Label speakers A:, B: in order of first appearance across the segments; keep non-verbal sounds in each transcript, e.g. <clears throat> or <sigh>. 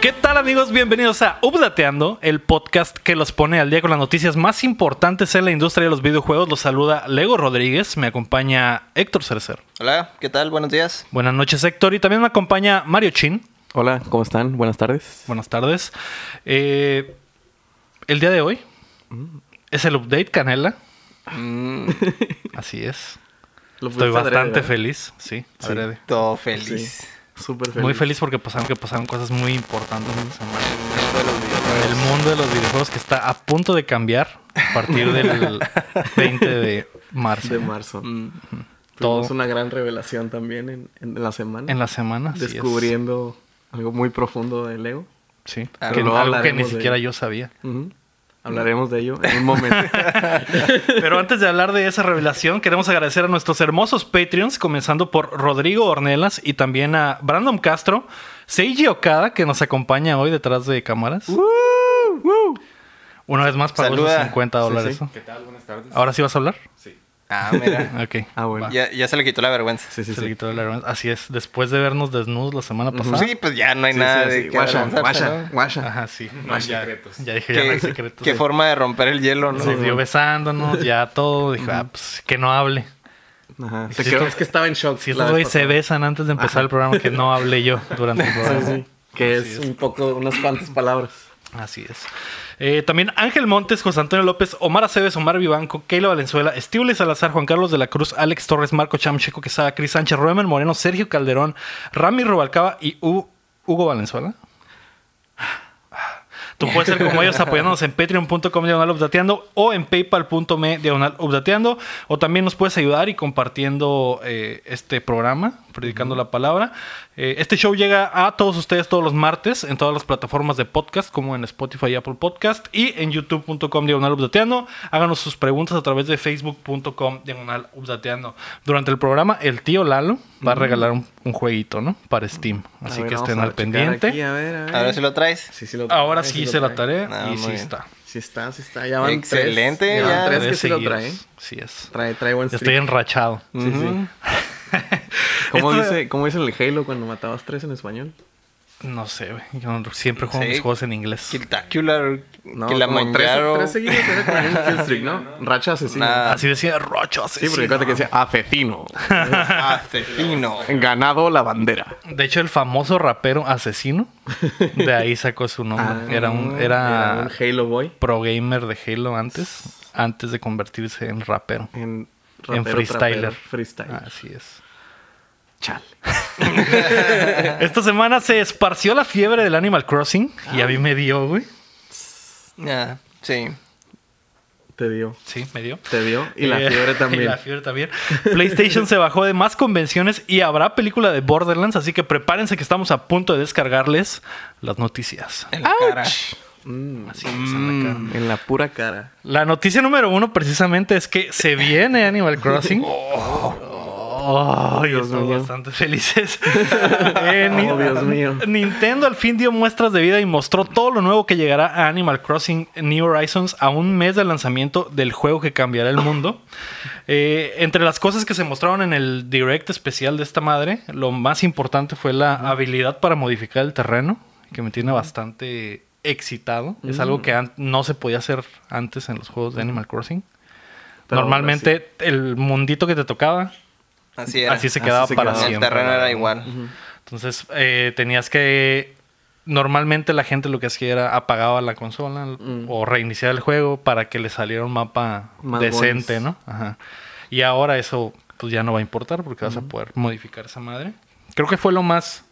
A: ¿Qué tal amigos? Bienvenidos a Updateando, el podcast que los pone al día con las noticias más importantes en la industria de los videojuegos. Los saluda Lego Rodríguez, me acompaña Héctor Cercer.
B: Hola, ¿qué tal? Buenos días.
A: Buenas noches Héctor y también me acompaña Mario Chin.
C: Hola, ¿cómo están? Buenas tardes.
A: Buenas tardes. Eh, el día de hoy es el update Canela. Así es.
C: Lo
A: Estoy
C: puse adrede,
A: bastante
C: ¿verdad?
A: feliz, sí, adrede.
B: Todo
C: Sí.
B: feliz.
C: Súper feliz.
A: Muy feliz porque pasaron, que pasaron cosas muy importantes esta semana.
B: Esto de los videojuegos.
A: El mundo de los videojuegos que está a punto de cambiar a partir
C: <laughs>
A: del 20 de marzo.
C: De marzo.
B: Mm.
A: Todo
C: Tuvimos una gran revelación también en, en la semana.
A: en la semana. así es.
C: Descubriendo algo muy profundo del ego.
A: Sí.
B: Pero
A: Que-
C: luego
A: algo que ni
C: hablaremos de
A: siquiera
C: ello.
A: yo sabía.
C: Ujú. Hablaremos de ello en
A: <laughs>
C: un momento.
A: Pero antes de hablar de esa revelación, queremos agradecer a nuestros hermosos Patreons, comenzando por Rodrigo Ornelas y también a Brandon Castro, Seiji Okada, que nos acompaña hoy detrás de cámaras. Una vez más pagó los
B: Saluda.
A: 50 dólares.
C: Sí, sí.
D: ¿Qué tal? Buenas tardes.
A: ¿Ahora sí vas a hablar?
D: Sí.
B: Ah,
A: <laughs>
B: mira.
A: Ok.
C: Ah, bueno.
B: ya, ya se le quitó la vergüenza.
C: Sí, sí,
A: Se le
C: sí.
A: quitó la vergüenza. Así es, después de vernos desnudos la semana pasada.
B: Sí, pues ya no hay
C: Sí,
B: nada
C: sí,
B: de
C: sí.
B: qué
C: Guasha,
B: avergonzarse,
C: guasha,
B: ¿no?
C: guasha.
A: Ajá, sí.
D: No hay
A: ya,
D: secretos.
A: ya dije, ya no hay
B: Qué,
A: secretos.
B: qué
A: Sí.
B: forma de romper el hielo, ¿no?
A: Se dio besándonos, ya todo. Dije, ah, pues que no hable.
C: Ajá.
A: Si
C: Se quedó-
A: estos-
C: es que estaba en shock.
A: Si estos
C: la vez
A: güeyes se
C: pasada.
A: besan antes de empezar el programa, que no hable yo durante el programa.
C: Sí, sí. Que es un poco, unas cuantas palabras.
A: Así es. Eh, también Ángel Montes, José Antonio López, Omar Aceves, Omar Vivanco, Keila Valenzuela, Estíbule Salazar, Juan Carlos de la Cruz, Alex Torres, Marco Cham, Checo Quesada, Cris Sánchez, Roemer Moreno, Sergio Calderón, Rami Rubalcaba y Hu- Hugo Valenzuela. Tú puedes ser como ellos apoyándonos en patreon.com diagonal updateando o en paypal.me diagonal updateando. O también nos puedes ayudar y compartiendo eh, este programa, predicando la palabra. Eh, este show llega a todos ustedes todos los martes en todas las plataformas de podcast, como en Spotify y Apple Podcast, y en youtube.com diagonal updateando. Háganos sus preguntas a través de facebook.com diagonal updateando. Durante el programa, el tío Lalo va a regalar un, un jueguito, ¿no? Para Steam.
C: A
A: Así
C: ver,
A: que
C: vamos
A: estén
C: a
A: al
C: checar
A: pendiente.
C: aquí, a ver, a ver.
B: Ahora sí lo traes.
C: Sí, sí lo trae,
A: Ahora
C: sí
A: sí
C: lo
A: hice la
C: trae.
A: tarea
B: Ah,
A: y
B: muy
A: sí
B: bien.
A: está.
C: Sí está, sí está. Ya van
B: Excelente,
C: tres.
B: ya.
C: Ya van tres que
A: Tres
C: sí lo
A: seguidos.
C: trae. ¿eh?
A: Sí es.
C: Trae, trae buen
A: Estoy
C: streak.
A: enrachado.
C: Sí, sí.
B: Ujú.
A: <laughs>
C: ¿Cómo,
A: Esto-
C: dice, ¿Cómo dice en el Halo cuando matabas tres en español?
A: No sé, güey. Yo no- siempre juego
B: Sí.
A: mis juegos en inglés.
B: Kiltacular,
C: No, como tres,
B: Kilamanjaro.
C: tres
B: <laughs>
C: seguidos era como un kill streak, ¿no? Racha asesina.
B: Nada.
A: Así decía Rocho
C: Sí,
A: asesino.
C: porque acuérdate que decía
A: <laughs>
C: asesino.
B: Ah, Asesino.
C: Ganado la bandera.
A: De hecho, el famoso rapero asesino, de ahí sacó su nombre. Ah, era un, era,
C: Ah, Era un Halo Boy.
A: pro gamer de Halo antes, antes de convertirse en rapero.
C: En,
A: en freestyler. Ah,
C: freestyle.
A: Así es.
C: Chale.
A: Esta semana se esparció la fiebre del Animal Crossing y a mí me dio, güey.
B: Ah, sí.
C: Te dio.
A: Sí, me dio.
C: Te dio. Y la
A: Eh, <laughs>
C: fiebre
A: y
C: también.
A: la fiebre también. PlayStation se bajó de más convenciones y habrá película de Borderlands, así que prepárense que estamos a punto de descargarles las noticias.
B: En la cara.
C: Mm,
A: Así es, en la cara.
C: en la pura cara.
A: La noticia número uno precisamente es que se viene Animal
C: <laughs>
A: Crossing. Oh, y
C: Dios
A: estamos
C: mío.
A: bastante
C: <laughs>
A: felices. Eh, ni-
C: Oh, Dios mío.
A: Nintendo al fin dio muestras de vida y mostró todo lo nuevo que llegará a Animal Crossing New Horizons a un mes del lanzamiento del juego que cambiará el mundo. Eh, entre las cosas que se mostraron en el direct especial de esta madre, lo más importante fue la habilidad para modificar el terreno, que me tiene bastante excitado. Es algo que an- no se podía hacer antes en los juegos de Animal Crossing.
C: Pero ahora
A: Normalmente el mundito que te tocaba,
B: Así era.
A: así se
C: Así
A: quedaba
C: se
A: para
C: quedaba.
B: El
A: siempre.
B: terreno era igual.
A: Entonces eh, tenías que... Normalmente la gente lo que hacía era apagaba la consola o reiniciar el juego para que le saliera un mapa
C: Mm. Más
A: decente,
C: bonis.
A: ¿no? Ajá. Y ahora eso pues ya no va a importar porque vas a poder modificar esa madre. Creo que fue lo más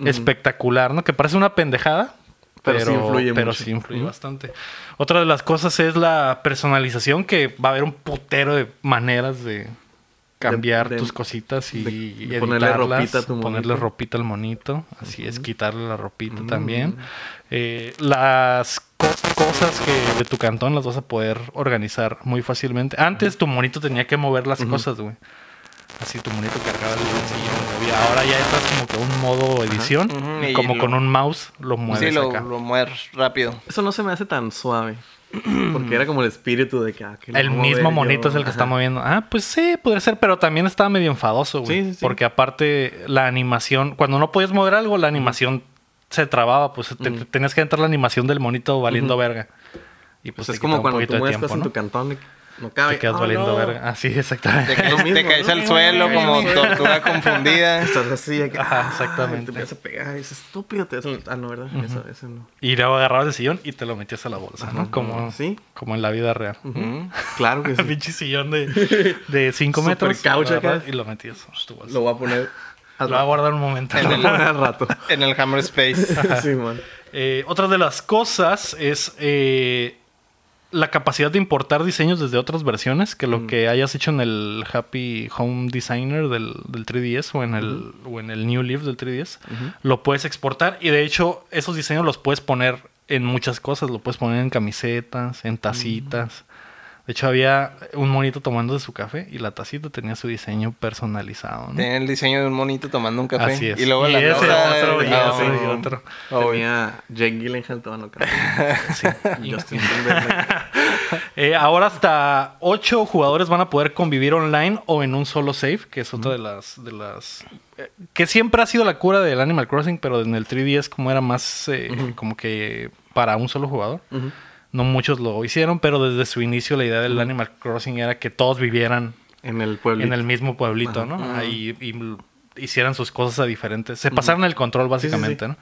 A: espectacular, ¿no? Que parece una pendejada. Pero,
C: Pero sí
A: pero sí influye,
C: influye mucho. Ujú.
A: bastante. Otra de las cosas es la personalización, que va a haber un putero de maneras de cambiar
C: de-
A: tus cositas y
C: de-
A: y
C: de ponerle
A: editarlas,
C: ropita a tu
A: ponerle
C: monito. Mm.
A: ropita al monito, así es, quitarle la ropita también. Eh, las co- cosas que de tu cantón las vas a poder organizar muy fácilmente. Antes tu monito tenía que mover las cosas, güey. Así tu monito cargaba el bolsillo, lo movía. Ahora ya entras como que a un modo edición,
B: Ujú,
A: y
B: y
A: como
B: lo-
A: con un mouse lo mueves
B: Sí, lo,
A: acá.
B: lo mueves
C: <laughs>
B: rápido.
C: Eso no se me hace tan suave. Porque era como el espíritu de que. ah, que lo
A: El
C: voy a mover
A: mismo
C: yo.
A: monito es el que
C: Ajá.
A: está moviendo. Ah, pues sí, podría ser, pero también estaba medio enfadoso, güey.
C: Sí, sí, sí.
A: Porque aparte la animación, cuando no podías mover algo, la animación se trababa, pues te- te- tenías que entrar la animación del monito valiendo verga. Y pues
C: Pues
A: te
C: es como
A: quitaba
C: cuando
A: un
C: tú
A: poquito de
C: muestras
A: tiempo,
C: en
A: ¿no?
C: tu cantón y no cabe.
A: Te quedas
C: Ah,
A: valiendo
C: no.
A: verga. Así, exactamente.
B: Te, caes-
C: lo mismo,
B: te caes
C: ¿no?
B: al suelo como tortuga confundida.
C: Estás así. de que,
A: Ajá,
C: ah,
A: exactamente.
C: Te vas a pegar. Es estúpido. Te vas a- Ah, no, ¿verdad? Eso, eso no.
A: <laughs> Y luego agarrabas el sillón y te lo metías a la bolsa, ¿no? Como,
C: Sí.
A: como en la vida real.
B: Mm.
C: Claro <laughs> que sí.
A: Pinche sillón de, de 5
C: Super
A: metros.
C: couch
A: lo
C: acá.
A: agarras Y lo metías a tu bolsa.
C: Lo voy a poner
A: Lo voy a
C: al,
A: guardar un momento.
B: En el-
C: al rato. <laughs>
B: En el Hammer Space.
C: sí, man.
A: Eh, otra de las cosas es eh, la capacidad de importar diseños desde otras versiones que
B: Mm.
A: lo que hayas hecho en el Happy Home Designer del, del 3DS o en, el, o en el New Leaf del 3DS, lo puedes exportar y de hecho esos diseños los puedes poner en muchas cosas, lo puedes poner en camisetas, en tacitas.
B: Mm.
A: De hecho había un monito tomando de su café y la tacita tenía su diseño personalizado. ¿no?
B: Tiene el diseño de un monito tomando un café.
A: Así es.
B: Y luego la
A: ese
B: taza de-
A: otro, y
B: Ah,
A: ese
B: bueno.
A: otro.
C: Ah, Tenía Jake Gyllenhaal todo no <laughs>
B: <laughs>
A: Sí.
C: Y Justin Timberlake.
A: Eh, ahora hasta ocho jugadores van a poder convivir online o en un solo save, que es otra de las... De las eh, que siempre ha sido la cura del Animal Crossing, pero en el 3DS como era más eh, como que para un solo jugador.
C: Ujú.
A: No muchos lo hicieron, pero desde su inicio la idea del Animal Crossing era que todos vivieran
C: En el pueblo.
A: en el mismo pueblito, ¿no? Ahí y l- hicieran sus cosas a diferentes.
C: Mm.
A: Se pasaron el control, básicamente, ¿no?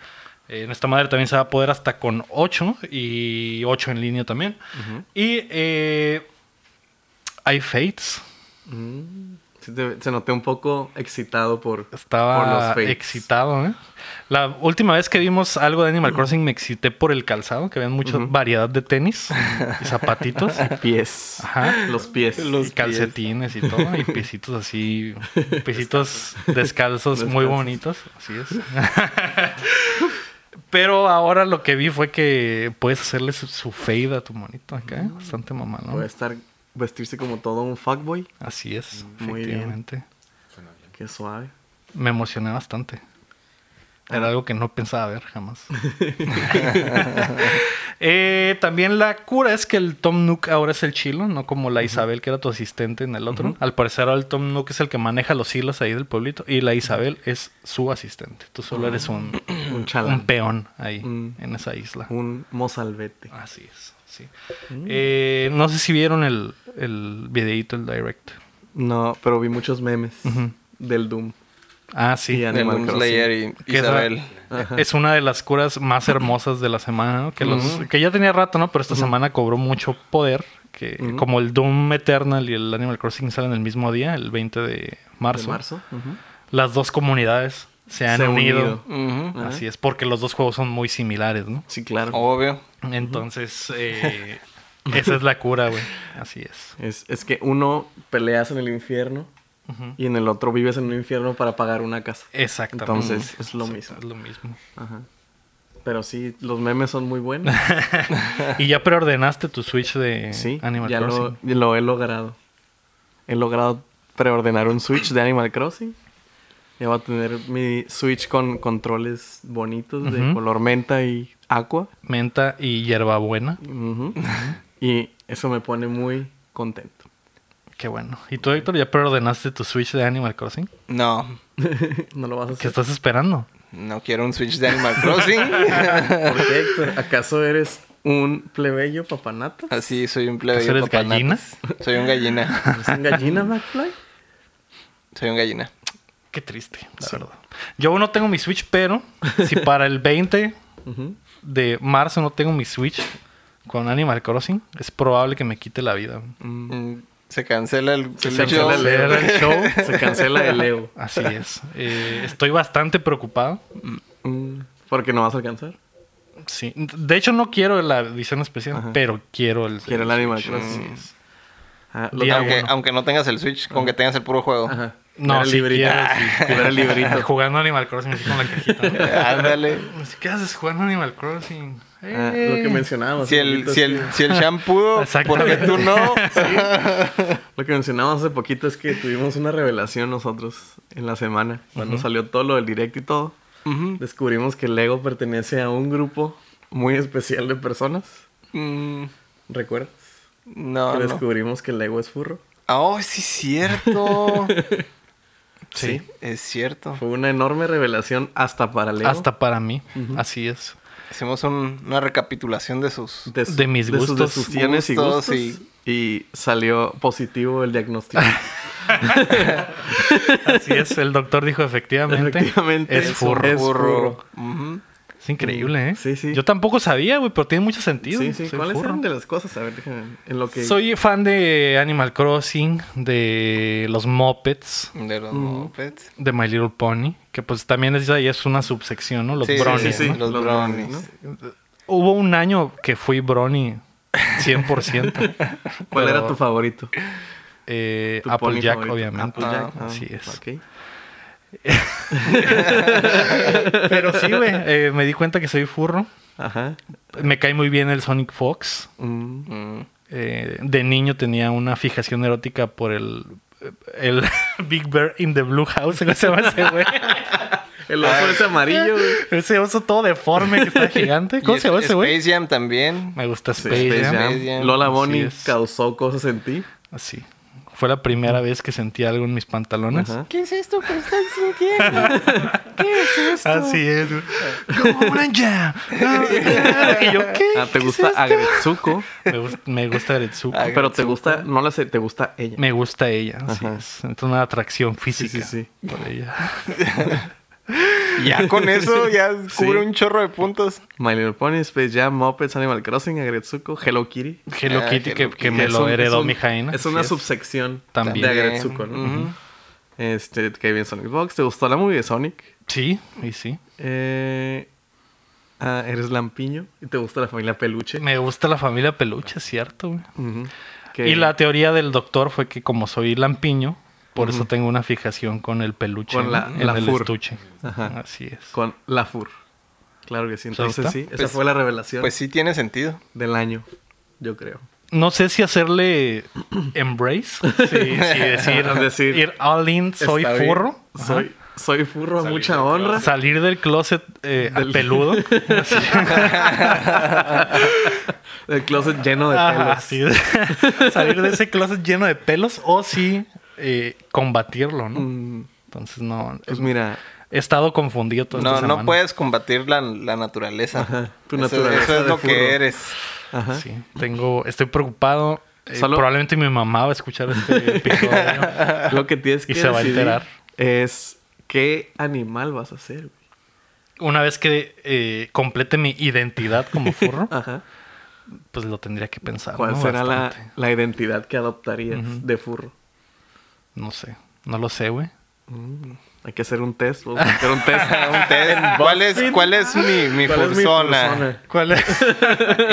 A: Eh, en esta madre también se va a poder hasta con 8 y 8 en línea también. Y eh, hay fates.
C: Sí te- se noté un poco excitado por, por los
A: Estaba
C: fates.
A: excitado, ¿eh? La última vez que vimos algo de Animal Crossing me excité por el calzado, que habían mucha variedad de tenis y
C: <laughs>
A: zapatitos.
C: Pies.
A: Ajá.
C: <laughs> Los pies.
A: y calcetines y todo, y piecitos
C: <laughs>
A: así, piecitos descalzos muy
C: Descalzos.
A: bonitos, así es. <laughs> Pero ahora lo que vi fue que puedes hacerle su, su fade a tu monito acá,
C: Mm,
A: ¿eh? bastante mamá, ¿no?
C: Puede estar vestirse como todo un fuckboy.
A: Así es,
C: Muy bien.
A: efectivamente.
C: Qué suave.
A: Me emocioné bastante.
C: Ah.
A: Era algo que no pensaba ver jamás.
C: <laughs>
A: <laughs> Eh, también la cura es que el Tom Nook ahora es el chilo, no como la Isabel que era tu asistente en el otro. Al parecer ahora el Tom Nook es el que maneja los hilos ahí del pueblito y la Isabel es su asistente. Tú solo eres
C: <coughs>
A: un,
C: Un
A: un
C: chalán.
A: peón ahí
C: Mm. Mm.
A: en esa isla.
C: Un mozalbete.
A: Así es, sí. Eh, no sé si vieron el, el videíto, el direct.
C: No, pero vi muchos memes
A: Ujú.
C: del Doom.
A: Ah, sí.
C: Y
B: De
C: Animal
B: Moon
C: Crossing.
B: Slayer y
A: Que esa-
B: Isabel.
C: Ajá.
A: Es una de las curas más hermosas de la semana, ¿no? que, los, que ya tenía rato, ¿no? Pero esta semana cobró mucho poder, que como el Doom Eternal y el Animal Crossing salen el mismo día, el 20 de marzo,
C: De marzo. Ujú.
A: las dos comunidades se han
C: Se han
A: unido.
C: unido.
B: Ujú.
C: Ajá.
A: Así es, porque los dos juegos son muy similares, ¿no?
C: Sí, claro.
B: Obvio.
C: <laughs>
A: Entonces, eh, esa es la cura, güey. Así es.
C: Es, es que uno peleas en el infierno y en el otro vives en un infierno para pagar una casa.
A: Exactamente.
C: Entonces, es lo mismo.
A: Es lo mismo.
C: Ajá. Eh, Pero sí, los memes son muy <laughs> buenos.
A: Y ya preordenaste tu Switch de
C: Sí,
A: Animal
C: ya
A: Crossing.
C: lo, lo he logrado. He logrado preordenar un Switch de Animal Crossing. Ya voy a tener mi Switch con controles bonitos de
A: Ujú.
C: color menta y agua.
A: Menta y hierbabuena.
C: Ujú. y eso me pone muy contento. <laughs>
A: Qué bueno. ¿Y tú, Héctor, ya preordenaste tu Switch de Animal Crossing?
B: No.
C: no lo vas a
A: ¿Qué
C: hacer.
A: estás esperando?
B: No quiero un Switch de Animal Crossing.
C: ¿Por qué, Héctor? ¿Acaso eres un plebeyo papanata?
B: Así soy un
A: ¿Tú
B: plebeyo.
A: eres
B: papanatas.
A: gallina?
B: Soy un gallina.
C: ¿Eres un gallina, McFly?
B: Soy un gallina.
A: Qué triste, la verdad. Yo aún no tengo mi Switch, pero
C: <laughs>
A: si para el 20
C: Ujú.
A: de marzo no tengo mi Switch con Animal Crossing, es probable que me quite la vida.
B: Mm, Se cancela el,
C: Se
B: el
C: cancela
B: show.
C: el Leo.
A: Era el show.
C: <laughs> Se cancela el Leo.
A: Así
C: <laughs>
A: es. Eh, estoy bastante preocupado.
C: Mm, Porque no vas a alcanzar.
A: Sí. De hecho, no quiero la edición especial,
C: Ajá.
A: pero quiero el.
C: Quiero el Animal Crossing.
A: Así es.
C: Ah,
A: Día
B: Aunque,
A: uno.
B: aunque no tengas el Switch, con que tengas el puro juego.
C: Ajá.
A: No,
C: Era
A: sí
C: librito.
A: quiero, sí
C: <laughs>
A: quiero.
C: Era el <laughs>
A: <laughs>
C: librito.
A: Jugando Animal Crossing así con la cajita. ¿no?
B: Eh, Ándale.
A: Así, ¿Qué haces jugando Animal Crossing?
C: Ah, lo
A: ¡Eh!
C: que mencionábamos.
B: Si
C: hace
B: el,
C: poquito,
B: si
C: es
B: el, si el Sham pudo,
A: <laughs>
B: ¿por qué tú no?
C: que- Lo que mencionábamos hace poquito es que tuvimos una revelación nosotros en la semana. Cuando salió todo lo del directo y todo,
B: Ujú.
C: descubrimos que Lego pertenece a un grupo muy especial de personas.
B: Mm,
C: ¿Recuerdas?
B: No,
C: que
A: Ah,
B: no.
C: descubrimos que Lego es furro.
B: Ah, Oh, sí, es cierto.
C: Sí.
B: Es cierto.
C: Fue una enorme revelación hasta para Leo.
A: Hasta para mí. Así
C: <laughs>
A: es.
B: Hicimos un- una recapitulación de sus...
C: de, su-
A: de mis
C: sus
A: gustos.
C: decisiones y
B: Gustos,
C: gustos.
B: sí.
C: Y salió positivo el diagnóstico.
A: Ah, Así es. El doctor dijo efectivamente.
C: Efectivamente.
A: Es furro.
C: Es furro.
B: Ujú.
A: Es increíble, ¿eh?
C: Sí, sí.
A: Yo tampoco sabía, güey, pero tiene mucho sentido.
C: sí, sí.
A: Soy
C: ¿Cuáles
A: furro.
C: eran de las cosas? A ver, déjame. En lo que.
A: Soy fan de Animal Crossing, de los Muppets,
B: De los Muppets.
A: de My Little Pony, que pues también es, ahí es una subsección, ¿no? Los
B: Sí, sí,
A: bronies,
C: Sí, sí.
A: ¿no?
B: Los bronies.
A: Hubo un año que fui brony
C: <laughs>
A: 100%.
C: ¿Cuál
A: Pero,
C: era tu favorito?
A: eh,
C: Tu pony
A: Applejack,
C: favorito.
A: obviamente.
C: Applejack.
A: Ah, así es.
C: ok.
A: Pero sí, güey, eh, me di cuenta que soy furro.
C: Ajá.
A: Me cae muy bien el Sonic Fox.
C: Mm.
B: Mm.
A: Eh, de niño tenía una fijación erótica por el, el <laughs> Big Bear in the Blue House. ¿Cómo se llama ese güey?
C: El ojo es <laughs> amarillo, güey.
A: Ese oso todo deforme que
C: <laughs>
A: está gigante. ¿Cómo
B: Y
A: se llama
B: es-
A: ese güey?
B: Space Jam también.
A: <laughs> Me gusta
C: Sí,
A: Space,
C: Space
A: Jam.
C: Jam.
B: Space Jam.
C: Lola
A: Así
C: Bonnie
A: es.
C: causó cosas en ti.
A: Así. Fue la primera vez que sentí algo en mis pantalones.
C: Ajá.
B: ¿Qué es esto que <laughs> están sintiendo? ¿Qué es esto?
A: Así es.
C: <laughs>
A: güey. Como una jam. <laughs> y yo, ¿qué?
C: Ah, ¿te Ah, gusta Agretsuko?
A: Me gusta, me gusta Aretsuko.
B: Ay,
C: Pero te gusta, no la sé, te gusta ella.
A: Me gusta ella. Así
C: Ajá.
A: es. Entonces, una atracción física
C: sí,
A: por
C: <laughs>
A: ella.
B: Ya con eso ya cubre
C: Sí.
B: un chorro de puntos.
C: My Little Pony, Space Jam, Muppets, Animal Crossing, Agretsuko, Hello Kitty.
A: Hello
B: Ah,
A: Kitty, que,
B: Hello
A: que
B: Kitty.
A: me
C: Es
A: lo
C: un- es
A: heredó
C: un-
A: mi jaina.
C: Es una
A: Así
C: subsección
A: También.
C: de Agretsuko, ¿no?
B: Ujú.
C: Este, que viene Sonic Box. ¿Te gustó la movie de Sonic?
A: Sí, y sí.
C: Eh, ah, eres lampiño y te gusta la familia peluche.
A: Me gusta la familia peluche, cierto. güey.
C: Ujú. Que-
A: Y la teoría del doctor fue que como soy lampiño, por eso tengo una fijación con el peluche
C: Con la-
A: ¿no? en
C: la
A: el
C: fur. Ah.
A: estuche.
C: Ajá.
A: Así es.
C: Con la FUR. Claro que sí.
A: Pues ahí
C: Entonces
A: está.
C: sí, esa
B: Pues-
C: fue la revelación
B: Pues sí tiene sentido.
C: del año, yo creo.
A: No sé si hacerle
C: <laughs>
A: embrace, sí, sí, decir,
C: Decir,
A: ir all in, soy
C: Está bien.
A: furro. Ajá.
C: Soy, soy furro a
B: Salí
C: mucha
B: del
C: honra.
A: Salir del closet eh, a
C: <laughs>
A: peludo. Así,
C: El closet lleno de
A: ajá,
C: pelos. <laughs>
A: así. Salir de ese closet lleno de pelos o sí eh, combatirlo, ¿no?
C: Mm,
A: Entonces no.
C: Pues mira,
A: He estado confundido toda
B: No,
A: esta
B: no
A: semana.
B: puedes combatir la, la naturaleza.
C: Ajá, tu
B: Eso-
C: naturaleza
B: Eso, es
C: de
B: lo
C: furro.
B: que eres.
C: ajá.
A: Sí, tengo, estoy preocupado. Eh,
C: Solo-
A: Probablemente mi mamá va a escuchar
C: <laughs>
A: este episodio.
C: Lo que tienes
A: Y
C: que
A: se va a
C: decidir
A: enterar.
C: es qué animal vas a ser. güey.
A: Una vez que eh, complete mi identidad como furro,
C: Ajá.
A: pues lo tendría que pensar.
C: ¿Cuál
A: ¿no?
C: será la,
A: Bastante.
C: la identidad que adoptarías de furro?
A: No sé, no lo sé, güey.
C: Hay que hacer un test. Vamos a hacer un test.
B: Un test. <laughs> ¿Cuál es, ¿Cuál es mi, mi
C: ¿Cuál es mi
B: fursona?
C: fursona?
A: ¿Cuál es?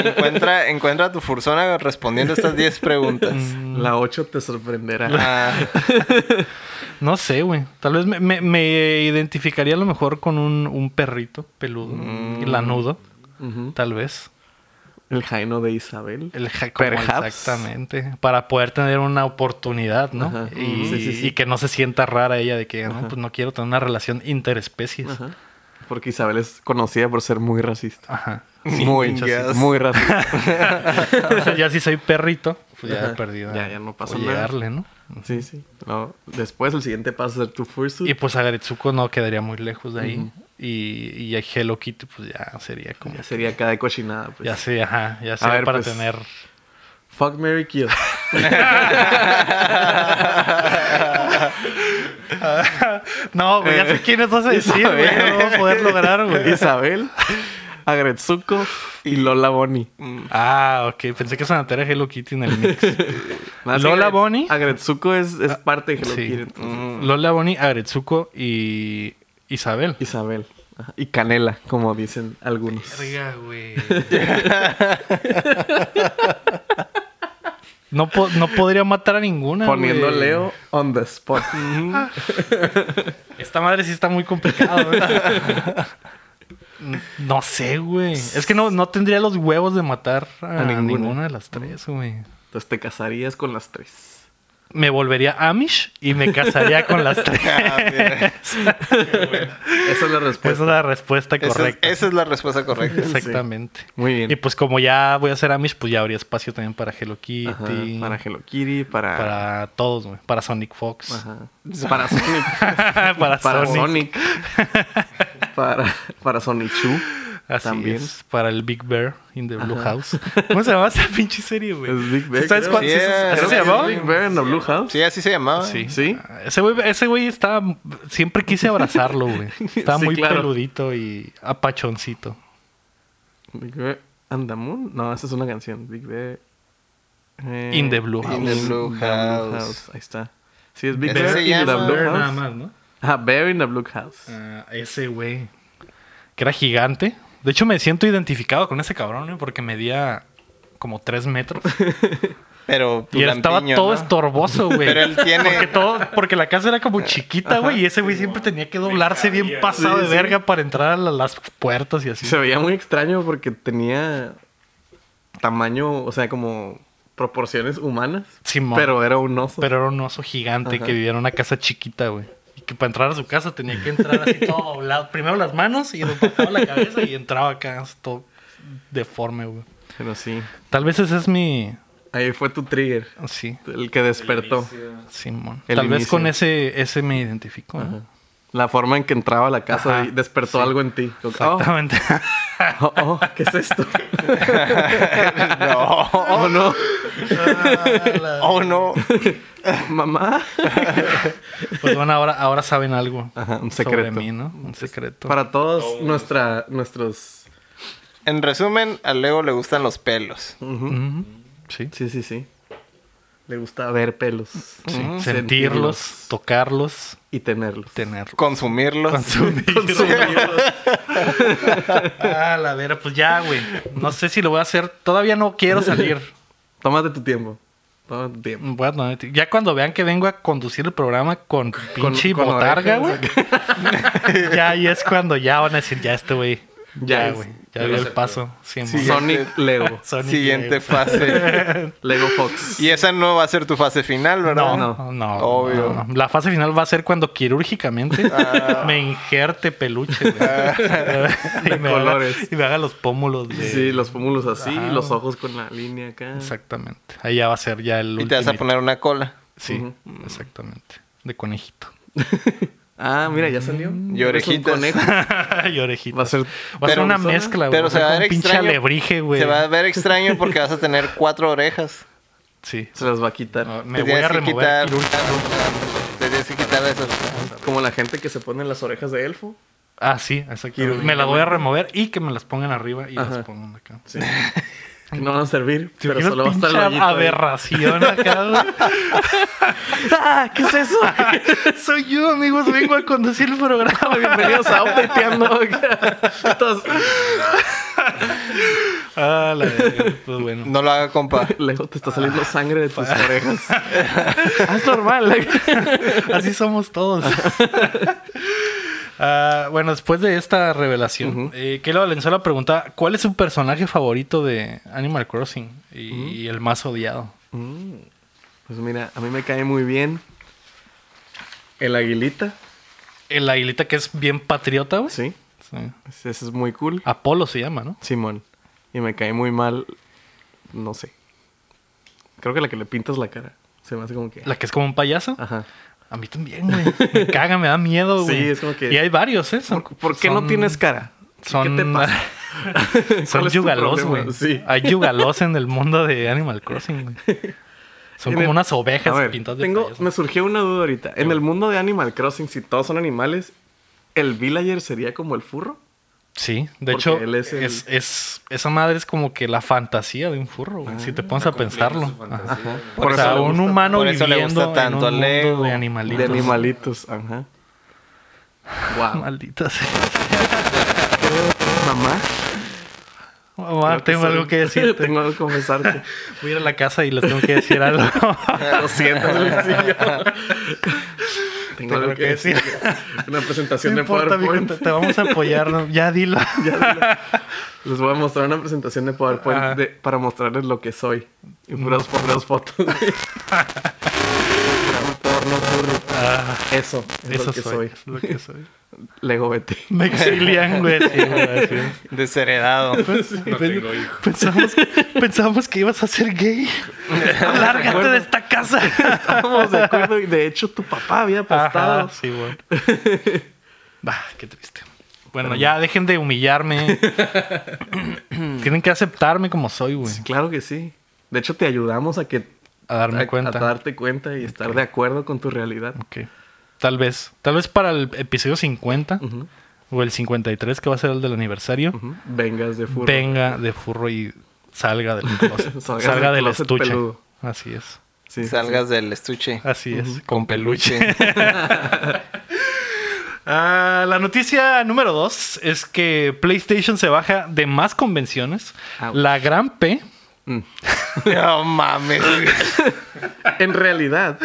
B: Encuentra, encuentra tu fursona respondiendo estas 10 preguntas.
A: Mm.
C: La 8 te sorprenderá.
B: Ah,
A: No sé, güey. Tal vez me, me- me identificaría a lo mejor con un, un perrito peludo
C: Mm.
A: y lanudo.
C: Ujú.
A: Tal vez.
C: El jaino de Isabel.
A: El ja- como
C: Perhaps.
A: Exactamente. Para poder tener una oportunidad, ¿no?
C: Ajá.
A: Y,
C: Sí, sí, sí.
A: y que no se sienta rara ella de que, no, pues no quiero tener una relación interespecies. Ajá.
C: Ajá. Porque Isabel es conocida por ser muy racista. <laughs>
A: Sí,
C: muy,
A: mucho así.
B: Yes.
C: muy racista.
A: <laughs> Entonces, ya si soy perrito, pues ya
C: Ajá.
A: he perdido.
C: Ya- ya no pasa
A: o
C: nada.
A: llegarle, ¿no?
C: sí, sí. No, Después el siguiente paso es ser tu fursuit.
A: Y pues Aretsuko no quedaría muy lejos de ahí. Y, y a Hello Kitty, pues ya sería como.
C: Ya sería cada cochinada. Pues.
A: Ya sé, ajá, ya sé
C: ver,
A: para
C: pues.
A: tener.
C: Fuck Mary
A: <laughs>
C: Kill.
A: No, güey,
C: Eh,
A: ya sé quiénes vas a decir, güey. No voy a poder lograr, güey.
C: Isabel, Agretsuko y Lola Bonnie.
A: Ah, ok. Pensé que Sanatera era Hello Kitty en el mix.
C: Más
A: Lola
C: Agret-
A: Bonnie. Ah,
C: Agretsuko es, es parte de Hello
A: sí. Mm.
C: Kitty. entonces.
A: Lola Bonnie, Aretsuko y Isabel.
C: Isabel. Ajá. Y Canela, como dicen algunos.
A: güey. No, po- no podría matar a ninguna.
C: Poniendo
A: güey.
C: Leo on the spot.
A: Esta madre sí está muy complicada, ¿verdad? <laughs> No sé, güey. Es que no, no tendría los huevos de matar a,
C: A ninguna.
A: ninguna. de las tres, güey.
C: Entonces te casarías con las tres. <laughs>
A: Me volvería Amish y me casaría con las tres.
B: ah, mira.
A: Esa
C: Esa es la
A: es
C: respuesta.
A: la respuesta
B: Esa es-
C: <laughs>
A: correcta.
B: esa es la respuesta correcta.
A: Exactamente.
C: Muy bien.
A: Y pues como ya voy a hacer Amish, pues ya habría espacio también para Hello Kitty,
C: Ajá, para Hello Kitty, para...
A: para todos, güey. Para Sonic Fox.
C: Ajá. Para Sonic.
A: <laughs> para,
C: para
A: Sonic. <laughs>
C: Sonic. para, para Sonic Chu.
A: Así
C: también.
A: es, para el Big Bear in the Blue
C: Ajá.
A: House. ¿Cómo se llamaba esa pinche serie, güey?
C: Es Big Bear,
A: ¿Sabes
C: creo.
A: cuál?
B: Sí,
A: ¿Así
B: era-
A: se
B: creo que es
A: llamaba?
C: Big Bear en the Blue House.
B: Sí, así se llamaba.
A: Sí.
C: ¿Sí?
A: Ese güey, ese güey estaba. Siempre quise abrazarlo, güey. Estaba
C: Sí,
A: muy
C: claro.
A: peludito y apachoncito.
C: Big Bear and the Moon. No, esa es una canción. Big Bear. eh,
A: In the Blue
B: House. In the Blue House.
C: Ahí está. Sí, es Big
B: Ese
C: Bear
B: se
C: in the
B: llama-
C: Blue
B: Bear
C: House.
A: ¿no?
C: Ah, Bear in the Blue House.
A: Ah, ese güey. Que era gigante. De hecho, me siento identificado con ese cabrón, güey, porque medía como tres
B: <laughs>
A: metros.
B: Pero
A: Y él estaba
B: lampiño,
A: todo
B: ¿no?
A: estorboso, güey.
B: Pero él tiene-
A: Porque, todo, porque la casa era como chiquita, güey. Y ese güey siempre tenía que doblarse bien pasado de verga para entrar a la- las puertas y así.
C: Se veía muy extraño porque tenía tamaño, o sea, como proporciones humanas.
A: Simón.
C: Pero era un oso.
A: Pero era un oso gigante
C: Pues, Ajá.
A: que vivía en una casa chiquita, güey. Y que para entrar a su casa tenía que entrar así todo doblado. Primero las manos y después la cabeza y entraba acá así todo deforme, güey.
C: Pero sí.
A: Tal vez ese es mi...
C: Ahí fue tu trigger.
A: Sí,
C: El que despertó.
A: Simón.
C: El
A: Tal vez
C: inicio.
A: con ese ese me identifico, ¿no?
C: Ajá. La forma en que entraba a la casa
A: Ajá,
C: y despertó algo en ti. Como que, oh,
A: Exactamente.
C: oh, oh, ¿qué es esto?
B: <laughs> No.
C: Oh, no.
B: Oh, no.
C: Mamá.
A: <laughs> Pues bueno, ahora, ahora saben algo.
C: Ajá, un
A: Sobre
C: secreto.
A: mí, ¿no? Un secreto.
C: Para todos nuestra, nuestros...
B: En resumen, a Leo le gustan los pelos.
C: Ujú.
A: Ujú. Sí.
C: Sí, sí, sí. Le gusta ver pelos.
A: sí.
C: Ujú.
A: Sentirlos, tocarlos,
C: Y tenerlos.
A: tenerlos.
B: Consumirlos.
C: <laughs>
A: Consumirlos. ah, la vera, pues ya, güey. No sé si lo voy a hacer. Todavía no quiero salir.
C: Tómate tu tiempo. Tómate tu tiempo.
A: Bueno, ya cuando vean que vengo a conducir el programa con pinche
C: con
A: botarga, güey.
C: orejas.
A: <laughs> ya ahí es cuando ya van a decir, ya este güey.
C: Ya
A: Ya,
C: es.
A: güey. Ya
C: Ya lo
A: dio el
C: aceptó.
A: paso. Sí,
B: Sí.
A: mon.
C: Sonic Lego.
A: Sonic
B: Siguiente
A: Game.
B: fase.
A: <laughs>
C: Lego Fox.
B: Y esa no va a ser tu fase final,
A: No,
B: ¿verdad?
A: no, no.
B: Obvio.
A: no, no. La fase final va a ser cuando
C: <laughs>
A: quirúrgicamente
C: Ah.
A: me injerte peluche, güey. y, me haga,
C: colores.
A: y me haga los pómulos de...
C: Sí, los pómulos así,
A: Ajá.
C: los ojos con la línea acá.
A: Exactamente. Ahí ya va a ser ya el
B: Y te vas a
A: ultimate.
B: poner una cola.
A: Sí, exactamente. De conejito.
C: Ah, mira, ya salió.
B: Y orejitas.
C: Es un
A: <laughs>
C: conejo.
A: y orejito.
C: Va a ser
A: Va a ser
B: Pero-
A: una mezcla, güey.
B: pero
A: Va a
B: se va a
A: ser
B: ver
A: un pinche
B: extraño.
A: alebrije, güey.
B: Se va a ver extraño porque vas a tener cuatro orejas.
A: Sí.
C: se las va a quitar.
A: No, me
B: Te
A: voy a
B: tienes que
A: remover
B: quitar-
A: quirúrgico.
B: Te tienes que quitar esas.
C: Como la gente que se pone las orejas de elfo.
A: Ah, sí, exactamente.
C: Quirúrgicamente.
A: Me las voy a remover y que me las pongan arriba y
C: Ajá.
A: las pongan acá.
C: Sí. que no van a servir,
A: ¿Te
C: pero
A: imaginas
C: solo va a estar el
A: pinche
C: hoyito ahí.
A: aberración acá,
B: <laughs>
A: güey?
C: ¡Ah! ¿Qué es eso?
A: Soy yo, amigos. Vengo a conducir el programa.
B: <laughs>
C: <laughs> Bienvenidos a <laughs> Updateando. Entonces,
A: ah, la verga. Pues bueno.
B: No lo haga,
A: <laughs>
B: compa.
C: Lego, te está saliendo sangre de tus orejas. Ah, es normal. Lego.
A: <laughs> Así somos todos. Ah, bueno, después de esta revelación, eh, Kelo Valenzuela pregunta: ¿Cuál es su personaje favorito de Animal Crossing y, y el más odiado?
C: Mm. Pues mira, a mí me cae muy bien el aguilita.
A: El aguilita que es bien patriota, güey.
C: Sí,
A: Sí.
C: ese ese es muy cool.
A: Apolo se llama, ¿no?
C: Simón. Y me cae muy mal. No sé. Creo que la que le pintas la cara. Se me hace como que.
A: La que es como un payaso.
C: Ajá.
A: A mí también, güey. Me caga, me da miedo,
C: Ah. <laughs> Sí,
A: güey.
C: es como que-
A: Y hay varios, ¿eh? Son-
C: ¿Por, por qué no
A: son-
C: tienes cara?
A: Son,
C: ¿Qué te pasa?
A: <laughs>
C: <laughs> ¿Cuál
A: son
C: es tu
A: yugalos,
C: problema?
A: güey.
C: Sí.
A: Hay yugalos en el mundo de Animal Crossing,
C: <laughs>
A: güey. Son
C: En
A: como
C: el-
A: unas
C: A
A: ovejas
C: ver,
A: pintadas de
C: tengo,
A: payaso.
C: me surgió una duda ahorita. En el mundo de Animal Crossing, si todos son animales, ¿el villager sería como el furro?
A: Sí, de
C: Porque
A: hecho,
C: él es el-
A: es, es- esa madre es como que la fantasía de un furro, güey, si te pones a pensarlo. Ajá.
B: Por
A: o
B: eso
A: sea,
B: le
A: un
B: gusta-
A: humano
B: por eso le
A: viviendo
B: gusta tanto
A: en un
B: al Lego,
A: mundo de
B: de
A: animalitos.
C: De animalitos, ajá. Wow.
A: Maldita sea.
C: Mamá.
A: Mamá,
C: creo que
A: Ah, tengo
C: soy-
A: algo que decirte.
C: <laughs> tengo algo que confesarte.
A: Voy a ir a la casa y les tengo que decir algo.
C: <laughs>
A: <laughs>
C: Lo siento, Luisillo. Tengo
A: Tengo
C: algo que decir. Una presentación
A: No
C: de
A: importa, mijo,
C: PowerPoint.
A: te, te vamos a apoyar. ¿no? Ya dilo.
C: Les voy a mostrar una presentación de
A: Ajá.
C: PowerPoint de- para
A: <laughs>
C: mostrarles lo que soy. Y puras puras fotos. no ocurre.
A: Ah,
C: Eso, es
A: eso
C: lo que soy.
A: es lo que soy.
C: Lego BT.
A: Mexilian, güey. sí, güey, sí.
B: Desheredado.
D: No tengo hijo.
A: Pensamos, pensamos que ibas a ser gay. Lárgate de esta casa.
C: Estábamos de acuerdo y de hecho tu papá había apostado.
A: Ajá, sí, güey. <laughs> Bah, qué triste. Bueno, ya dejen de
C: <laughs>
A: humillarme. Tienen que aceptarme como soy, güey.
C: Claro que sí. De hecho te ayudamos a que
A: A darme
C: a-
A: cuenta.
C: a darte cuenta y estar de acuerdo con tu realidad.
A: Ok. Tal vez. Tal vez para el episodio 50
C: Ujú,
A: o el 53, que va a ser el del aniversario,
C: ujú. Vengas de furro.
A: venga de furro y salga
C: <laughs>
A: del closet.
C: Salgas
A: salga del,
C: del closet
A: estuche.
C: peludo.
A: Así es.
C: Sí, sí,
B: <laughs> Salgas del estuche.
A: Así es.
B: Con peluche.
A: <laughs> Ah, la noticia número dos es que PlayStation se baja de más convenciones.
C: Ouch.
A: La gran P.
B: No
A: <laughs>
B: mames. güey.
C: sí. En realidad,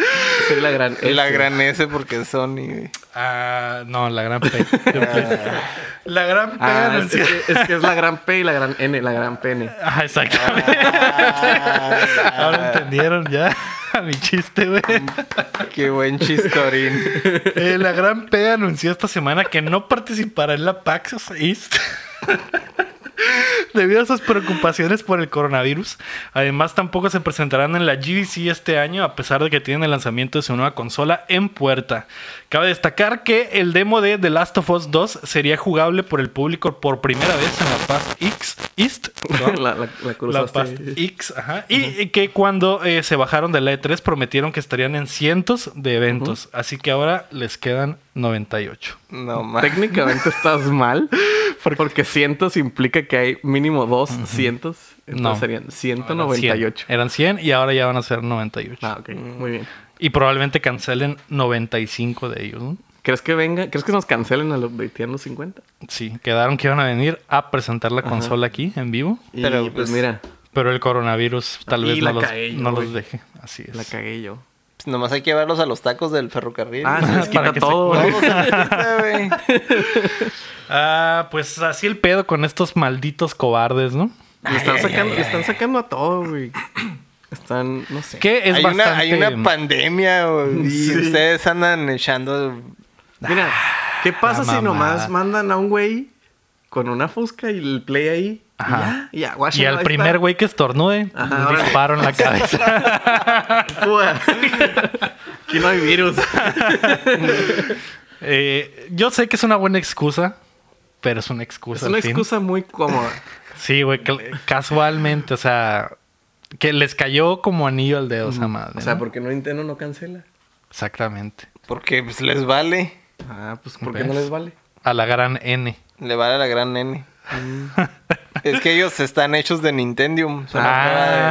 C: soy la gran.
B: La
C: S.
B: gran S porque es Sony. güey.
A: Ah, no, la gran
C: <laughs>
A: P. la gran P.
C: Ah, es,
A: anunció-
C: es- es que es la gran P y la gran N, la gran pene.
A: Ah, exactamente.
C: Ah.
A: <laughs> Ahora entendieron ya <laughs> mi chiste, güey.
B: Qué buen chistorín.
A: Eh, la gran P anunció esta semana que no participará en la PAX East. Debido a sus preocupaciones por el coronavirus, además tampoco se presentarán en la GDC este año a pesar de que tienen el lanzamiento de su nueva consola en puerta. Cabe destacar que el demo de The Last of Us 2 sería jugable por el público por primera vez en la PAX X- East.
C: La, la, la
A: La
C: cruzaste.
A: Past X, ajá. Y eh, que cuando eh, se bajaron de la E3 prometieron que estarían en cientos de eventos. Así que ahora les quedan 98.
B: No mames.
C: Técnicamente estás mal. Porque cientos implica que hay mínimo dos cientos. Entonces
A: No. Eh.
C: serían
A: Eran
C: 198.
A: 100. Eran 100 y ahora ya van a ser 98.
C: Ah, ok. Muy bien.
A: Y probablemente cancelen 95 de ellos. ¿no?
C: ¿Crees que venga? ¿Crees que nos cancelen al updateando 50?
A: Sí, quedaron que iban a venir a presentar la consola aquí en vivo.
C: Y
B: Pero,
C: pues,
B: pues,
C: mira,
A: Pero el coronavirus tal
C: Y
A: vez
C: la
A: no, los,
C: cagué yo,
A: no
C: güey.
A: los deje. Así es.
C: la cagué yo.
B: Pues nomás hay que llevarlos a los tacos del ferrocarril.
C: Ah, se les
A: eh, <laughs> Para
C: quita
A: que se
C: todo.
A: cure.
B: Vamos a la fiesta, güey.
A: Ah, pues así el pedo con estos malditos cobardes, ¿no?
C: Le están sacando, le están sacando a todo, güey. Están, no sé.
A: Que <laughs> es
B: hay,
A: bastante...
B: una, hay una pandemia güey, y ustedes andan echando.
C: Mira, ¿qué pasa
A: la
C: si
A: mamada.
C: nomás mandan a un güey con una fusca y el play ahí? Y
A: Ajá.
C: Ya, ya,
A: Y
C: guáchenlo, Ah, ahí
A: al
C: está.
A: primer güey que estornude,
C: Ajá,
A: un
C: órale.
A: disparo
C: <laughs>
A: en la cabeza.
C: Pua. <laughs> Aquí no hay virus.
A: Eh, yo sé que es una buena excusa, pero es una
C: Es
A: excusa.
C: una
A: Pues al fin.
C: excusa muy cómoda.
A: Sí, güey, que- casualmente, o sea, que les cayó como anillo al dedo esa madre.
C: O sea,
A: ¿no?
C: porque no Nintendo no cancela.
A: Exactamente.
B: Porque pues, les vale.
C: Ah, pues porque
A: ¿Ves?
C: no les vale.
A: A la gran N.
B: Le vale a la gran nene. es que ellos están hechos de Nintendium. Son
A: Ah.
B: una prueba de
C: Creo que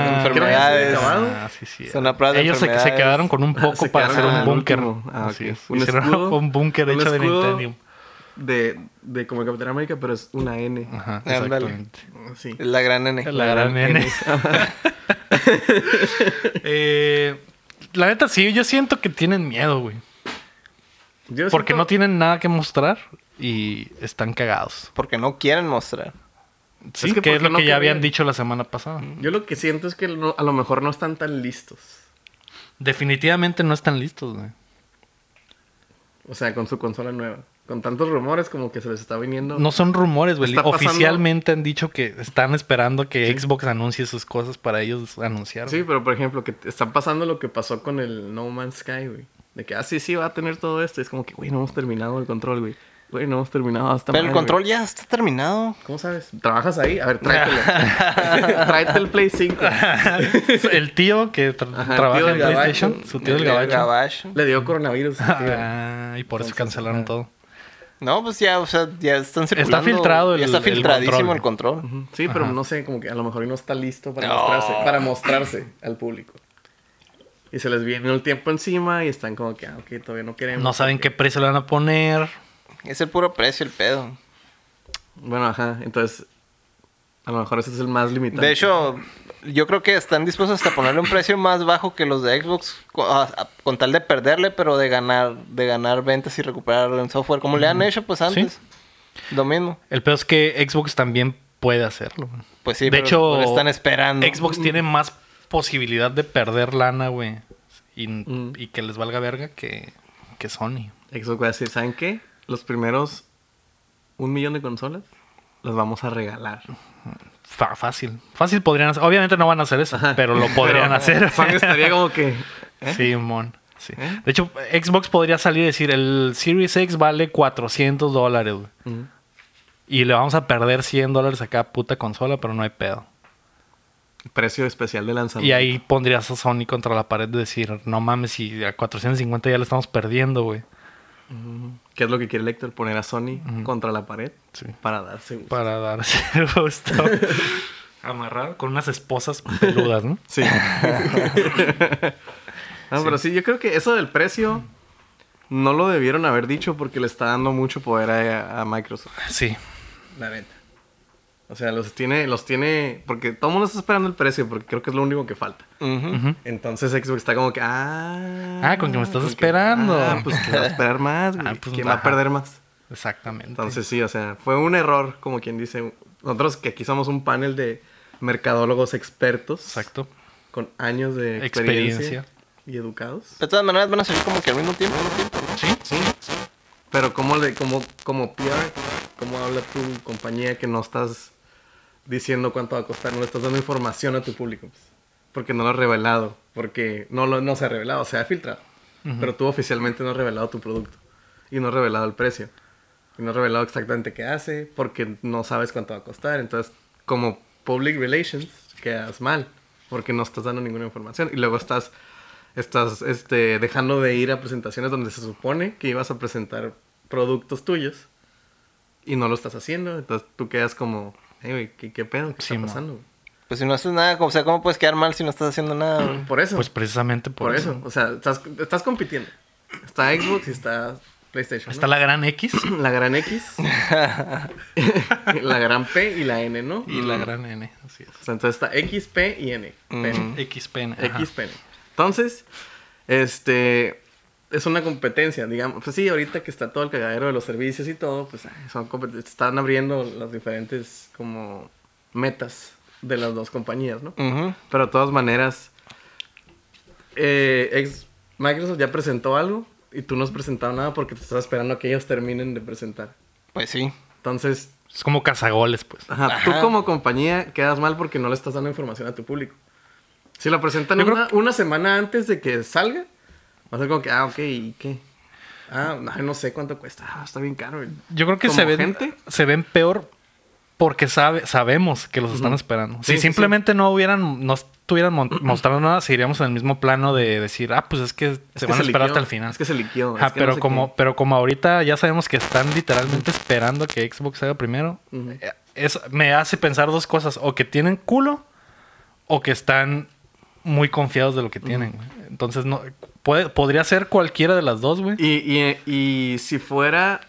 C: ya se había
B: enfermedades.
C: acabado.
A: Ah, sí, sí.
B: Son una prueba de
A: Ellos se, se
B: enfermedades.
A: quedaron con un poco
C: Ah, Se
A: para hacer
C: quedaron
A: un
C: al
A: búnker.
C: último. Ah,
A: Así
C: ok.
A: es.
C: Un
A: Hicieron
C: escudo,
A: <laughs> un búnker
C: un
A: hecho de
C: escudo
A: Nintendo.
C: De, de como Capitán América, pero es una N.
A: Ajá,
B: Ándale.
A: exactamente.
C: Sí.
B: Es la
A: <laughs>
B: gran nene.
A: La gran N. <laughs> Eh, la neta, sí, yo siento que tienen miedo, güey.
C: Yo
A: Porque
C: siento-
A: no tienen nada que mostrar y están cagados.
B: Porque no quieren mostrar.
A: Sí,
C: Es
A: que,
C: que
A: es
C: porque
A: lo
C: no
A: que ya habían
C: querían.
A: dicho la semana pasada.
C: Yo lo que siento es que no- a lo mejor no están tan listos.
A: Definitivamente no están listos, güey.
C: O sea, con su consola nueva. Con tantos rumores como que se les está viniendo.
A: No son rumores, güey.
C: Está pasando-
A: Oficialmente han dicho que están esperando que Xbox anuncie sus cosas para ellos anunciar.
C: Sí,
A: güey.
C: pero por ejemplo, que te- está pasando lo que pasó con el No Man's Sky, güey. De que, ah, sí, sí, va a tener todo esto. Y es como que, güey, no hemos terminado el control, güey. Güey, no hemos terminado hasta
B: Pero el control ya está terminado.
C: ¿Cómo sabes? ¿Trabajas ahí? A ver,
A: <laughs>
C: tráetelo. Tráete el Play 5.
A: <laughs> el tío que tra-
C: Ajá, el
A: trabaja
C: tío
A: en
C: del gabacho.
A: PlayStation, su tío del gabacho.
B: gabacho.
C: Le dio coronavirus. tío.
A: <laughs> Ah, y por eso
C: Entonces,
A: cancelaron
C: ajá.
A: todo.
B: No, pues ya, o sea, ya están circulando.
A: filtrado el-
B: Ya está
A: el
B: filtradísimo
A: control.
B: el control.
C: Ujú. Sí, pero no sé, como que a lo mejor no está listo para
B: No.
C: mostrarse, para mostrarse al público. Y se les viene el tiempo encima y están como que, ah, ok, todavía no queremos.
A: No saben qué precio le van a poner.
B: Es el puro precio el pedo.
C: Bueno, ajá, entonces a lo mejor ese es el más limitado.
B: De hecho, yo creo que están dispuestos hasta ponerle un precio más bajo que los de Xbox co- a- a- con tal de perderle, pero de ganar, de ganar ventas y recuperar en software, como le han hecho pues antes. Lo mismo.
A: El peor es que Xbox también puede hacerlo. güey.
B: Pues sí,
A: de
B: pero-
A: hecho,
B: pero están esperando.
A: Xbox tiene más posibilidad de perder lana, güey. y,
C: Mm.
A: y que les valga verga que, que Sony.
C: Xbox va a decir, ¿saben qué? Los primeros un millón de consolas las vamos a regalar.
A: Fa- fácil. Fácil podrían hacer. Obviamente no van a hacer eso, pero lo podrían hacer.
C: Sony estaría como
A: <laughs>
C: que... ¿eh?
A: Sí, mon. Sí.
C: ¿Eh?
A: De hecho, Xbox podría salir y decir, el Series X vale 400 dólares, güey.
C: Ujú.
A: Y le vamos a perder 100 dólares a cada puta consola, pero no hay pedo.
C: Precio especial de lanzamiento.
A: Y ahí pondrías a Sony contra la pared de decir, no mames, si a 450 ya le estamos perdiendo, güey.
C: ¿Qué es lo que quiere el Lector? Poner a Sony contra la pared
A: Sí.
C: para
A: <laughs>
C: darse gusto.
A: Para darse el gusto. <laughs> Amarrado con unas esposas peludas, ¿no?
C: Sí. <laughs> no, pero sí, yo creo que eso del precio no lo debieron haber dicho porque le está dando mucho poder a, a Microsoft.
A: <laughs> Sí.
C: La venta. O sea, los tiene, los tiene, porque todo el mundo está esperando el precio porque creo que es lo único que falta.
B: Ujú.
C: Entonces Xbox está como que, ah.
A: Ah, con que me estás esperando.
C: Ah, pues te va a esperar más, güey.
A: <laughs> Ah, pues,
C: ¿Quién va a
A: ajá.
C: perder más?
A: Exactamente.
C: Entonces sí, o sea, fue un error, como quien dice. Nosotros que aquí somos un panel de mercadólogos expertos.
A: Exacto.
C: Con años de experiencia.
A: Experiencia.
C: Y educados.
B: De todas maneras van a salir como que al mismo tiempo. al mismo tiempo.
A: Sí.
C: Sí. Pero ¿cómo le, como, como PR, cómo habla tu compañía que no estás diciendo cuánto va a costar? No le estás dando información a tu público. pues? Porque no lo has revelado. Porque no, lo, no se ha revelado, se ha filtrado. Pero tú oficialmente no has revelado tu producto. Y no has revelado el precio. Y no has revelado exactamente qué hace. Porque no sabes cuánto va a costar. Entonces, como public relations, quedas mal. Porque no estás dando ninguna información. Y luego estás estás este, dejando de ir a presentaciones donde se supone que ibas a presentar productos tuyos y no lo estás haciendo. Entonces tú quedas como, hey, güey, ¿qué, qué pedo? ¿Qué
A: Sí,
C: está
A: mo.
C: pasando?
B: Pues si no haces nada, o sea, ¿cómo puedes quedar mal si no estás haciendo nada? güey?
C: <clears throat> Por eso,
A: Pues precisamente
C: por,
A: por,
C: eso. O sea, estás, estás compitiendo. Está Xbox y está PlayStation.
A: Está
C: ¿no?
A: la gran X. <clears throat>
C: la
A: <laughs>
C: gran X, la gran P y la N, ¿no?
A: Y la gran N, así es.
C: O sea, entonces está X, P y N. P.
A: XPN. ajá.
C: X pene. Entonces, este es una competencia, digamos. Pues sí, ahorita que está todo el cagadero de los servicios y todo, pues ay, son compet- están abriendo las diferentes como metas de las dos compañías, ¿no?
B: Ujú.
C: Pero de todas maneras, eh, ex- Microsoft ya presentó algo y tú no has presentado nada porque te estás esperando a que ellos terminen de presentar.
B: Pues sí.
C: Entonces,
A: Es como cazagoles, pues.
C: Ajá,
B: Ajá.
C: Tú como compañía quedas mal porque no le estás dando información a tu público. Si la presentan
A: Yo creo
C: una, una semana antes de que salga, va a ser como que, ah, ok, ¿y qué? Ah, no, no sé cuánto cuesta. Ah, está bien caro.
A: Yo creo que
C: ¿Como
A: se ven,
C: gente?
A: se ven peor porque sabe, sabemos que los están esperando. si
C: Sí, sí,
A: simplemente no hubieran, no estuvieran
C: <clears throat>
A: mon- mostrando nada, seguiríamos en el mismo plano de decir, ah, pues es que
C: Es
A: se
C: que
A: van a
C: se
A: esperar
C: liqueó,
A: hasta el final.
C: es que se liqueó,
A: Ajá,
C: es que no
A: pero
C: sé
A: como,
C: qué.
A: pero como ahorita ya sabemos que están literalmente esperando que Xbox haga primero, eh, eso me hace pensar dos cosas. O que tienen culo, o que están muy confiados de lo que tienen. güey. Entonces no, puede, podría ser cualquiera de las dos, güey.
C: Y, y- y si fuera...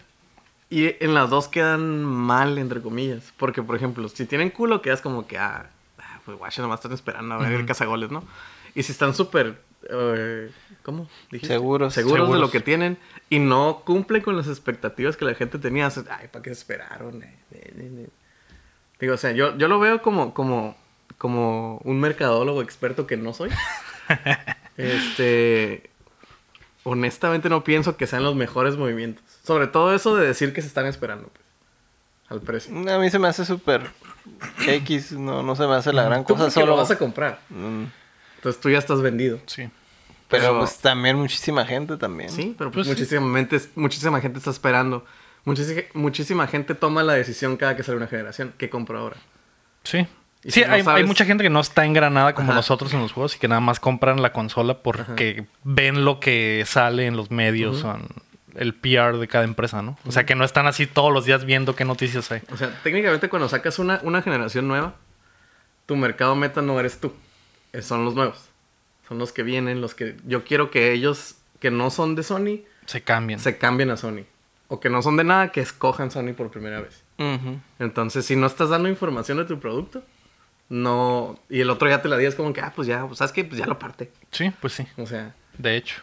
C: Y en las dos quedan mal, entre comillas. Porque, por ejemplo, si tienen culo, quedas como que, ah, ah, pues guacha, nomás están esperando a ver el cazagoles, ¿no? Y si están súper... eh, ¿Cómo? dijiste?
B: Seguros.
C: Seguros, de
A: Seguros.
C: lo que tienen. Y no cumplen con las expectativas que la gente tenía. Haces, Ay, ¿para qué esperaron? Eh, eh, eh, eh". Digo, o sea, yo, yo lo veo como, como, como un mercadólogo experto que no soy. este. Honestamente no pienso que sean los mejores movimientos. Sobre todo eso de decir que se están esperando, pues, Al precio.
B: A mí se me hace súper X, no, no se me hace la gran
C: Tú
B: cosa.
C: porque lo
B: Solo...
C: vas a comprar.
B: Mm,
C: Entonces tú ya estás vendido.
A: Sí.
B: Pero
C: Pero-
B: pues también muchísima gente también.
C: Sí, pero
A: Pues
C: pues,
A: sí.
C: muchísima, gente- muchísima gente está esperando. Muchísima, muchísima gente toma la decisión cada que sale una generación. ¿Qué compro ahora?
A: Sí.
C: Y
A: Sí,
C: si no
A: hay, hay
C: sabes-
A: mucha gente que no está engranada como
C: Ajá.
A: nosotros en los juegos y que nada más compran la consola porque ven lo que sale en los medios o en el PR de cada empresa, ¿no? O sea, que no están así todos los días viendo qué noticias hay.
C: O sea, técnicamente cuando sacas una, una generación nueva, tu mercado meta no eres tú. eh, Son los nuevos. Son los que vienen, los que... Yo quiero que ellos que no son de Sony,
A: Se cambian.
C: se cambien a Sony. O que no son de nada, que escojan Sony por primera vez.
B: Ujú.
C: Entonces, si no estás dando información de tu producto, no... Y el otro ya te la di, es como que, ah, pues ya, pues, ¿sabes qué? Pues ya lo parte.
A: Sí, pues sí.
C: O sea...
A: De hecho.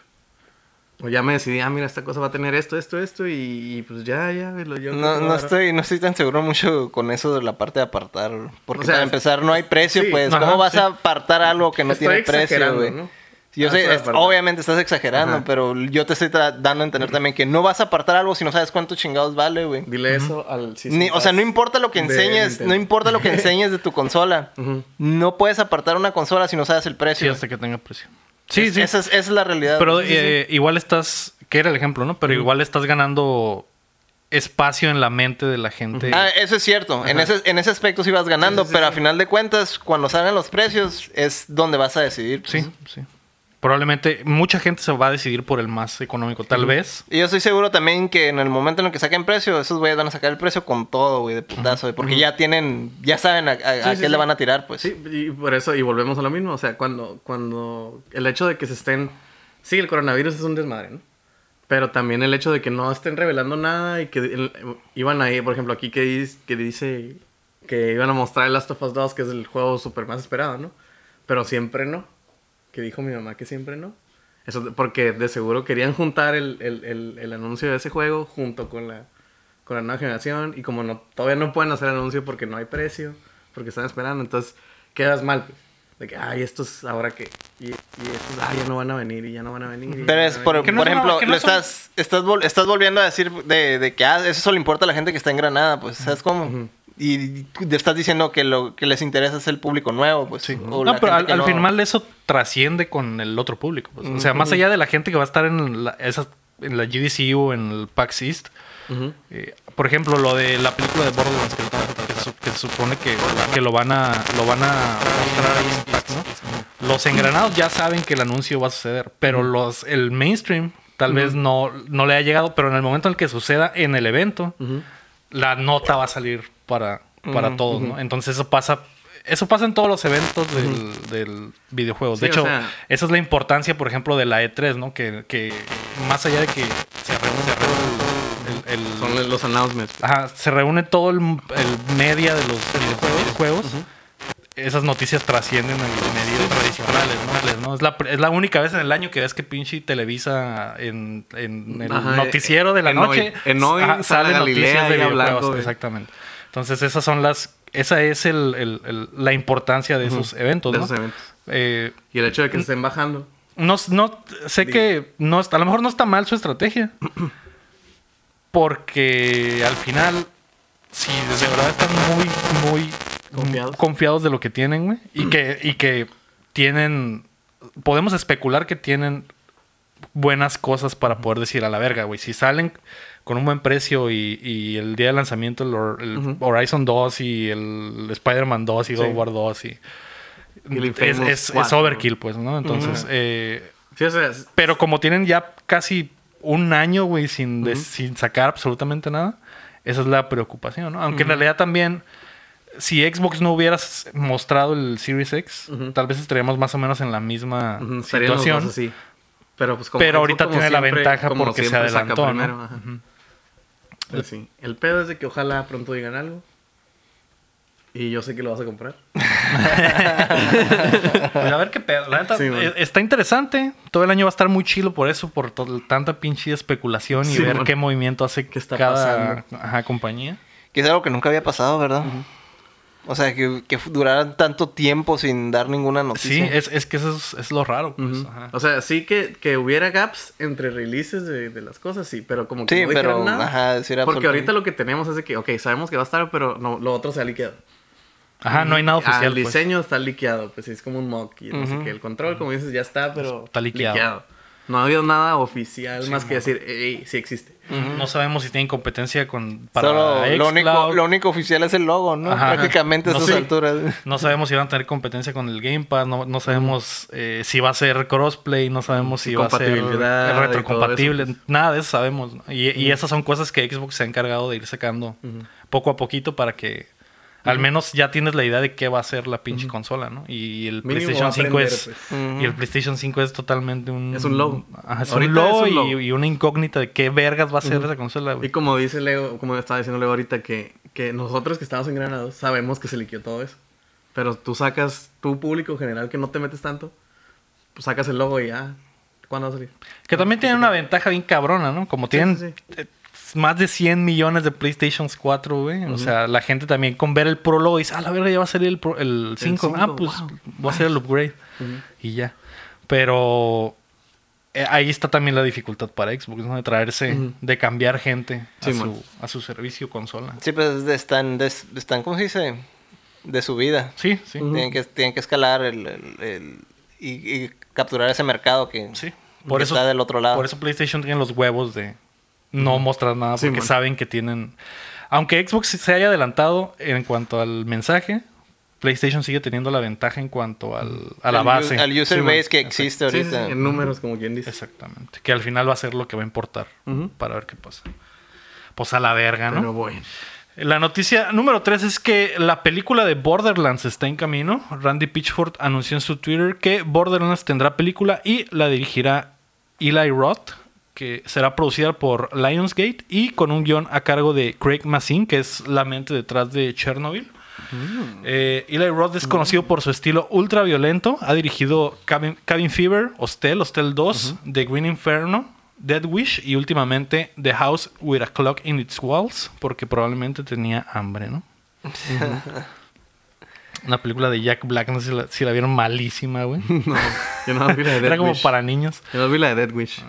C: O ya me decidí, ah, mira, esta cosa va a tener esto, esto, esto, y, y pues ya, ya, lo yo.
B: No, no
C: ahora-
B: estoy, no estoy tan seguro mucho con eso de la parte de apartar. Porque
C: O sea,
B: para empezar no hay precio,
C: sí,
B: pues.
A: ajá,
B: ¿Cómo vas
A: sí.
B: a apartar algo que no
C: Estoy
B: tiene precio,
C: exagerando,
B: güey?
C: ¿no?
B: Yo
C: Ah,
B: sé,
C: eso es
B: es-
C: verdad.
B: obviamente estás exagerando,
C: Ajá.
B: pero yo te estoy tra- dando a entender también que no vas a apartar algo si no sabes cuánto chingados vale, güey.
C: Dile eso al sí,
B: Ni-
C: sí,
B: o sea,
C: paz
B: no importa lo que
C: de
B: enseñes,
C: Nintendo.
B: no importa
C: <laughs>
B: lo que enseñes de tu consola.
C: Ujú.
B: No puedes apartar una consola si no sabes el
A: Sí,
B: precio.
A: hasta que tenga precio. Sí,
B: Es-
A: sí.
B: Esa es, esa es la realidad.
A: Pero
B: Sí, sí, sí.
A: eh, igual estás, que era el ejemplo, ¿no? Pero igual estás ganando espacio en la mente de la gente.
B: Ah, eso es cierto. En ese, en ese aspecto sí vas ganando,
C: Sí, sí, sí,
B: pero a
C: sí.
B: final de cuentas, cuando salgan los precios, es donde vas a decidir. pues.
A: Sí, sí. Probablemente mucha gente se va a decidir por el más económico, tal vez.
B: Y yo estoy seguro también que en el momento en el que saquen precio, esos güeyes van a sacar el precio con todo, güey, de putazo, güey, porque ya tienen, ya saben a, a- a
C: sí,
B: qué le
C: sí.
B: van a tirar, pues.
C: Sí, y por eso, y volvemos a lo mismo. O sea, cuando, cuando el hecho de que se estén. Sí, el coronavirus es un desmadre, ¿no? Pero también el hecho de que no estén revelando nada y que el- iban ahí, por ejemplo, aquí que, dis- que dice que iban a mostrar el Last of Us 2, que es el juego super más esperado, ¿no? Pero siempre no. Que dijo mi mamá que siempre no. Eso de- porque de seguro querían juntar el, el- el- el anuncio de ese juego junto con la, con la nueva generación y como no, todavía no pueden hacer anuncio porque no hay precio, porque están esperando, entonces quedas mal. pues. De que, ay, estos ahora que... Y, y estos, ay, ya no van a venir y ya no van a venir. y ya
B: Pero
C: no
B: es,
C: van a
B: por,
C: venir".
A: Que no
B: por
A: es una-
B: ejemplo,
A: que no
B: lo
A: es una-
B: estás, estás, vol- estás volviendo a decir de, de que ah, eso solo importa a la gente que está en Granada, pues, ¿sabes cómo? Y tú te estás diciendo que lo que les interesa es el público nuevo, pues. o
A: No,
B: la
A: pero
B: gente
A: al,
B: que
A: al
B: no-
A: final eso trasciende con el otro público. pues. O sea, más allá de la gente que va a estar en la, esa- en la GDC o en el PAX East,
C: Ujú.
A: Eh, por ejemplo, lo de la película de Borderlands que, le estaba contando, que, se, su- que se supone que, que lo van a lo van a mostrar ahí en Pax, ¿no? Los engranados ya saben que el anuncio va a suceder, pero los el mainstream tal vez no no le ha llegado, pero en el momento en el que suceda en el evento, la nota va a salir para para todos, ¿no? Entonces eso pasa eso pasa en todos los eventos del, del videojuego. de
C: Sí, o
A: hecho,
C: sea-
A: esa es la importancia, por ejemplo, de la E3, ¿no? Que, que más allá de que se reúne, se reúne el- el- el-
C: Son los announcements.
B: ¿Ah,
A: Ajá, se reúne todo el, el media de los videojuegos. Esas noticias trascienden a los medios tradicionales, ¿no? ¿no? Es, la, pr- es la única vez en el año que ves que pinche Televisa en, en el
C: Ajá,
A: noticiero de la
C: en
A: noche
C: hoy- en hoy
A: ajá,
C: sale
A: salen
C: Galilea
A: noticias de
C: ahí hablando,
A: videojuegos.
C: güey.
A: Exactamente. Entonces esas son las... Esa es el- el- el- la importancia de esos eventos,
C: de
A: ¿no?
C: esos eventos.
A: Eh,
C: Y el hecho de que se estén bajando.
A: no, no sé que no está- a lo mejor no está mal su estrategia. Porque al final, si de verdad están muy, muy
C: Confiados.
A: confiados de lo que tienen, güey. Y que, y que tienen. Podemos especular que tienen buenas cosas para poder decir a la verga, güey. Si salen con un buen precio y, y el día de lanzamiento el, Hor- el Horizon 2 y el Spider-Man 2 y God of War 2 y.
C: Y
A: es,
C: el Infamous
A: es, es
C: 4,
A: overkill, pues, ¿no? Entonces, eh,
C: Sí, o sea, es-
A: pero como tienen ya casi un año, güey, sin, des- sin sacar absolutamente nada, esa es la preocupación, ¿no? Aunque en realidad también, si Xbox no hubiera s- mostrado el Series X,
C: Ujú.
A: tal vez estaríamos más o menos en la misma
C: ujú, estarían los
A: situación.
C: dos así. Pero, pues, como
A: Pero
C: Xbox,
A: ahorita
C: como
A: tiene la
C: siempre-
A: ventaja
C: como
A: porque se
C: siempre saca
A: adelantó, ¿no?
C: primero, ajá. Pero sí. El pedo es de que ojalá pronto digan algo. Y yo sé que lo vas a comprar.
A: <laughs> Pues a ver qué pedo. La neta,
C: Sí, man.
A: eh, está interesante. Todo el año va a estar muy chilo por eso, por to- tanta pinche especulación y
C: Sí,
A: ver
C: man.
A: qué movimiento hace
C: ¿Qué está
A: cada ajá, compañía.
B: Que es algo que nunca había pasado, ¿verdad? O sea, que, que duraran tanto tiempo sin dar ninguna
A: Sí,
B: noticia.
A: es, es que eso es, es lo raro, pues.
C: Ujú.
A: ajá.
C: O sea, sí que, que hubiera gaps entre releases de, de las cosas, sí, pero como que
B: Sí,
C: no dijeran
B: pero,
C: nada.
B: ajá, decir
C: porque
B: absolutamente-
C: ahorita lo que tenemos es de que, ok, sabemos que va a estar, pero no, lo otro se ha liqueado.
A: Ajá, no hay nada
C: Ah,
A: Ah, oficial.
C: el
A: pues.
C: diseño está liqueado, pues es como un mock y no sé
B: Ujú.
C: qué. El control, como dices, ya está, pero
A: Está liqueado.
C: No ha habido nada oficial más que decir, hey, sí existe.
A: No sabemos si tienen competencia con para
B: Solo lo único,
A: xCloud.
B: lo único oficial es el logo, ¿no?
A: Ajá.
B: Prácticamente a
A: No,
B: esas
A: sí.
B: alturas.
A: No sabemos si van a tener competencia con el Game Pass, no, no sabemos eh, si va a ser crossplay, no sabemos si va a ser
C: Compatibilidad y todo
A: retrocompatible,
C: eso,
A: nada de eso sabemos. ¿no? Y, y esas son cosas que Xbox se ha encargado de ir sacando poco a poquito para que al menos ya tienes la idea de qué va a ser la pinche consola, ¿no? Y el
C: Mínimo
A: PlayStation
C: va a
A: 5 es
C: aprender, pues.
A: y el PlayStation 5 es totalmente un
C: Es un logo.
A: Ajá, es
C: Ahorita
A: un logo,
C: es un
A: y-
C: logo.
A: Y, una incógnita de qué vergas va a ser esa consola. güey.
C: Y como dice Leo, como estaba diciendo Leo ahorita, que, que nosotros que estamos en Granado sabemos que se liqueó todo eso. Pero tú sacas, tu público general que no te metes tanto, pues sacas el logo y ya. ¿Cuándo va a salir?
A: Que también tienen una ventaja bien cabrona, ¿no? Como tienen
C: sí,
A: eh, más de 100 millones de PlayStation 4, güey. O sea, la gente también con ver el Pro Logo dice, ah, la verga, ya va a salir el, Pro- el 5. ah,
C: cinco,
A: pues
C: wow.
A: voy a hacer el upgrade. Y ya. Pero eh, ahí está también la dificultad para Xbox, ¿no? De traerse, de cambiar gente a,
C: Sí, man.
A: su, a su servicio consola.
B: Sí, pues es de- están, de- están, ¿cómo se dice? De subida.
A: Sí, sí.
B: Tienen, que, tienen que escalar el, el- el- y, y capturar ese mercado que,
A: Sí.
B: que
A: Por eso,
B: está del otro lado.
A: por eso PlayStation tiene los huevos de no mostrar nada
C: Sí,
A: porque
C: man.
A: saben que tienen... Aunque Xbox se haya adelantado en cuanto al mensaje, PlayStation sigue teniendo la ventaja en cuanto al, a la
B: Al
A: base.
B: u- Al user
C: Sí, man.
B: base que existe
C: Sí, sí, sí,
B: ahorita.
C: en números, como quien dice.
A: Exactamente. Que al final va a ser lo que va a importar
C: Ujú.
A: para ver qué pasa. Pues a la verga, ¿no?
C: Pero voy. <laughs>
A: La noticia número 3 es que la película de Borderlands está en camino. Randy Pitchford anunció en su Twitter que Borderlands tendrá película y la dirigirá Eli Roth, que será producida por Lionsgate y con un guión a cargo de Craig Mazin, que es la mente detrás de Chernobyl. Eh, Eli Roth es conocido por su estilo ultraviolento. Ha dirigido Cabin, Cabin Fever, Hostel, Hostel 2, The Green Inferno, Dead Wish y últimamente The House with a Clock in Its Walls, porque probablemente tenía hambre, ¿no? Una película de Jack Black, no sé si la, si la vieron malísima,
C: <laughs>
A: güey.
C: No, yo no vi la de Ah, Dead
A: Era como
C: Wish.
A: para Ah. niños.
C: Yo no vi la de Dead Wish.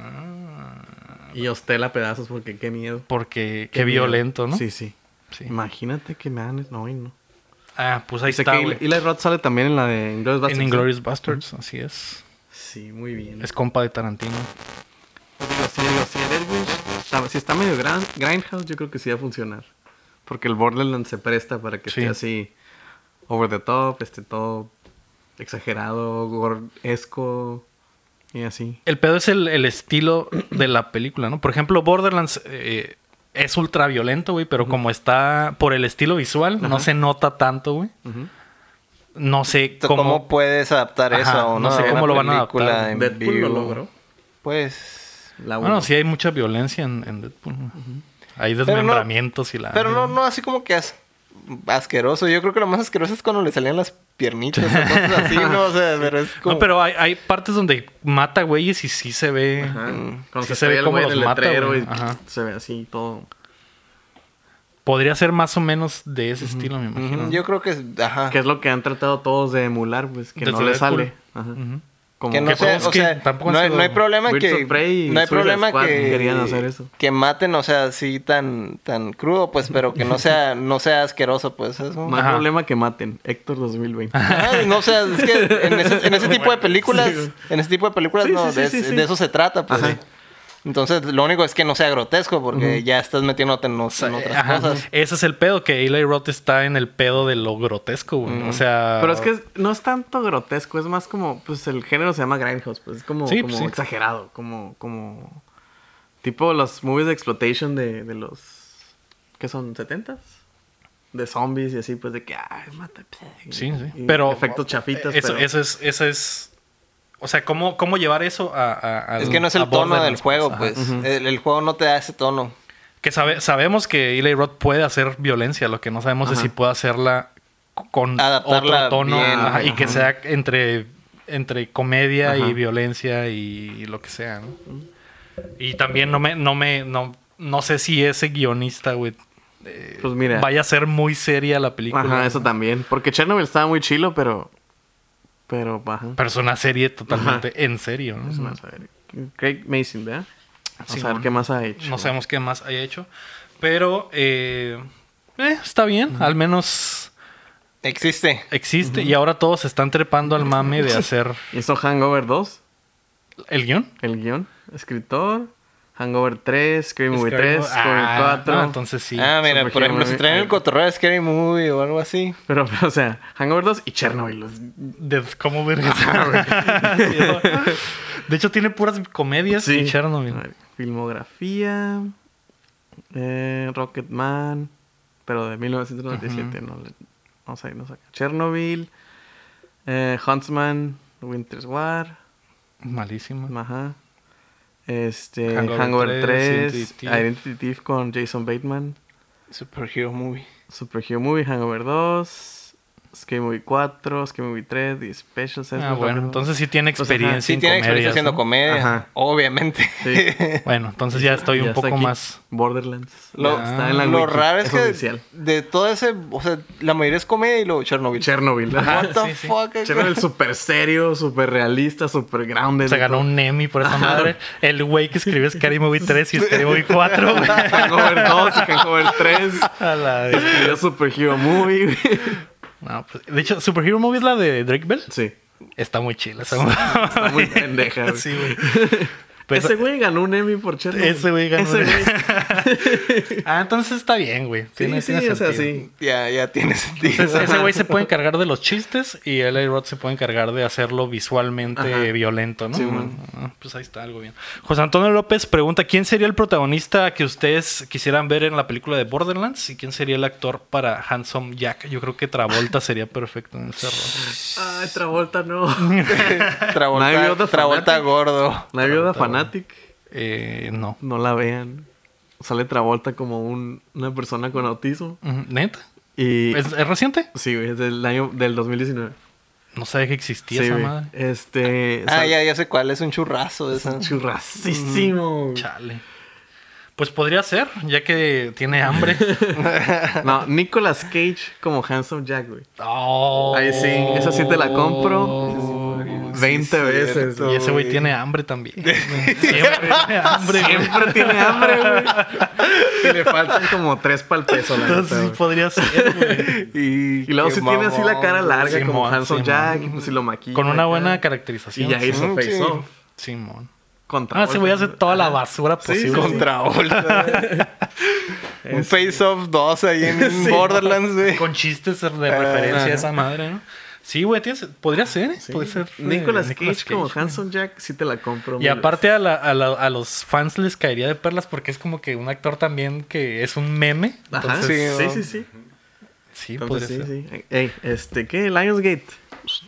C: Y hostel a pedazos porque qué miedo.
A: Porque qué violento, ¿no?
C: Sí, sí.
A: Sí.
C: Imagínate que me dan... No, y no.
A: Ah, pues ahí
C: Sé
A: está,
C: que
A: güey.
C: Eli Roth sale también en la de Inglourious
A: En Inglourious Bastards, así es.
C: Sí, muy bien.
A: Es compa de Tarantino.
C: Digo, sí, digo, sí, Dead Wish, está- si está medio gran- Grindhouse, yo creo que sí va a funcionar. Porque el Borderlands se presta para que
A: Sí.
C: esté así over the top, esté todo exagerado, gordesco y así.
A: El pedo es el, el estilo de la película, ¿no? Por ejemplo, Borderlands eh, es ultra violento, güey, pero como está por el estilo visual, no
C: Ajá.
A: se nota tanto, güey.
C: Ujú.
A: No sé
B: Entonces,
A: cómo.
B: ¿Cómo, puedes adaptar
A: Ajá,
B: eso a una,
A: no sé
B: a una
A: cómo lo van a
B: película
A: adaptar.
B: en
C: Deadpool lo
B: vivo?
C: logró.
B: Pues...
C: La
A: Bueno,
C: uno.
A: sí hay mucha violencia en, en Deadpool. güey. Hay
B: no-
A: desmembramientos y la.
B: Pero no, no así como que as- asqueroso. Yo creo que lo más asqueroso es cuando le salían las piernitas o cosas así, ¿no? O
C: <laughs>
B: sea, pero es como...
A: No, pero hay, hay partes donde mata güeyes y sí se ve.
C: Ajá. Cuando
A: Sí
C: se,
A: se
C: ve
A: ve cómo
C: el güey
A: los
C: en el
A: mata,
C: letrero
A: güey.
C: y
A: Ajá.
C: se ve así todo.
A: Podría ser más o menos de ese estilo, me imagino.
B: Ujú, Yo creo que... es- Ajá.
C: Que es lo que han tratado todos de emular, pues, que no
A: Desde
C: le
A: Ah. Deadpool.
C: sale. Ajá.
A: Ujú.
C: Como pues,
B: Que no
A: Que
B: sea,
A: juegos
B: o
A: que
B: sea,
A: tampoco han
B: no hay,
A: sido-
B: no hay problema
C: Birds
B: que
C: of Prey y
B: no hay
C: Suicide
B: problema
C: Squad
B: que
C: querían hacer eso.
B: que maten, o sea, así tan tan crudo, pues, pero que no
C: <laughs>
B: sea no sea asqueroso, pues, eso.
C: Más
A: Ajá.
C: problema que maten. Héctor 2020.
B: Ay, no, o sea, es que en ese, en
C: <laughs>
B: ese tipo de películas,
C: Sí, güey.
B: en ese tipo de películas,
C: Sí,
B: no,
C: sí, sí,
B: de,
C: sí, sí.
B: de eso se trata, pues.
C: Ajá.
B: Entonces, lo único es que no sea grotesco, porque ya estás metiéndote en, los- en otras
A: Ajá.
B: cosas.
A: Ese es el pedo, que Eli Roth está en el pedo de lo grotesco, güey. O sea.
C: Pero es que es- no es tanto grotesco, es más como, pues el género se llama Grindhouse, pues es como,
A: Sí,
C: como
A: pues, sí.
C: exagerado, como, como tipo los movies de exploitation de, de los ¿qué son? ¿70s? De zombies y así, pues de que ay, mata. pf, y-
A: Sí, sí.
C: y
A: Pero.
C: efectos chafitas,
A: Eso,
C: pero
A: eso es, eso es. O sea, ¿cómo, cómo llevar eso a. a- al-
B: Es que no es
A: a
B: el tono del
A: Borderlands,
B: juego,
A: Ajá.
B: pues. el, el juego no te da ese tono.
A: Que sabe- sabemos que Eli Roth puede hacer violencia, lo que no sabemos es
C: Ajá.
A: si puede hacerla con
B: Adaptarla
A: otro tono
B: bien,
A: ajá, y
C: ajá.
A: que sea entre, entre comedia
C: Ajá.
A: y violencia y, lo que sea. ¿no? Y también no me, no me, no, no sé si ese guionista, güey, eh,
C: Pues mira.
A: vaya a ser muy seria la película.
C: ajá, eso también, porque Chernobyl estaba muy chilo, pero pero ajá.
A: Pero es una serie totalmente en serio, ¿no?
C: Pues, vamos a ver. Craig Mason, ¿verdad? Vamos
A: Sí,
C: a ver
A: bueno.
C: qué más ha hecho.
A: No sabemos qué más haya hecho. Pero eh, eh, está bien. Al menos
B: Existe.
A: existe. Y ahora todos se están trepando al mame de hacer
C: Hizo Hangover 2.
A: el guión.
C: El guión, escritor, Hangover 3, Scream Movie 3, Scream
A: Ah,
C: 4.
A: no, entonces sí.
B: ah, mira,
C: Super
B: por ejemplo,
C: Hero
B: si
C: Movie.
B: traen el
C: Ah.
B: cotorreo de Scary Movie o algo así.
C: Pero, <laughs> pero, o sea, Hangover 2 y Chernobyl. los-
A: De, ¿Cómo ver
B: Ah,
A: <laughs> De hecho, tiene puras comedias
C: Sí.
A: y Chernobyl.
B: Ah,
C: A ver, filmografía, eh, Rocketman, pero de 1997, no, le- no sé, no saca. Chernobyl, eh, Huntsman, Winter's War,
A: Malísimo.
C: ajá. Este,
A: Hangover
C: Hangover,
A: 3,
C: 3,
A: Identity Thief.
C: Identity Thief con Jason Bateman.
B: Superhero Movie.
C: Superhero Movie, Hangover 2, Scary Movie 4, Scary Movie 3, The Special Sesame
A: Ah, bueno,
C: Rock.
A: entonces sí tiene
C: Pues, ajá,
A: experiencia.
B: Sí
A: en
B: tiene
A: comedias,
B: experiencia haciendo
A: ¿no?
B: comedia,
C: Ajá.
B: obviamente.
C: Sí.
A: Bueno, entonces ya estoy
C: Ya
A: un
C: está
A: poco
C: aquí.
A: más.
C: Borderlands.
B: <laughs> Lo,
C: Ya está en la
B: lo
C: wiki,
B: raro es, que
C: oficial.
B: de todo ese, o sea, la mayoría es comedia y luego Chernobyl.
C: Chernobyl.
A: Ajá.
B: What the
A: sí, sí.
B: fuck?
C: <laughs> Chernobyl súper serio, súper realista, súper grounded.
A: Se ganó un Emmy por esa madre. El güey que escribió Scary Movie 3 y Scary Movie 4. güey.
C: <laughs>
B: <laughs>
A: <laughs>
C: Hangover 2, Hangover 3.
A: A la de-
C: Escribió Super Hero Movie. <laughs> güey.
A: No, pues, de hecho, Superhero Movie es la de Drake Bell.
C: Sí.
A: Está muy chila. Está
C: Está
A: <laughs>
C: muy pendeja. güey.
A: Sí,
C: <laughs>
A: güey. Pero
C: Ese güey ganó un Emmy por Chernobyl.
A: Ese
C: <laughs>
A: güey ganó.
C: Ese güey.
A: ah, entonces está bien, güey. Tiene,
C: Sí,
A: tiene
C: sí, o sea,
A: sentido.
C: sí.
B: Ya, ya
C: <laughs>
B: tiene sentido.
A: Entonces, ese güey se puede encargar de los chistes y L.A. Rod se puede encargar de hacerlo visualmente violento, ¿no?
C: Sí, man.
A: Ah, Pues ahí está algo bien. José Antonio López pregunta: ¿Quién sería el protagonista que ustedes quisieran ver en la película de Borderlands? ¿Y quién sería el actor para Handsome Jack? Yo creo que Travolta sería perfecto en ese
C: <laughs>
A: rol.
C: Ay, Travolta no. Nadie vio
B: <laughs> Travolta,
C: The
B: Travolta
C: Fanatic.
B: gordo. Ah,
C: La viuda Fanatic.
A: Eh, no.
C: No la vean. Sale Travolta como un- una persona con autismo.
A: Ujú, ¿Neta?
C: Y.
A: ¿Es, es reciente?
C: Sí, güey, es del año del 2019.
A: No sabía que existía
C: Sí,
A: esa
C: güey.
A: madre.
C: Este.
B: Ah,
C: sal-
B: ya, ya sé cuál, es un churrazo. de esa.
C: Churrasísimo. güey.
A: Chale. Pues podría ser, ya que tiene
C: <laughs>
A: hambre.
C: No, Nicolas Cage como Handsome Jack, güey.
A: Oh.
C: Ahí sí, esa sí te la compro.
B: sí,
C: 20
B: cierto.
C: veces.
A: Y ese güey tiene hambre también. Siempre
C: <laughs>
A: tiene hambre. güey.
C: Siempre tiene hambre, güey. Y le faltan como tres pal peso, la neta,
A: Entonces sí
C: güey.
A: podría ser, güey.
B: <laughs> Y,
C: Y luego
B: qué
C: si tiene así la
B: mamón,
C: cara
B: güey.
C: larga como
A: Simón,
C: Handsome
A: Simón.
C: Jack, y pues si lo maquilla.
A: Con una
C: acá.
A: buena caracterización.
C: Y ya hizo
B: Sí.
C: Face Off.
A: Simón.
C: Contra
A: Ah, se voy a hacer toda la basura
C: Sí,
A: posible.
C: sí, sí.
B: Contra
C: <laughs>
B: Olta. un Face Off 2 ahí en
C: Sí.
B: Borderlands, güey.
A: Con chistes de
C: Ah,
A: referencia a esa madre, ¿no? Sí, güey, tienes- podría ser, ¿eh? Podría ser. eh,
C: Nicolas Cage, como
A: güey.
C: Handsome Jack, sí te la compro.
A: Y
C: mil
A: aparte a, la- a la- a los fans les caería de perlas porque es como que un actor también que es un meme.
C: veces. Ajá.
A: Entonces,
B: Sí,
C: Sí,
B: ¿no?
C: sí, sí.
A: sí, podría
C: Entonces,
A: ser.
C: sí, sí. Ey, este, ¿qué? Lionsgate.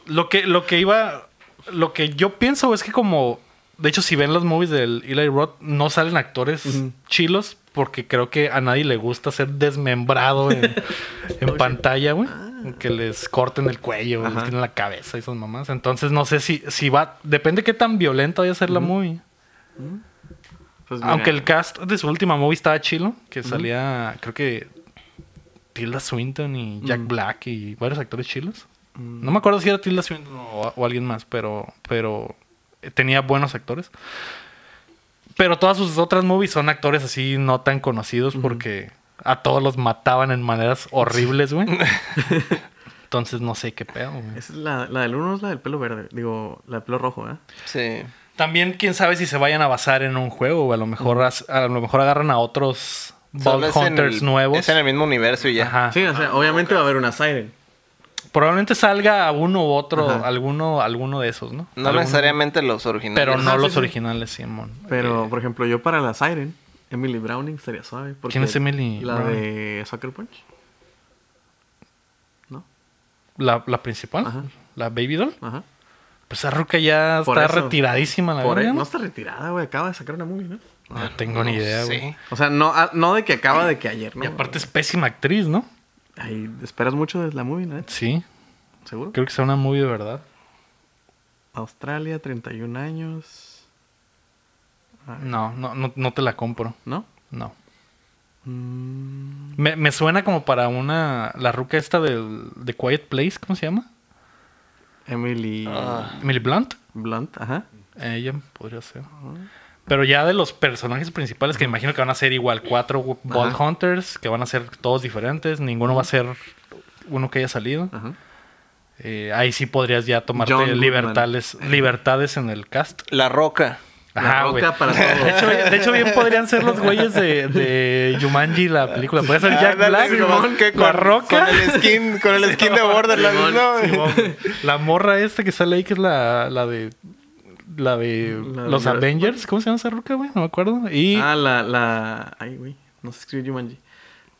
A: Lo que, lo que iba. Lo que yo pienso es que como. De hecho, si ven las movies del Eli Roth, no salen actores chilos. Porque creo que a nadie le gusta ser desmembrado
C: <laughs>
A: en, en pantalla, güey.
C: Ah.
A: Que les corten el cuello, les tiren la cabeza y esas mamás. Entonces no sé si, si va. Depende qué tan violenta vaya a ser la movie.
C: Pues, mira,
A: Aunque el cast de su última movie estaba chilo, que salía, creo que Tilda Swinton y Jack
C: Mm.
A: Black y varios actores chilos. No me acuerdo si era Tilda Swinton o, o alguien más, pero, pero eh, tenía buenos actores. Pero todas sus otras movies son actores así no tan conocidos porque a todos los mataban en maneras horribles,
C: <laughs>
A: güey. Entonces no sé qué pedo, güey.
C: Esa es la, la del uno es la del pelo verde. Digo, la del pelo rojo, ¿eh?
B: Sí.
A: También quién sabe si se vayan a basar en un juego, güey. A lo mejor, as- a lo mejor agarran a otros Bug
B: Solo es en
A: Hunters
B: el-
A: nuevos.
B: Es en el mismo universo y ya.
A: Ajá.
C: Sí, o sea, obviamente va a haber una Siren.
A: Probablemente salga uno u otro, alguno, alguno de esos, ¿no?
B: No
A: Alguno.
B: necesariamente los originales.
A: Pero no
C: Ajá, sí,
A: los
C: sí.
A: originales, Simón. Eh,
C: Pero, por ejemplo, yo para la Siren, Emily Browning estaría suave. porque
A: ¿Quién es Emily
C: La
A: Browning?
C: de Soccer Punch. ¿No?
A: La, la principal,
C: Ajá.
A: la Baby Doll.
C: Ajá.
A: Pues esa ruca ya
C: Por
A: está
C: eso.
A: retiradísima, la
C: Por
A: verga,
C: ahí-
A: ¿no?
C: No está retirada, güey. Acaba de sacar una movie, ¿no?
A: No tengo ni idea,
B: Sí.
A: güey.
C: O sea, no, ah, no de que acaba de que ayer, ¿no?
A: Y aparte es pésima actriz, ¿no?
C: Ay, esperas mucho de la movie, ¿no?
A: Sí.
C: ¿Seguro?
A: Creo que sea una movie de verdad.
C: Australia, 31 años.
A: No, no, no, no te la compro.
C: ¿No?
A: No.
C: Mm,
A: Me, me suena como para una... La ruca esta del, de Quiet Place, ¿cómo se llama?
C: Emily
B: Ah.
A: Emily Blunt.
C: Blunt, ajá.
A: Ella podría ser. Pero ya de los personajes principales, que imagino que van a ser igual cuatro Ball
C: Ajá.
A: Hunters, que van a ser todos diferentes, ninguno va a ser uno que haya salido.
C: Ajá.
A: Eh, ahí sí podrías ya tomarte
C: John Goodman.
A: libertades, libertades en el cast.
B: La <laughs> Roca.
C: La
A: Ajá, güey.
C: roca para
A: De
B: <laughs>
C: todos.
A: hecho, de hecho, bien podrían ser los güeyes de, de Jumanji, la película. Puede ser Jack Black,
B: que
A: la roca. <laughs>
B: Con el skin, con el skin de Borderlands, ¿no? <laughs>
A: Simón, güey. La morra esta que sale ahí, que es la, la de. La de
C: La de
A: los
C: Jurassic
A: Avengers. ¿Cómo se llama esa ruca, güey? No me acuerdo. Y.
C: Ah, la, la... Ay, güey. No se escribe Jumanji.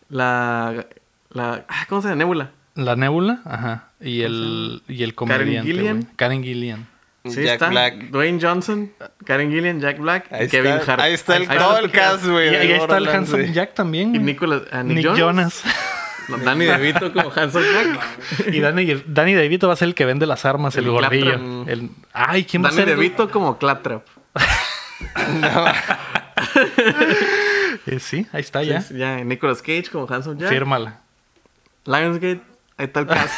C: La... La... ah, ¿Cómo se llama? Nebula.
A: La Nebula, ajá. Y el, y el comediante. güey.
C: Gillian.
A: Karen Gillian.
C: Sí,
B: Jack
C: está.
B: Black.
C: Dwayne Johnson, Karen Gillian, Jack Black
B: Ahí
C: y Kevin
B: está,
C: Hart.
B: ahí está el-
A: Ahí
B: todo
A: está
B: el cast,
A: Y,
B: güey. de
A: ahí está el
B: Borderlands,
A: Handsome
B: güey.
A: Jack también.
C: Y
A: güey.
C: <laughs> Nicolas... ah,
A: Nick Jonas.
C: No, Danny DeVito como Hanson Black.
A: Y Danny, Danny DeVito va a ser el que vende las armas, el,
C: El
A: gordillo.
C: Claptrap.
A: El- ay, ¿quién va a
C: Danny
A: ser?
C: DeVito como Claptrap.
A: Eh, sí, ahí está ya.
C: Sí, sí, ya. Nicolas Cage como Hanson Jack.
A: Fírmala.
C: Lionsgate. Ahí está
A: <laughs>
C: el cast.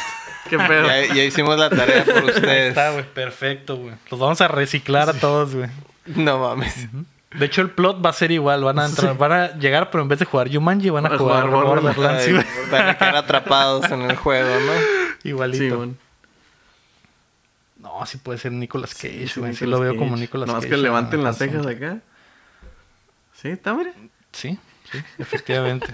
C: Qué pedo.
B: Ya, ya hicimos la tarea por
A: Ahí
B: ustedes.
A: está, güey. Perfecto, güey. Los vamos a reciclar a todos, güey.
B: No mames.
A: De hecho, el plot va a ser igual. Van a entrar, van a llegar, pero en vez de jugar Jumanji, van a
C: Van a
A: jugar,
C: jugar Borderlands.
A: Borderlands. sí,
B: Ay,
A: güey. <laughs>
B: Para quedar atrapados en el juego, ¿no?
A: Igualito.
C: Sí, bueno.
A: No, sí puede ser Nicolas Cage, güey. Sí,
C: Nicolas
A: lo veo
C: Cage.
A: como Nicolas
C: Nomás
A: Cage.
C: que levanten
A: Ah,
C: las
A: sí.
C: cejas acá. Sí, está, mira.
A: Sí, sí, efectivamente.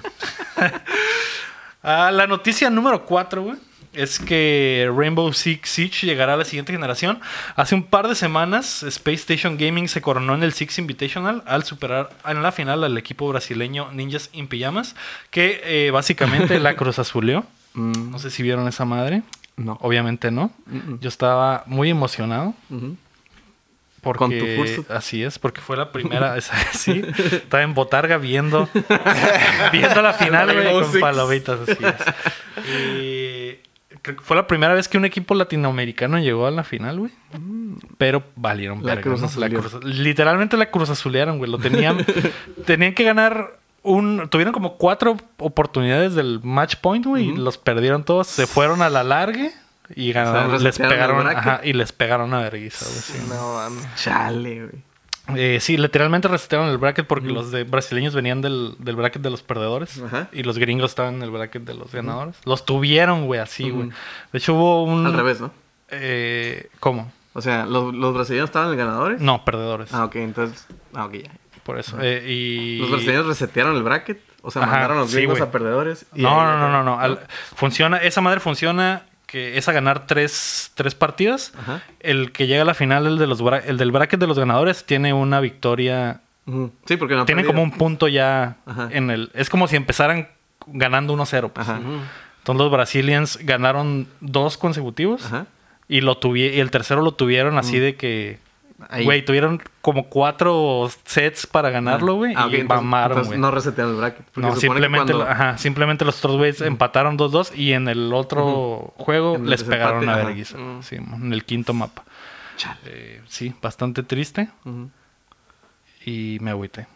A: Ah, la noticia número 4, güey. Es que Rainbow Six Siege llegará a la siguiente generación. Hace un par de semanas, Space Station Gaming se coronó en el Six Invitational al superar en la final al equipo brasileño Ninjas in Pijamas, que eh, básicamente
C: <laughs>
A: la cruz azuleó.
C: Mm.
A: No sé si vieron esa madre.
C: No.
A: Obviamente no.
C: Mm-mm.
A: Yo estaba muy emocionado.
C: Ujú.
A: Porque,
C: Con tu curso.
A: Así es, porque fue la primera. <laughs> esa- sí, estaba en Botarga viendo. <laughs> viendo la final, güey,
C: Rainbow
A: con
C: Six.
A: palomitas. Así es. Y creo que fue la primera vez que un equipo latinoamericano llegó a la final, güey. Pero valieron
C: La
A: verga,
C: Cruz
A: ¿no? La
C: Azulearon.
A: Cruz- Literalmente la cruz azulearon, güey. Lo
C: <laughs>
A: tenían. tenían que ganar. Un, tuvieron como cuatro oportunidades del match point, güey, y los perdieron todos. Se fueron a la largue y ganaron. les
C: resetearon el
A: pegaron,
C: bracket.
A: ajá, y les pegaron a vergüenza, güey. sí. Ah.
B: No mames.
C: Chale, güey.
A: Eh, sí, literalmente resetearon el bracket porque los de brasileños venían del, del bracket de los perdedores
C: Ajá.
A: y los gringos estaban en el bracket de los ganadores. Los tuvieron, güey, así, güey. De hecho hubo un...
C: Al revés, ¿no?
A: eh, ¿Cómo?
C: O sea, los, los brasileños estaban en ganadores.
A: No, perdedores.
C: Ah, ok, entonces. Ah, ok, ya.
A: Por eso. Eh, y...
C: Los brasileños resetearon el bracket. O sea,
A: Ajá,
C: mandaron a los
A: sí,
C: gringos
A: güey.
C: a perdedores. y
A: No,
C: ahí-
A: no, no, no, no.
C: Ah.
A: Al- funciona, esa madre funciona que es a ganar tres, tres partidas.
C: Ajá.
A: El que llega a la final, el, de los bra- el del bracket de los ganadores, tiene una victoria
C: Ujú. Sí, porque no
A: Tienen como un punto ya
C: Ajá.
A: en el. Es como si empezaran ganando 1-0. pues.
C: Ajá.
A: Entonces los Brazilians ganaron dos consecutivos
C: Ajá.
A: y lo tuvi- y el tercero lo tuvieron así de que.
C: Ahí.
A: Güey, tuvieron como cuatro sets para ganarlo, güey.
C: Ah, ok,
A: y
C: entonces-
A: mamaron,
C: entonces
A: güey.
C: No resetearon el bracket. Porque
A: No,
C: se supone que
A: simplemente,
C: cuando-
A: ajá, simplemente los otros güeyes empataron 2-2 y en el otro juego
C: En el
A: les
C: desempate,
A: pegaron una
C: ajá.
A: vergüenza. sí, en el quinto mapa. Eh, sí, bastante triste
C: Ujú.
A: y me agüité.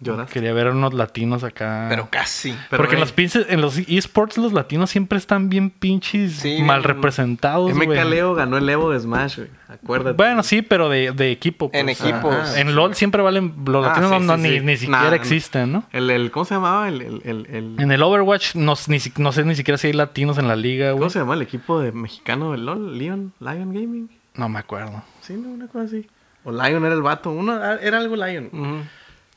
C: Lloras.
A: Quería ver a unos latinos acá.
B: Pero casi.
C: Pero,
A: Porque en
C: ey,
A: los, pinches, en los esports los latinos siempre están bien pinches
B: Sí,
A: mal
B: bien-
A: representados,
C: MK
A: güey.
C: Leo ganó el Evo de Smash, güey. Acuérdate.
A: Bueno, sí, pero de, de equipo.
B: En equipos.
A: Ajá. en LOL siempre valen... Los
C: Ah,
A: latinos
C: sí,
A: no, no,
C: sí,
A: ni,
C: sí.
A: ni siquiera
C: Nah,
A: existen, ¿no?
C: El, el, ¿Cómo se llamaba? El, el, el,
B: mm.
C: el-
A: En el Overwatch no, ni si- no sé ni siquiera si hay latinos en la liga,
C: ¿Cómo
A: güey.
C: se llamaba el equipo de mexicano del LOL? Lion, Lion Gaming.
A: No me acuerdo.
C: Sí, no, una cosa así. O Lion era el vato. Uno, ah, era algo Lion.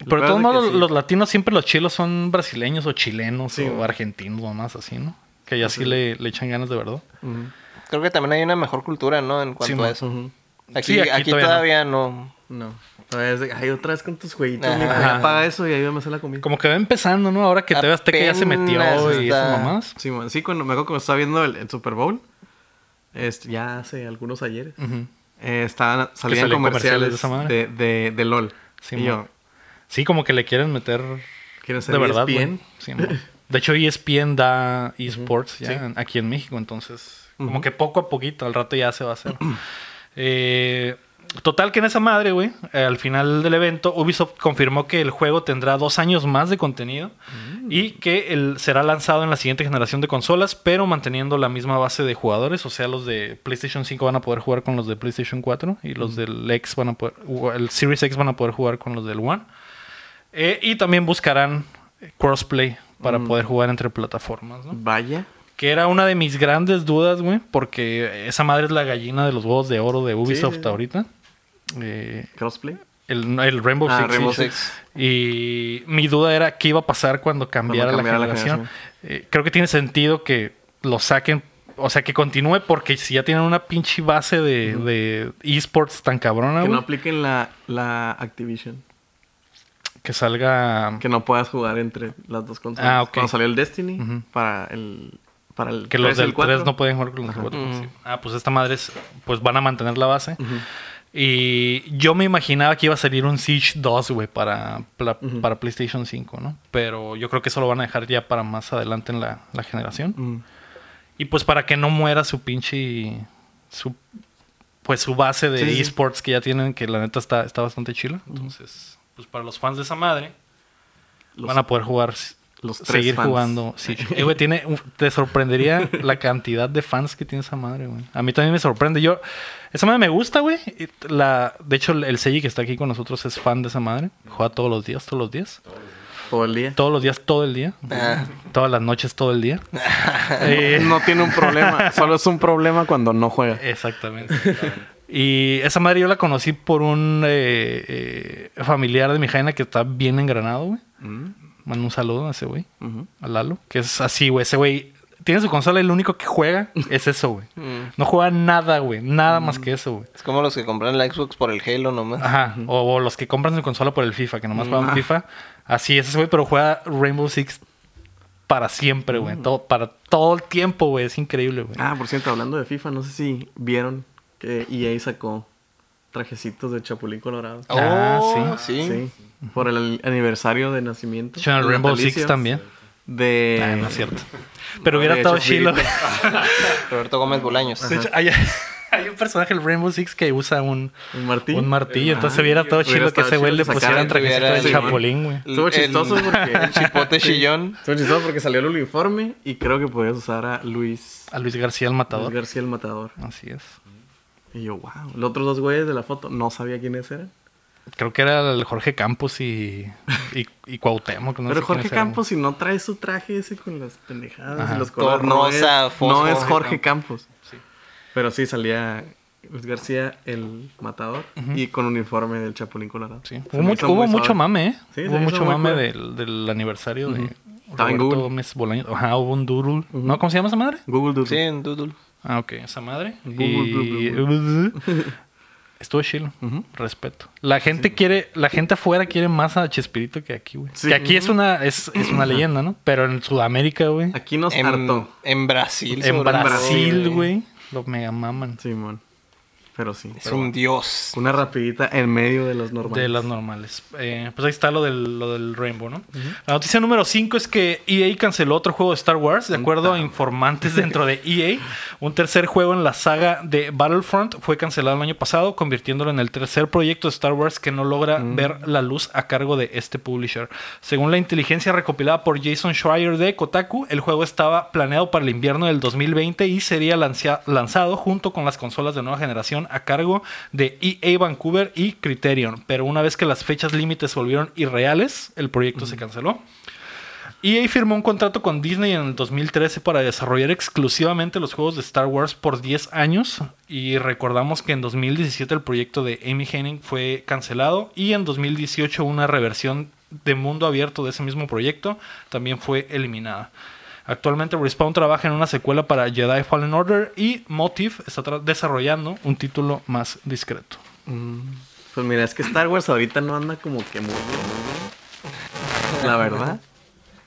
A: Pero de
C: verdad
A: todos
C: es
A: modos,
C: que sí.
A: los latinos siempre los chilos son brasileños o chilenos
C: Sí,
A: o
C: güey.
A: argentinos o más así, ¿no? Que ya sí le, le echan ganas de verdad.
C: Ujú.
B: Creo que también hay una mejor cultura, ¿no? En cuanto
A: Sí,
B: a
A: mo-
B: eso.
C: Ujú.
B: Aquí,
A: Sí, aquí
B: aquí,
A: todavía
B: todavía no.
C: No. Todavía es de, ay, otra vez con tus jueguitos.
B: Ajá.
C: mijo, ya Apaga eso y ayúdame a hacer la comida.
A: Como que va empezando, ¿no? Ahora que te veas que ya se metió
B: Apenas
A: y
B: está-
A: esas mamás.
C: Sí, man, sí, cuando me acuerdo que estaba viendo el, el Super Bowl, este, ya hace algunos ayeres, eh, estaban, salían
A: Mm. salían comerciales
C: comerciales,
A: de esa madre.
C: de, de, de LOL.
A: Sí,
C: y yo,
A: man. Sí, como que le quieren meter
C: ¿quieren ser
A: de verdad.
C: bien?
A: güey. Sí, mo. de hecho, E ESPN da esports ya en- aquí en México, entonces como que poco a poquito, al rato ya se va a hacer. Eh, total que en esa madre, güey, eh, al final del evento, Ubisoft confirmó que el juego tendrá dos años más de contenido y que el, será lanzado en la siguiente generación de consolas, pero manteniendo la misma base de jugadores, o sea, los de PlayStation 5 van a poder jugar con los de PlayStation 4 y los del X van a poder, o el Series X van a poder jugar con los del One. Eh, y también buscarán eh, crossplay para poder jugar entre plataformas, ¿no?
C: Vaya.
A: Que era una de mis grandes dudas, güey, porque esa madre es la gallina de los huevos de oro de Ubisoft
C: sí, sí.
A: ahorita. Eh,
C: Crossplay.
A: el, el Rainbow
C: Ah,
A: Six.
C: Rainbow
A: Siege.
B: Six.
A: Y mi duda era qué iba a pasar cuando cambiara,
C: cambiara
A: la
C: la
A: generación. Eh, creo que tiene sentido que lo saquen, o sea, que continúe, porque si ya tienen una pinche base de, de esports tan cabrona,
C: Que
A: güey,
C: no apliquen la, la Activision.
A: que salga...
C: Que no puedas jugar entre las dos consolas.
A: Ah, ok.
C: Cuando salió el Destiny,
A: Ujú.
C: para el. Para el
A: Que
C: 3
A: los
C: y el Mm.
A: del
C: 4.
A: pues 3 no pueden jugar con los del 4. sí. Ah, pues esta madre es, pues van a mantener la base. Y yo me imaginaba que iba a salir un Siege 2, güey, para, para, para PlayStation 5, ¿no? Pero yo creo que eso lo van a dejar ya para más adelante en la, la generación.
C: Mm.
A: Y pues para que no muera su pinche. Su, pues su base de
C: Sí, sí.
A: esports que ya tienen, que la neta está, está bastante chila. Entonces, pues para los fans de esa madre,
C: Los-
A: van a poder jugar.
C: los tres
A: seguir
C: fans.
A: jugando.
C: <laughs>
A: Sí. Eh, güey, tiene, un- te sorprendería la cantidad de fans que tiene esa madre, güey. A mí también me sorprende. Yo, esa madre me gusta, güey. Y La, de hecho, el- el Seiji que está aquí con nosotros es fan de esa madre. Juega todos los días, todos los días.
C: todo el día.
A: Todos los días, todo el día.
B: Ah.
A: Todas las noches, todo
C: <laughs>
A: el día. Eh,
C: No tiene un
A: <laughs>
C: problema. Solo es un problema cuando no juega.
A: Exactamente. Y esa madre yo la conocí por un eh, eh, familiar de mi jaina que está bien engranado, güey. Mando un saludo a ese güey,
C: Mm. Ujú.
A: a Lalo, que es así, güey. Ese güey tiene su consola y lo único que juega es eso, güey. No juega nada, güey. Nada más que eso, güey.
B: Mm. Es como los que compran la Xbox por el Halo nomás.
A: Ajá. O, o los que compran su consola por el FIFA, que nomás
C: Mm.
A: juegan FIFA. Así es ese güey, pero juega Rainbow Six para siempre, güey. Todo, para todo el tiempo, güey. Es increíble, güey.
C: Mm. Ah, por cierto, hablando de FIFA, no sé si vieron que EA sacó trajecitos de Chapulín Colorado.
A: Ah,
B: Oh, sí.
C: Sí. Por el aniversario de nacimiento.
A: Yo en el Rainbow Six
C: natalicio
A: también.
C: De.
A: Ah, no es cierto. Pero hubiera
C: había
A: estado
C: hecho <laughs>
A: chilo. güey.
B: Roberto Gómez Bolaños.
A: De hecho, hay, hay un personaje, el Rainbow Six, que usa un,
C: Un martillo.
A: un martillo. Entonces hubiera estado
C: Ah, Hubiera
A: chilo que
C: estado
A: ese güey
C: chido
A: le
C: que
A: pusieran
C: sacaran,
A: trajecito
B: tuvieran
A: de
B: el-
A: chapulín, güey.
C: Estuvo
B: El-
C: chistoso porque-
B: El <laughs> chipote chillón.
C: Estuvo chistoso porque salió el uniforme y creo que podías usar a Luis,
A: A Luis García el
C: Luis
A: Matador.
C: García el Matador.
A: Así es.
C: Y yo, wow. Los otros dos güeyes de la foto no sabía quiénes eran.
A: Creo que era el Jorge Campos y, y, y Cuauhtémoc. no sé quiénes
C: Pero Jorge
A: eran,
C: Campos, si no trae su traje ese con las pendejadas
A: Ajá.
C: y los
B: Todo
C: colores, no, es,
B: rosa,
C: no es
B: fósforo.
C: Jorge Campos. Pero sí salía Luis García, el matador, y con uniforme del Chapulín Colorado.
A: güey. Sí.
C: Se
A: Hubo,
C: me
A: mucho,
C: hizo
A: hubo
C: muy
A: mucho
C: suave.
A: mame, ¿eh?
C: Sí, se
A: hubo
C: hizo
A: mucho
C: muy
A: mame del,
C: cool.
A: del aniversario de
C: Estaba en
A: Roberto
C: Google.
A: Gómez Bolaños. Ajá, hubo un doodle. ¿No? ¿Cómo se llama esa madre?
C: Google Doodle.
B: Sí, en Doodle.
A: Ah, ok, esa madre.
C: Google,
A: Y- <laughs> Estuvo chilo, respeto. La gente quiere, la gente afuera quiere más a Chespirito que aquí, güey.
C: Sí.
A: Que aquí es una, es, es una leyenda, ¿no? Pero en Sudamérica, güey.
C: Aquí nos
B: En,
C: hartó.
B: en Brasil.
A: En
B: sobre
A: Brasil, güey. Lo mega maman.
C: Simón. Pero sí.
B: Es un dios.
C: Una rapidita en medio de los normales.
A: De las normales. Eh, pues ahí está lo del, lo del Rainbow, ¿no? La noticia número 5 es que EA canceló otro juego de Star Wars, de acuerdo a informantes dentro de EA. Un tercer juego en la saga de Battlefront fue cancelado el año pasado, convirtiéndolo en el tercer proyecto de Star Wars que no logra ver la luz a cargo de este publisher. Según la inteligencia recopilada por Jason Schreier de Kotaku, el juego estaba planeado para el invierno del 2020 y sería lancia- lanzado junto con las consolas de nueva generación a cargo de EA Vancouver y Criterion. Pero una vez que las fechas límites se volvieron irreales, el proyecto se canceló. EA E firmó un contrato con Disney en el 2013 para desarrollar exclusivamente los juegos de Star Wars por 10 años y recordamos que en 2017 el proyecto de Amy Henning fue cancelado y en 2018 una reversión de mundo abierto de ese mismo proyecto también fue eliminada. Actualmente Respawn trabaja en una secuela para Jedi Fallen Order y Motive está tra- desarrollando un título más discreto.
C: Pues mira, es que Star Wars ahorita no anda como que muy bien. La verdad.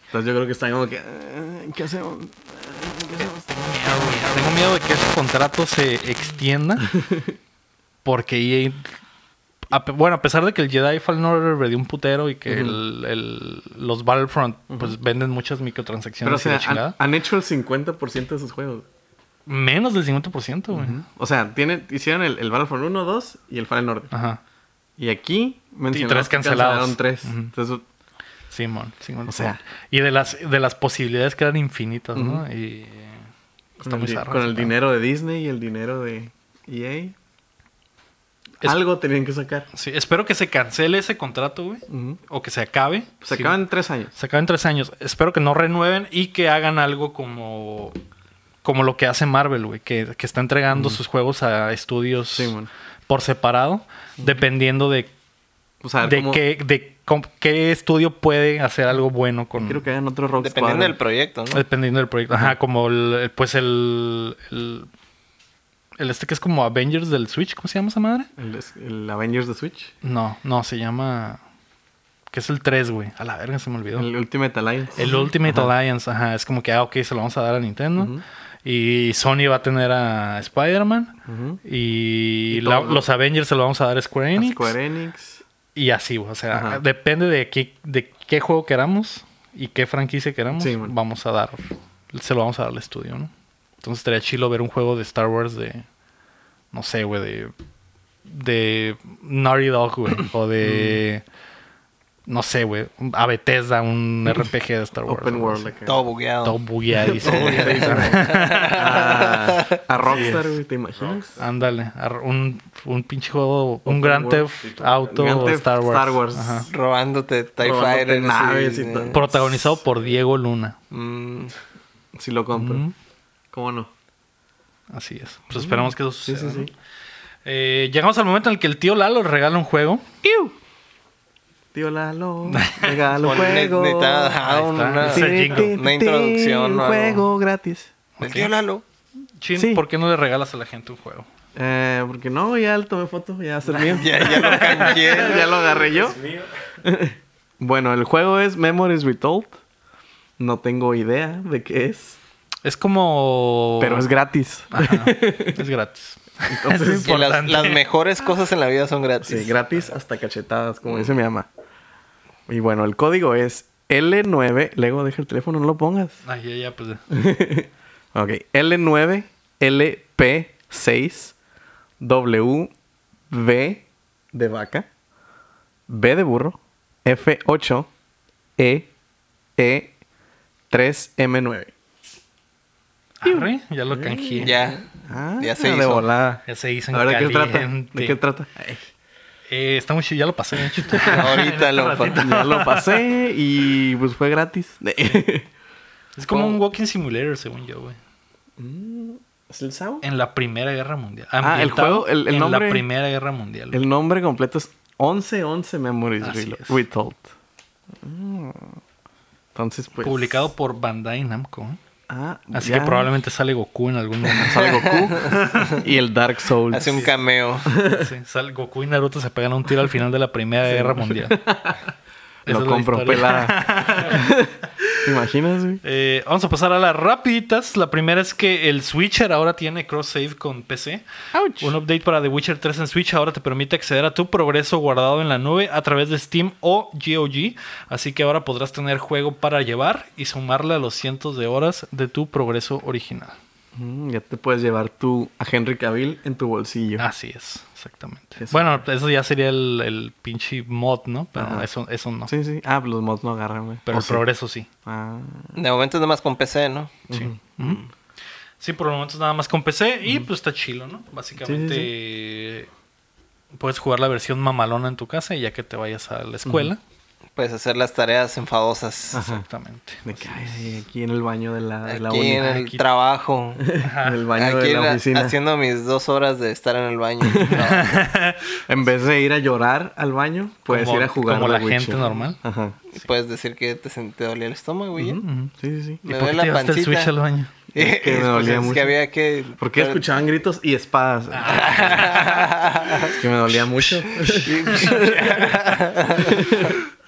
C: Entonces yo creo que están como que. "Ah, ¿Qué hacemos? Ah,
A: Eh,
C: ¿Qué hacemos?
A: Tengo miedo de que ese contrato se
C: <laughs>
A: extienda. Porque EA. a pe- bueno, a pesar de que el Jedi Fallen Order vendió un putero y que el- el- los Battlefront pues venden muchas
C: Pero o
A: microtransacciones y
C: sea, ah,
A: la
C: han,
A: chingada.
C: han hecho el 50% de sus juegos.
A: Menos del 50%, güey.
C: O sea, tienen, hicieron el, el Battlefront 1, 2 y el Fallen Order.
A: Ajá.
C: Y aquí mencionaron
A: tres
C: que
A: cancelados.
C: cancelaron tres.
A: Ujú.
C: Entonces,
A: Simón, Simón.
C: O sea-
A: Y de las, de las posibilidades que eran infinitas, ¿no? Y. eh,
C: con, el,
A: muy
C: di-
A: zarra
C: con
A: ese
C: el
A: pedo.
C: dinero de Disney y el dinero de EA,
A: Es-
C: algo tenían que sacar.
A: Sí, espero que se cancele ese contrato, güey.
C: Ujú.
A: O que se acabe.
C: Se
A: Sí.
C: acaban tres años.
A: Se acaban tres años. Espero que no renueven y que hagan algo como, como lo que hace Marvel, güey. Que, que está entregando sus juegos a estudios
C: Mm. Sí, man.
A: por separado, dependiendo de,
C: O sea,
A: de,
C: como-
A: qué, de com- qué estudio puede hacer algo bueno con...
C: quiero que hagan otro Rock
B: Dependiendo
C: Squadron.
B: del proyecto, ¿no?
A: Dependiendo del proyecto. Ajá, como el, pues el, el... el este que es como Avengers del Switch, ¿cómo se llama esa madre?
C: El, el Avengers de Switch.
A: No, no, se llama... Que es el 3, güey. A la verga, se me olvidó.
C: El Ultimate Alliance.
A: El Ultimate Alliance, ajá, es como que, ah, ok, se lo vamos a dar a Nintendo. Y Sony va a tener a Spider-Man.
C: Ujú.
A: Y,
C: Y
A: la-
C: todo.
A: los Avengers se lo vamos a dar a Square Enix.
C: Square Enix.
A: Y así, o sea,
C: Ajá.
A: depende de qué, de qué juego queramos y qué franquicia queramos,
C: Sí, man.
A: vamos a dar, se lo vamos a dar al estudio, ¿no? Entonces estaría chilo ver un juego de Star Wars de, no sé, güey, de, de Naughty Dog,
C: <clears throat>
A: güey, o de,
C: Mm.
A: no sé, güey, a Bethesda, un RPG de Star Wars.
C: Open
A: algo
C: World.
A: así.
C: acá.
B: Todo bugueado.
A: Todo
C: <laughs>
A: bugueadísimo.
C: Ah, a Rockstar, güey, ¿te imaginas?
A: Ándale, ar- un, un pinche juego, un
C: Open
A: Grand
C: World.
A: Theft Auto
C: Grand Theft
A: Star Wars.
C: Star Wars.
A: Ajá.
B: Robándote TIE eh,
C: Robándote
B: Fighters y-
C: naves y todo.
A: Protagonizado por Diego Luna.
B: Mm,
C: Si lo compro.
A: Ujú.
C: ¿Cómo no?
A: Así es. Pues esperamos que eso
C: Sí,
A: suceda.
C: sí, sí.
A: ¿no? Eh, llegamos al momento en el que el tío Lalo regala un juego. <laughs>
C: Tío Lalo, regalo
B: pon- ne-
C: juego.
B: necesitaba, ajá,
A: Ahí está.
B: una,
A: Sí. Ese jingle.
B: Una introducción o algo.
C: juego gratis.
B: El tío Lalo.
A: Chin,
C: Sí.
A: ¿por qué no le regalas a la gente un juego?
C: Eh, porque no, ya le tomé foto, ya va a ser mío.
B: <laughs> Ya, ya lo canjeé.
C: <laughs> ya lo agarré yo. <laughs> bueno, el juego es Memories Retold. No tengo idea de qué es,
A: Es como.
C: pero es gratis.
A: Ajá, es gratis.
C: <laughs> Entonces,
B: Y las,
A: Importante.
B: las mejores cosas en la vida son gratis.
C: sí, gratis hasta cachetadas, como dice mi mamá. Y bueno, el código es L9. Luego deja el teléfono, no lo pongas.
A: Ay, ya, ya, pues.
C: Ok, L9, LP6, W, V de vaca, B de burro, F8, E, E, 3M9.
A: Arre, ya lo canjeé. Ya.
B: Ya.
C: Ah,
B: Ya se
C: de
B: hizo.
C: volada.
A: se hizo en
C: A ver, ¿de qué trata?
A: caliente.
C: ¿De qué trata?
A: Eh, está muy chido, ya lo pasé.
C: <laughs>
A: de hecho. <laughs>
B: Ahorita lo.
C: Ya lo pasé y pues fue gratis.
A: Es como un walking simulator, según yo, güey.
C: <laughs> ¿Es el sound?
A: En la Primera Guerra Mundial.
C: Ah, el
A: Ambientado
C: juego, el- el
A: en
C: nombre-
A: la Primera Guerra Mundial. güey.
C: El nombre completo es 1111 Memories
A: Así
C: Relo-
A: es.
C: Retold. Mm. Entonces, pues.
A: Publicado por Bandai Namco. ¿eh?
C: Ah,
A: Así
C: ya.
A: que probablemente sale Goku en algún momento.
C: <laughs> Sale Goku y el Dark Souls.
B: Hace un cameo.
A: <laughs> Sí, sal- Goku y Naruto se pegan un tiro al final de la Primera Guerra
C: <laughs>
A: Mundial. Esa es la
C: Lo compro
A: historia.
C: pelada. ¿Te imaginas, güey?
A: <laughs> Eh, vamos a pasar a las rapiditas. La primera es que el Switcher ahora tiene cross-save con PC. Un update para The Witcher 3 en Switch ahora te permite acceder a tu progreso guardado en la nube a través de Steam o GOG. Así que ahora podrás tener juego para llevar y sumarle a los cientos de horas de tu progreso original.
C: Mm, ya te puedes llevar tú a Henry Cavill en tu bolsillo.
A: Así es, exactamente.
C: Eso.
A: Bueno, eso ya sería el, el pinche mod, ¿no? Pero
C: Ajá.
A: eso, eso no.
C: Sí, sí. Ah, los mods no agarran, güey.
A: Pero
C: O
A: el
C: sí.
A: progreso sí.
C: Ah,
B: De momento es nada más con PC, ¿no?
A: Sí. Ujú.
C: Mm.
A: Sí, por el momento es nada más con PC y pues está chilo, ¿no? Básicamente puedes jugar la versión mamalona en tu casa y ya que te vayas a la escuela.
B: Puedes hacer las tareas enfadosas.
C: Ajá.
A: Exactamente.
C: me cae aquí en el baño de la, de la
B: Aquí en
C: uni.
B: el
A: Aquí-
B: trabajo.
C: <laughs> En el baño
B: Aquí
C: de la
B: era-
C: oficina.
B: haciendo mis dos horas de estar en el baño.
A: <laughs>
C: <laughs>
B: No,
C: En vez de ir a llorar al baño, puedes
A: Como-
C: ir a jugar.
A: como
C: a
A: la gente normal.
C: Ajá.
B: Puedes decir que te, sen- te dolía el estómago, güey. ¿eh? <laughs>
C: Ujú, ujú. Sí, sí, sí.
A: ¿Y
B: Me
A: por
B: duele
A: qué
B: la
A: te llevaste el
B: pancita.
A: Switch al baño?
B: Pues Es
C: que me dolía
B: que
C: mucho.
B: había que...
C: Porque escuchaban gritos y espadas.
A: Ah.
C: Es que me
A: <laughs>
C: dolía mucho.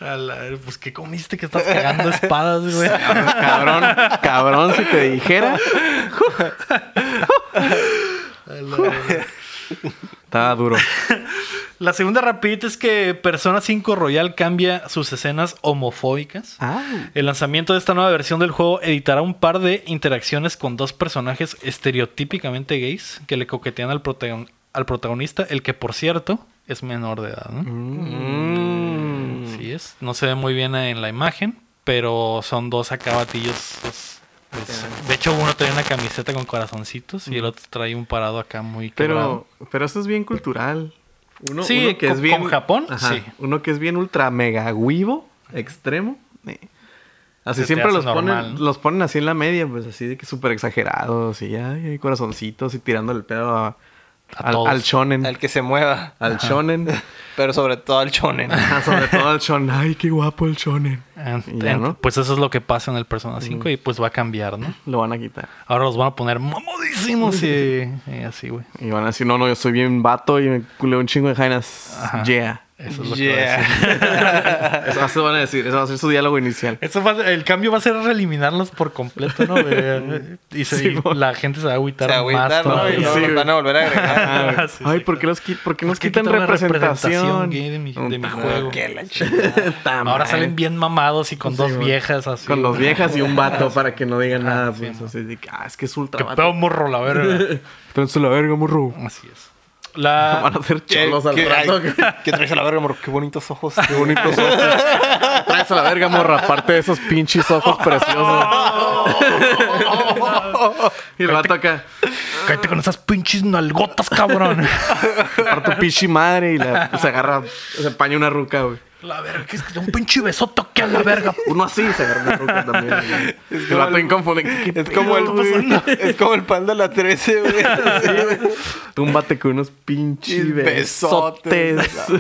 A: A la ver, pues ¿qué comiste que estás cagando espadas,
C: <laughs>
A: güey?
C: cabrón, cabrón, si te dijera. Estaba duro.
A: La segunda rapidita es que Persona 5 Royal cambia sus escenas homofóbicas.
C: Ah,
A: El lanzamiento de esta nueva versión del juego editará un par de interacciones con dos personajes estereotípicamente gays que le coquetean al, protagon- al protagonista, el que por cierto es menor de edad. ¿no?
C: Mm.
A: Así es. No se ve muy bien en la imagen, pero son dos acá batillos, pues, pues, de hecho, uno trae una camiseta con corazoncitos y el otro trae un parado acá muy quebrado.
C: Mm. pero, pero eso es bien cultural. Uno,
A: Sí,
C: uno que
A: con-
C: es bien,
A: con Japón,
C: Ajá,
A: sí.
C: Uno que es bien ultra mega huevo, extremo. eh. Así
A: Se te
C: siempre
A: hace
C: los
A: normal,
C: ponen,
A: ¿no?
C: los ponen así en la media, pues así de que súper exagerados y ya hay corazoncitos y tirando el pedo a-
A: A
C: al,
A: todos.
C: al shonen.
B: Al que se mueva.
A: <laughs>
C: Al shonen.
B: Pero sobre todo al chonen.
C: Ajá, sobre todo al shonen. Ay, qué guapo el shonen.
A: Ent-
C: Y ya,
A: ent-
C: ¿no? Mm.
A: Pues eso es lo que pasa en el Persona 5 y pues va a cambiar, ¿no?
C: Lo van a quitar.
A: Ahora los van a poner mamadísimos y, y así, güey.
C: Y van a decir, no, no, yo soy bien vato y me culé un chingo de jainas.
A: Ajá. <laughs>
C: Yeah.
A: Eso es lo que va a
B: <laughs>
A: decir.
B: Yeah.
C: Eso, eso van a decir, eso va a ser su diálogo inicial.
A: Eso va- el cambio va a ser eliminarlos por completo, ¿no? güey? y se-
C: Sí,
A: y
C: bueno.
A: la gente se va a agüitar
B: Se
A: más
B: agüitaron ¿no?
A: todavía.
B: y luego
C: Sí,
B: los
C: güey.
B: van a volver a
C: <laughs>
B: agregar.
A: Ah, sí,
C: Ay,
A: sí,
C: ¿por qué, los qui- por qué nos
A: ¿Por qué
C: quitan
A: quitan la representación
C: representación?
A: gay
C: <laughs>
A: de mi- de mi
C: Puta
A: juego?
C: madre.
B: Qué la chingada.
C: Ta
A: Ahora
C: madre.
A: salen bien mamados y con
C: Sí,
A: dos
C: güey.
A: viejas así.
C: Con los viejas y un
A: <laughs>
C: vato para que no digan nada.
A: Ah, sí,
C: Pues,
A: no.
C: así de que, ah, es que es ultra
A: Que
C: vato.
A: pedo morro la
C: <laughs>
A: verga.
C: Tráense la verga, morro.
A: Así es.
C: <laughs>
A: La,
C: Ah, Van a hacer
B: Che,
C: cholos al
B: qué-
C: rato.
B: ay, ¿Qué traes a la verga, amor? Qué bonitos ojos.
C: Qué bonitos ojos. Tráense la verga, morra. Aparte de esos pinches ojos preciosos. <laughs> y el vato acá.
A: Cállate con esas pinches nalgotas, cabrón.
C: Aparte tu pinche madre. Y la- se agarra, se empaña una ruca, güey.
A: la verga, que es que un pinche besoto que a la verga.
C: Uno así se agarra una ruca también. güey.
B: Es
C: el
B: como
C: vato
B: el-
C: inconfundible.
B: <laughs>
C: ¿Qué
B: Es como,
C: pedo, güey?
B: el, es como el pan de la 13, güey.
C: <laughs> Túmbate con unos pinches besotes.
B: en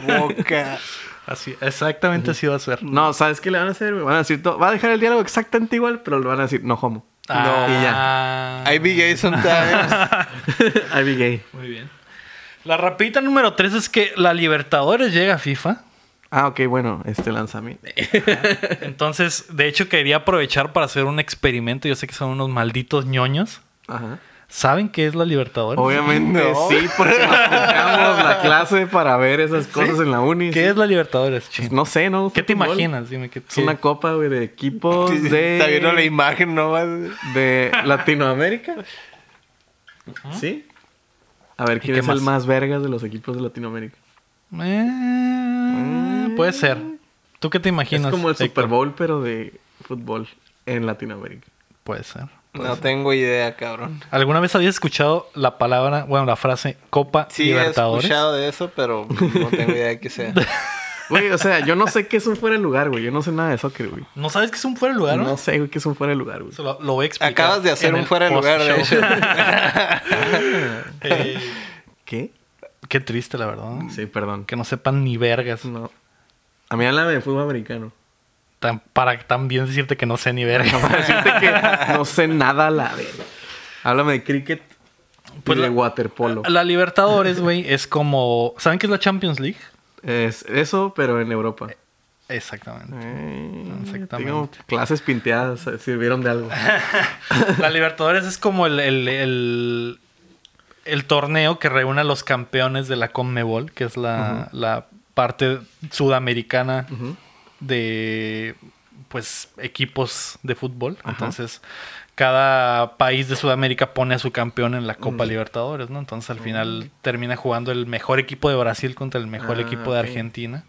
B: la boca.
A: Así, exactamente así va a ser.
C: No, ¿sabes qué le van a hacer, güey? Van a decir todo. Va a dejar el diálogo exactamente igual, pero le van a decir no homo. Y ya.
A: Ah,
B: I be gay sometimes.
C: I be gay.
A: Muy bien. La rapidita número 3 es que la Libertadores llega a <laughs> FIFA.
C: Ah, ok, bueno, este lanzamiento.
A: Entonces, de hecho, quería aprovechar para hacer un experimento. Yo sé que son unos malditos ñoños.
C: Ajá.
A: ¿Saben qué es la Libertadores?
C: Obviamente
B: No.
C: sí, porque nos sacamos la clase para ver esas cosas en la uni. Pues,
A: ¿Qué es la Libertadores, chin?
C: No sé, ¿no?
A: ¿Qué te
C: Fútbol.
A: imaginas? Dime qué.
C: Es una copa, güey, de equipos de...
B: Está viendo la imagen nomás.
C: De Latinoamérica. ¿Sí? A ver, ¿quién
A: qué
C: es el
A: más?
C: más vergas de los equipos de Latinoamérica?
A: Eh, puede ser. ¿Tú qué te
C: Mm. Es
A: imaginas?
C: como el
A: Héctor?
C: Super Bowl, pero de fútbol en Latinoamérica.
A: Puede ser.
B: No tengo idea, cabrón.
A: ¿Alguna vez habías escuchado la palabra, bueno, la frase Copa
B: Sí, he
A: Libertadores?
B: escuchado de eso, pero no tengo idea de qué
A: <laughs>
B: sea.
C: Güey, o sea, yo no sé qué es un fuera de lugar, güey. Yo no sé nada de soccer, güey.
A: ¿No sabes que es un fuera de lugar?
C: No
A: No.
C: sé, güey, qué es un fuera de lugar, güey.
A: Lo, lo voy a explicar.
B: Acabas de hacer
A: en
B: un
A: el
B: fuera de lugar, de hecho. <laughs>
A: post-show. Eh,
C: ¿Qué?
A: qué triste, la verdad.
C: Sí, perdón.
A: Que no sepan ni vergas.
C: No. A mí habla de fútbol <laughs> americano.
A: Tan- para también decirte que no sé ni verga. <laughs>
C: Decirte que no sé nada a la verga. Háblame de cricket
A: Pues
C: y de
A: la-
C: waterpolo.
A: la Libertadores, güey, es como... ¿Saben qué es la Champions League?
C: Es eso, pero en Europa.
A: Exactamente.
C: Exactamente.
A: exactamente.
C: Eh, clases pinteadas eh, sirvieron de <laughs> algo.
A: La Libertadores es como el, el, el- el torneo que reúne a los campeones de la Conmebol, que es la, la parte sudamericana de pues equipos de fútbol. Entonces, cada país de Sudamérica pone a su campeón en la Copa
C: Mm.
A: Libertadores, ¿no? Entonces al final termina jugando el mejor equipo de Brasil contra el mejor
C: Ah,
A: equipo de
C: ok.
A: Argentina.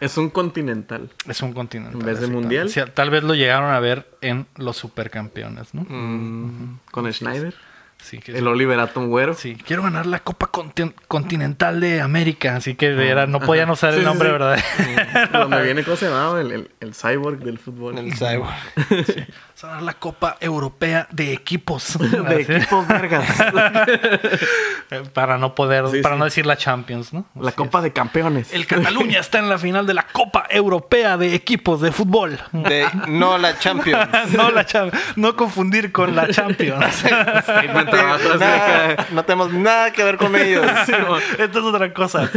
C: Es un continental.
A: Es un continente.
C: ¿En vez de mundial?
A: tal vez lo llegaron a ver en los supercampeones, ¿no?
B: Mm,
C: Con Schneider.
A: Sí, que
C: Mm. El Oliver Atom Güero.
A: Sí, quiero ganar la Copa Contin- Continental de América, así
C: Ah.
A: que era, no podían usar el nombre, ¿verdad? <laughs>
C: Donde viene, ¿cómo se llamaba? El, el- el cyborg del fútbol.
B: El cyborg.
A: Vamos a ganar la Copa Europea de Equipos.
C: <laughs> <laughs> de
A: Así,
C: equipos vergas.
A: <laughs> eh, Para no poder,
C: Sí,
A: para
C: sí.
A: no decir la Champions, ¿no?
C: La
A: Así
C: Copa de Campeones.
A: es. El
C: <laughs>
A: Cataluña está en la final de la Copa Europea de Equipos de Fútbol. <laughs>
B: De- no la <laughs> Champions.
A: No, la Cham- no confundir con la
C: <laughs>
A: Champions. <laughs>
C: Statement abajo, así de
B: Nada- no tenemos nada que ver con <laughs> ellos.
A: <laughs> Esta es otra cosa.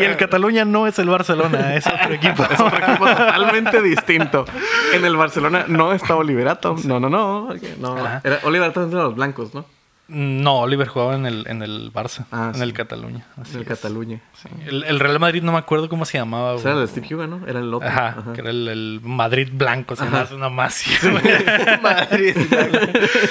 A: Y el Cataluña no es el Barcelona, es otro equipo.
C: que <laughs> Es otro equipo totalmente distinto. En el Barcelona no está Oliver Atom. No, no, no. ok, no.
A: Ajá.
C: Era Oliver Atom es de los blancos, ¿no?
A: No, Oliver jugaba en el, en el Barça,
C: Ah,
A: en
C: sí.
A: el Cataluña. así
C: En el
A: es.
C: Cataluña.
A: El, el Real Madrid no me acuerdo cómo se llamaba,
C: Ese Era
A: güey.
C: el de Steve Hugo, ¿no? Era el otro.
A: Ajá,
C: Ajá.
A: que era el, el Madrid blanco, se llama una más. sí,
C: <laughs>
A: güey.
B: Madrid.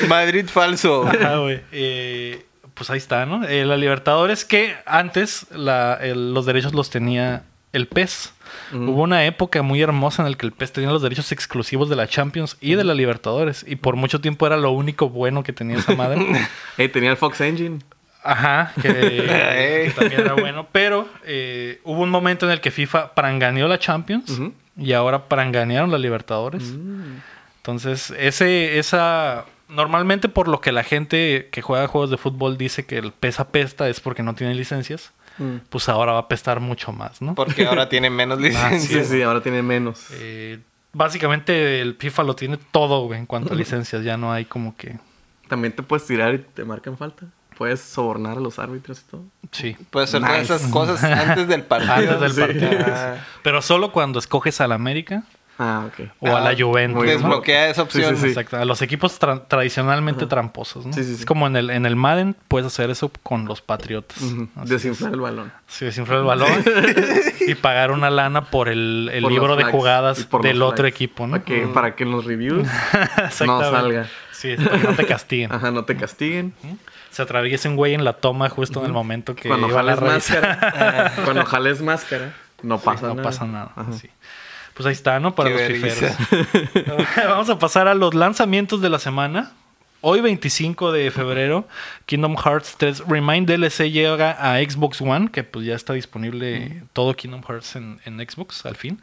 B: Madrid falso.
A: Ajá, güey. Eh, pues ahí está, ¿no? Eh, la Libertadores que antes la- el- los derechos los tenía el PES. Hubo una época muy hermosa en la que el PES tenía los derechos exclusivos de la Champions y de la Libertadores. Y por mucho tiempo era lo único bueno que tenía esa
C: <laughs>
A: madre.
C: Ey, tenía el Fox Engine.
A: Ajá,
C: <laughs>
A: que, que también era bueno. Pero eh, hubo un momento en el que FIFA pranganeó la Champions
C: Ujú.
A: y ahora pranganearon la Libertadores. Entonces, ese, esa. Normalmente por lo que la gente que juega juegos de fútbol dice que el PES apesta es porque no tiene licencias,
C: Mm.
A: pues ahora va a pestar mucho más, ¿no?
B: Porque ahora tienen menos
A: Ah,
C: Sí,
B: licencias.
C: sí, ahora tiene menos.
A: Eh, básicamente el FIFA lo tiene todo, güey, en cuanto a licencias. Ya no hay como que.
C: También te puedes tirar y te marcan falta. puedes sobornar a los árbitros y todo.
A: Sí.
B: Puedes hacer todas
C: Nice.
B: esas cosas antes del partido.
A: Antes del
C: <laughs> Sí.
A: partido.
B: Ah.
A: Pero solo cuando escoges al América
C: Ah, ok.
A: o a
B: Ah,
A: la Juventus.
C: bien.
A: ¿no?
B: Desbloquea esa
C: Sí, sí,
B: opción.
C: sí.
A: Exacto, a los equipos tra- tradicionalmente tramposos, ¿no?
C: Sí, sí, sí.
A: Es como en el, en el Madden puedes hacer eso con los Patriotas.
C: Ujú.
A: Así es.
C: Desinflar el balón.
A: Sí, desinflar el
C: <laughs>
A: balón y pagar una lana por el, el
C: Por los
A: libro de
C: flags y
A: jugadas
C: por los
A: del otro
C: flags.
A: equipo, ¿no? <laughs>
C: Para que, para que en los reviews no
A: Exactamente.
C: salga.
A: <laughs>
C: Ah.
A: Sí, para que no te
C: <laughs>
A: castiguen.
C: Ajá, no te castiguen.
A: Se atraviesa un güey en la toma justo en el momento que
C: Cuando
A: iban a
C: jales
A: revisar.
C: máscara.
A: <laughs>
C: cuando jales máscara, no
A: Sí,
C: pasa
A: no
C: nada.
A: pasa nada.
C: Ajá.
A: sí. Pues ahí está, ¿no? Para
B: Qué
A: los
B: vergüenza.
A: fiferos.
C: <laughs>
A: Vamos a pasar a los lanzamientos de la semana. Hoy 25 de febrero, Kingdom Hearts 3 Remind DLC llega a Xbox One, que pues ya está
C: Mm.
A: disponible todo Kingdom Hearts en, en Xbox, al fin.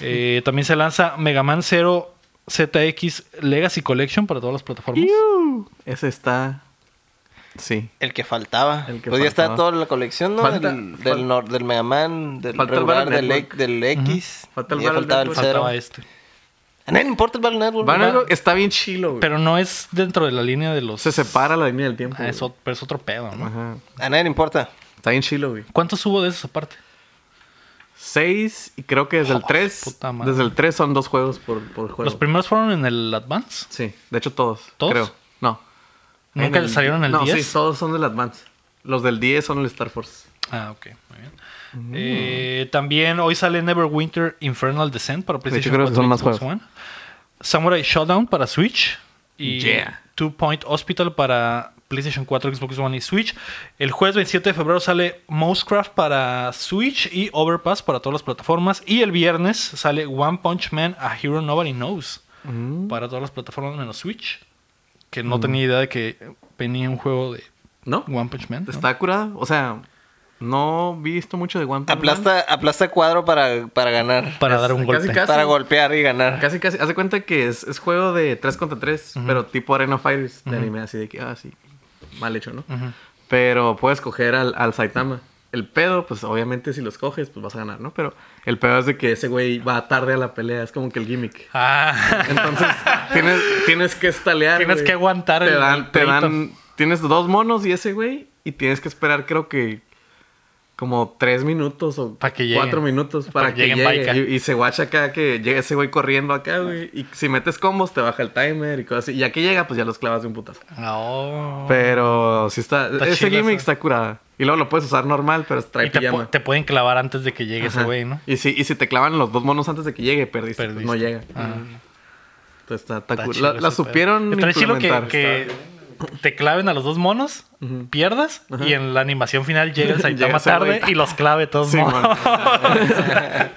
A: Eh, también se lanza Mega Man 0 ZX Legacy Collection para todas las plataformas.
C: Iu. Ese está. Sí.
B: El que faltaba.
C: El que
B: pues ya está
C: faltaba.
B: toda la colección, ¿no?
C: Falta-
B: del,
C: fal-
B: del, nor- del Mega Man, del
C: Falta el
B: regular,
C: Battle
B: del,
C: Network.
B: e- del X.
C: Falta el
B: y ya
C: Battle
B: faltaba el
C: Network.
B: cero.
A: Faltaba este.
B: A nadie le importa el Battle Network.
C: Van
B: ¿verdad?
C: Gogh está bien chilo, güey.
A: Pero no es dentro de la línea de los...
C: se separa la línea del tiempo.
A: Ah, es
C: güey.
A: ot- pero es otro pedo, ¿no?
C: Ajá.
B: A nadie le importa.
C: Está bien chilo, güey.
A: ¿Cuántos hubo de esos aparte?
C: 6 y creo que desde el
A: Joder,
C: 3.
A: Oh, puta madre.
C: Desde el 3 son dos juegos por, por juego.
A: ¿Los primeros fueron en el Advance?
C: sí, de hecho todos.
A: ¿Todos?
C: Creo. No.
A: ¿Nunca
C: le
A: salieron en el
C: no,
A: 10?
C: Sí, todos son del Advance. Los del 10 son el Star Force.
A: Ah, ok, muy bien.
C: Mm.
A: Eh, también hoy sale Neverwinter Infernal Descent para PlayStation
C: creo que
A: 4
C: son
A: y
C: más
A: Xbox
C: juegos.
A: One. Samurai Showdown para Switch. Y
C: Yeah.
A: Two Point Hospital para PlayStation 4, Xbox One y Switch. El jueves 27 de febrero sale Mousecraft para Switch y Overpass para todas las plataformas. Y el viernes sale One Punch Man a Hero Nobody Knows
C: Mm.
A: para todas las plataformas menos Switch. Que no tenía idea de que venía un juego de
C: ¿No?
A: One Punch Man. ¿no?
C: Está curada. O sea, no he visto mucho de One Punch Man.
B: Aplasta, aplasta cuadro para, para ganar.
A: Para
C: Es-
A: dar un
C: casi,
A: golpe.
C: casi.
B: Para golpear y ganar.
C: Casi, casi. Haz de cuenta que es, es juego de 3 contra 3, pero tipo Arena of Fighters de anime, así de que, ah, sí, mal hecho, ¿no? Pero puedes coger al, al Saitama. El pedo, pues obviamente si los coges, pues vas a ganar, ¿no? Pero el pedo es de que ese güey va tarde a la pelea, es como que el gimmick.
A: Ah. <laughs>
C: Entonces tienes, tienes que estalear.
A: Tienes
C: güey.
A: que aguantar
C: te
A: el-
C: dan,
A: el
C: te
A: pleito.
C: dan- Tienes dos monos y ese güey, y tienes que esperar, creo que. Como tres minutos o
A: Pa' que lleguen.
C: cuatro minutos
A: Pa'
C: para
A: que
C: que,
A: lleguen
C: llegue.
A: Baika.
C: Y, y se guacha acá que llega ese güey corriendo acá, güey. Y si metes combos, te baja el timer y cosas así. Y ya que llega, pues ya los clavas de un putazo.
A: No.
C: Pero sí está.
A: Está
C: ese
A: chila
C: gimmick
A: esa.
C: está curada. Y luego lo puedes usar normal, pero trae
A: y te,
C: pijama.
A: pu- te pueden clavar antes de que llegue ese
C: Ajá.
A: güey, ¿no?
C: Y si, y si te clavan los dos monos antes de que llegue, perdiste. pues
A: Perdiste.
C: no llega.
A: Ah,
C: Entonces está, está
A: está
C: cur-
A: chido
C: La, la
A: ese pedo.
C: supieron
A: Está chido que,
C: implementar.
A: que te claven a los dos monos, pierdas, y en la animación final llega
C: <laughs>
A: el
C: Llega
A: Saitama
C: ese
A: tarde
C: güey.
A: y los clave todos.
C: Sí,
A: monos.
C: man.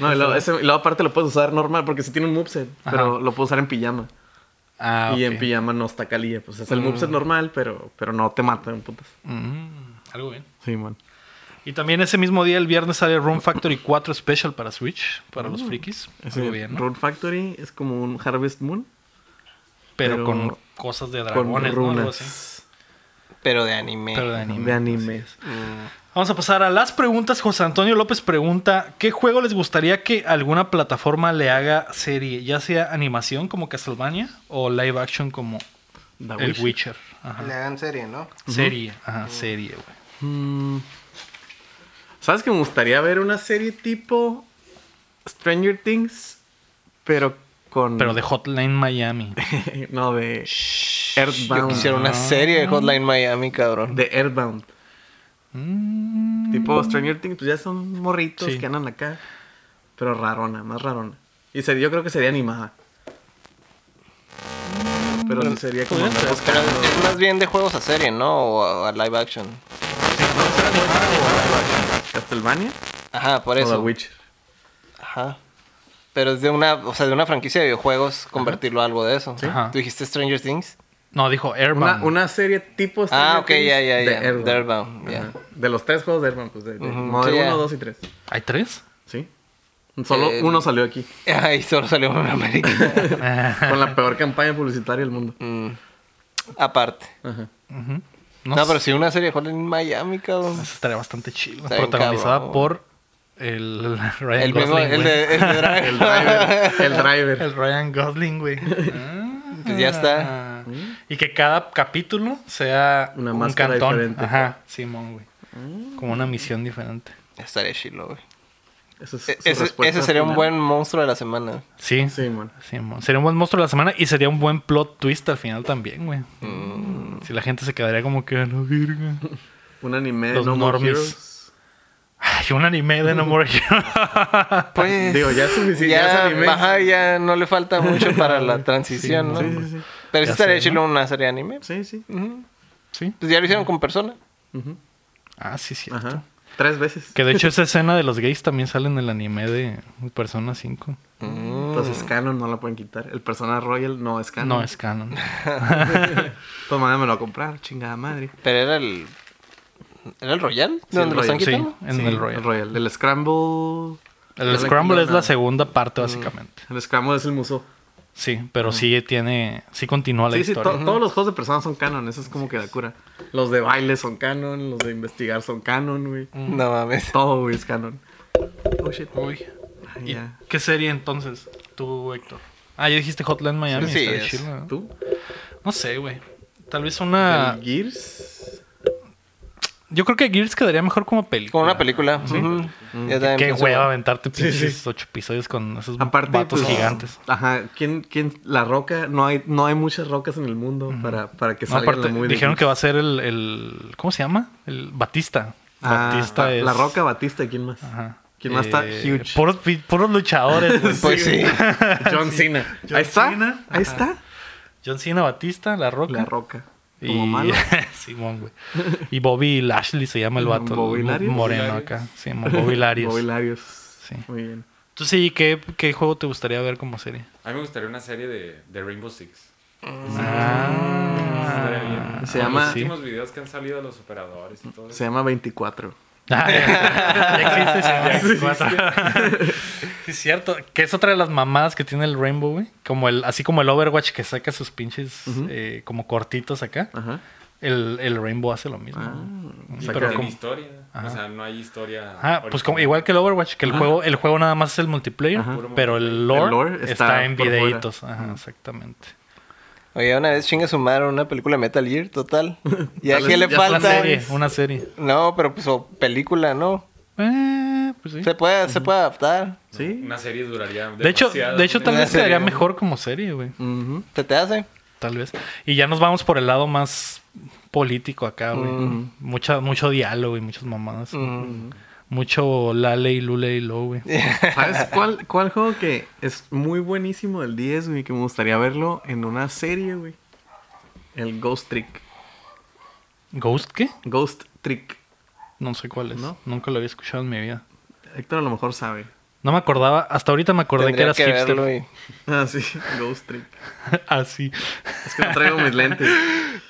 C: No, y luego, ese- y luego aparte lo puedes usar normal porque si tiene un moveset, pero lo puedes usar en pijama.
A: <laughs> Ah,
C: Y en
A: ok.
C: pijama no está calilla. Pues es el moveset normal, pero, pero no te mata en putas.
A: Mm, algo bien.
C: Sí, man.
A: Y también ese mismo día, el viernes, sale Room Factory 4 Special para Switch, para los frikis.
C: Mm. Ese
A: Algo bien, ¿no?
C: Road Factory es como un Harvest Moon
A: Pero,
C: pero
A: con cosas de
C: con
A: dragones, ¿no? Algo así. pues
C: runas
B: Pero de anime.
A: Pero de anime.
C: de anime.
A: Vamos a pasar a las preguntas. José Antonio López pregunta, ¿qué juego les gustaría que alguna plataforma le haga serie? Ya sea animación como Castlevania o live action como El
C: The Ah, Witcher.
A: Witcher. Ajá.
B: Le dan serie, ¿no?
A: Serie, ajá, serie, güey.
C: Mm. ¿Sabes que me gustaría ver una serie tipo Stranger Things? Pero con.
A: Pero de Hotline Miami.
C: <laughs> no, de.
B: Yo
C: Earthbound. Ah.
B: quisiera una serie de Hotline Miami, cabrón.
C: De Earthbound.
A: Mm.
C: Tipo Stranger Things, pues ya son morritos
A: Sí.
C: que andan acá. Pero rarona, más rarona. Y sería- yo creo que sería animada.
A: Mm,
C: Pero sí sería como. andar
B: Pues, pero es más bien de juegos a serie, ¿no? O a, a live action.
C: buscando Castlevania
B: Ajá, por
C: o The
B: eso.
C: Witcher.
B: Ajá. Pero es de una, o sea, de una franquicia de videojuegos convertirlo a algo de eso.
A: Ajá.
B: ¿Tú dijiste Stranger Things?
A: No, dijo
C: Una,
A: Airbound.
C: una serie tipo Stranger
B: Ah, ok, ya, ya,
C: Things
B: ya.
C: de Earthbound.
B: De Earthbound, ya.
C: Ajá. De los tres juegos de Earthbound, pues de, de
B: Ujú,
C: Model
B: sí,
C: 1,
B: ya.
C: 2 y 3.
A: ¿Hay
B: <laughs>
A: tres?
C: ¿Sí? Solo
B: Eh,
C: uno salió aquí.
B: <laughs> Ay, solo salió en
C: <laughs>
B: América.
A: Ah,
C: Con la peor campaña publicitaria del mundo.
B: Mm. Aparte.
C: Ajá.
A: Ujú.
B: No, pero sí una serie de Hotline Miami, cabrón.
A: Esa estaría bastante chido.
B: Está bien
A: Protagonizada
B: cabrón.
A: por el <laughs> Ryan
B: El mismo,
A: Gosling.
B: el
A: güey.
B: de, el
C: <laughs>
B: de Dragon.
A: <laughs>
C: El driver. El driver.
A: El Ryan Gosling, güey. Ah.
B: <laughs> Pues ya está.
A: Y que cada capítulo sea
C: Mm. Una
A: un
C: máscara
A: cantón.
C: diferente. Mm.
A: Ajá, Simón, güey. Como una misión diferente.
B: Estaría chilo, güey.
C: Eso es su
B: E- Ese,
C: respuesta
B: ese sería un
C: final.
B: buen monstruo de la
C: <laughs>
B: semana.
A: Sí.
C: Sí, man.
A: Simón. Sería un buen monstruo de la semana y sería un buen plot twist al final también, güey.
C: Mm.
A: Si la gente se quedaría como que, "A la verga.
C: Un anime de
A: Los
C: No More
A: normies.
C: Heroes.
A: Ay, un anime de No More
C: <laughs>
A: Heroes.
B: Pues.
C: Digo, ya es suficiente. Ya, es
B: ya,
C: anime.
B: ajá, ya no le falta mucho para
C: <laughs>
B: la transición, ¿no?
C: Sí, sí, sí.
B: Pero sí
A: Ya
B: estaría
A: sé,
B: chilo una serie de anime.
C: Sí, sí.
B: Ujú.
A: Sí.
B: Pues ya lo hicieron con persona.
C: Ujú.
A: Ah, sí, sí.
C: Ajá. Tres veces.
A: Que de hecho esa escena de los gays también sale en el anime de Persona 5.
B: Mm.
C: Entonces canon no la pueden quitar. El Persona Royal no es canon.
A: No es
C: <laughs>
A: canon.
C: Pues mándamelo a comprar, chingada madre.
B: Pero era el. ¿Era el Royal?
C: Sí,
B: ¿De dónde
C: el
B: lo están
A: Sí,
B: quitando?
A: en el Royal.
C: El Royal. El Scramble.
A: El
C: Ya se quitó
A: Scramble es
C: nada.
A: la segunda parte,
C: Mm.
A: básicamente.
C: El Scramble es el museo.
A: Sí, pero sí tiene. Sí continúa la
C: Mm. Sí, sí, to-
A: historia.
C: todos los juegos de personas son canon, eso es como que la cura. Los de baile son canon, los de investigar son canon, güey.
B: No mames.
C: Todo, güey, es canon. Oh, shit.
A: Uy.
C: Ah,
A: ¿Y
C: ya.
A: qué serie entonces tú, Héctor? Ah, ya dijiste Hotline Miami.
B: Sí,
A: está
B: es.
A: chila, ¿no?
C: ¿Tú?
A: No sé, güey. Tal vez una.
C: ¿El Gears?
A: Yo creo que Gears quedaría mejor como película.
B: Con una película. Ujú. Ya también
A: Qué
B: pienso-
A: hueva aventarte
C: Sí, sí.
A: pinches ocho episodios con esos
C: Aparte,
A: vatos
C: pues,
A: gigantes.
C: Ajá, ¿quién, quién, la roca, no hay, no hay muchas rocas en el mundo para, para que
A: No,
C: salgan
A: aparte,
C: muy
A: dijeron que va a ser el, el- ¿Cómo se llama? El Batista. Batista es.
C: Ah, La Roca, Batista, ¿y quién más?
A: Ajá.
C: ¿Quién más está?
A: Eh,
C: Huge.
A: Puros, pi- puros
C: <laughs>
A: luchadores, güey.
B: Pues sí. <laughs>
C: John Cena.
A: John
C: Ahí está.
A: Cena,
C: Ahí está.
A: John Cena, Batista, La Roca.
C: La Roca. Como
A: Y
C: malo.
A: <laughs> Simón, güey. Y Bobby Lashley se
C: <laughs>
A: llama el vato.
C: Bobby
A: el
C: Larios.
A: Moreno acá. Simón, Bobby Larios.
C: Bobby Larios.
A: Sí.
C: Muy bien.
A: Tú sí, ¿qué, ¿qué juego te gustaría ver como serie?
D: A mí me gustaría una serie de, de Rainbow Six. Estaría
A: Ah,
D: bien.
C: Se
D: Con
C: llama-
D: Los últimos videos que han salido de los operadores y todo eso.
C: Se llama 24.
A: Ah, <laughs> ya existe, sí, ya existe. <laughs> Sí, es cierto. Que es otra de las mamadas que tiene el Rainbow, güey. Como el, así como el Overwatch que saca sus pinches eh, como cortitos acá.
C: Ajá.
A: El, el Rainbow hace lo mismo. güey.
C: Ah, saca
A: pero
D: Pero
A: como-
D: historia. O sea, no hay historia.
A: Ah, pues como,
D: original.
A: igual que el Overwatch, que el juego, el juego nada más es el multiplayer, pero el lore,
C: El lore
A: está,
C: está
A: en
C: por fuera.
A: videitos. Ajá, exactamente.
B: Oye, una vez chinga su madre una película de Metal Gear, total. ¿Y
A: <laughs>
B: a
C: Tal
B: qué
C: vez
B: le
C: ya
A: Una
B: falta?
A: serie, una serie.
B: No, pero pues o película, ¿no?
A: Eh, pues sí.
B: Se puede, se puede adaptar.
C: Sí.
D: Una serie duraría.
A: De hecho,
D: demasiado.
A: de hecho tal
B: Una
A: vez quedaría
B: serie.
A: mejor como serie, güey.
C: Ujú.
B: ¿Se te hace?
A: Tal vez. Y ya nos vamos por el lado más político acá, güey. Mucha, mucho diálogo y muchas mamadas.
B: <laughs>
A: Mucho lale y lule y lo, güey.
C: ¿Sabes cuál, cuál juego que es muy buenísimo del 10, güey? Que me gustaría verlo en una serie, güey. El Ghost Trick.
A: ¿Ghost qué?
C: Ghost Trick.
A: No sé cuál es.
C: ¿No?
A: Nunca lo había escuchado en mi vida.
C: Héctor a lo mejor sabe. <laughs>
A: No me acordaba, hasta ahorita me acordé
B: Tendría
A: que eras
B: verlo
A: <laughs> hipster.
B: y-
C: Ah, sí. Ghost Trick.
A: Así.
C: Es que no traigo mis lentes.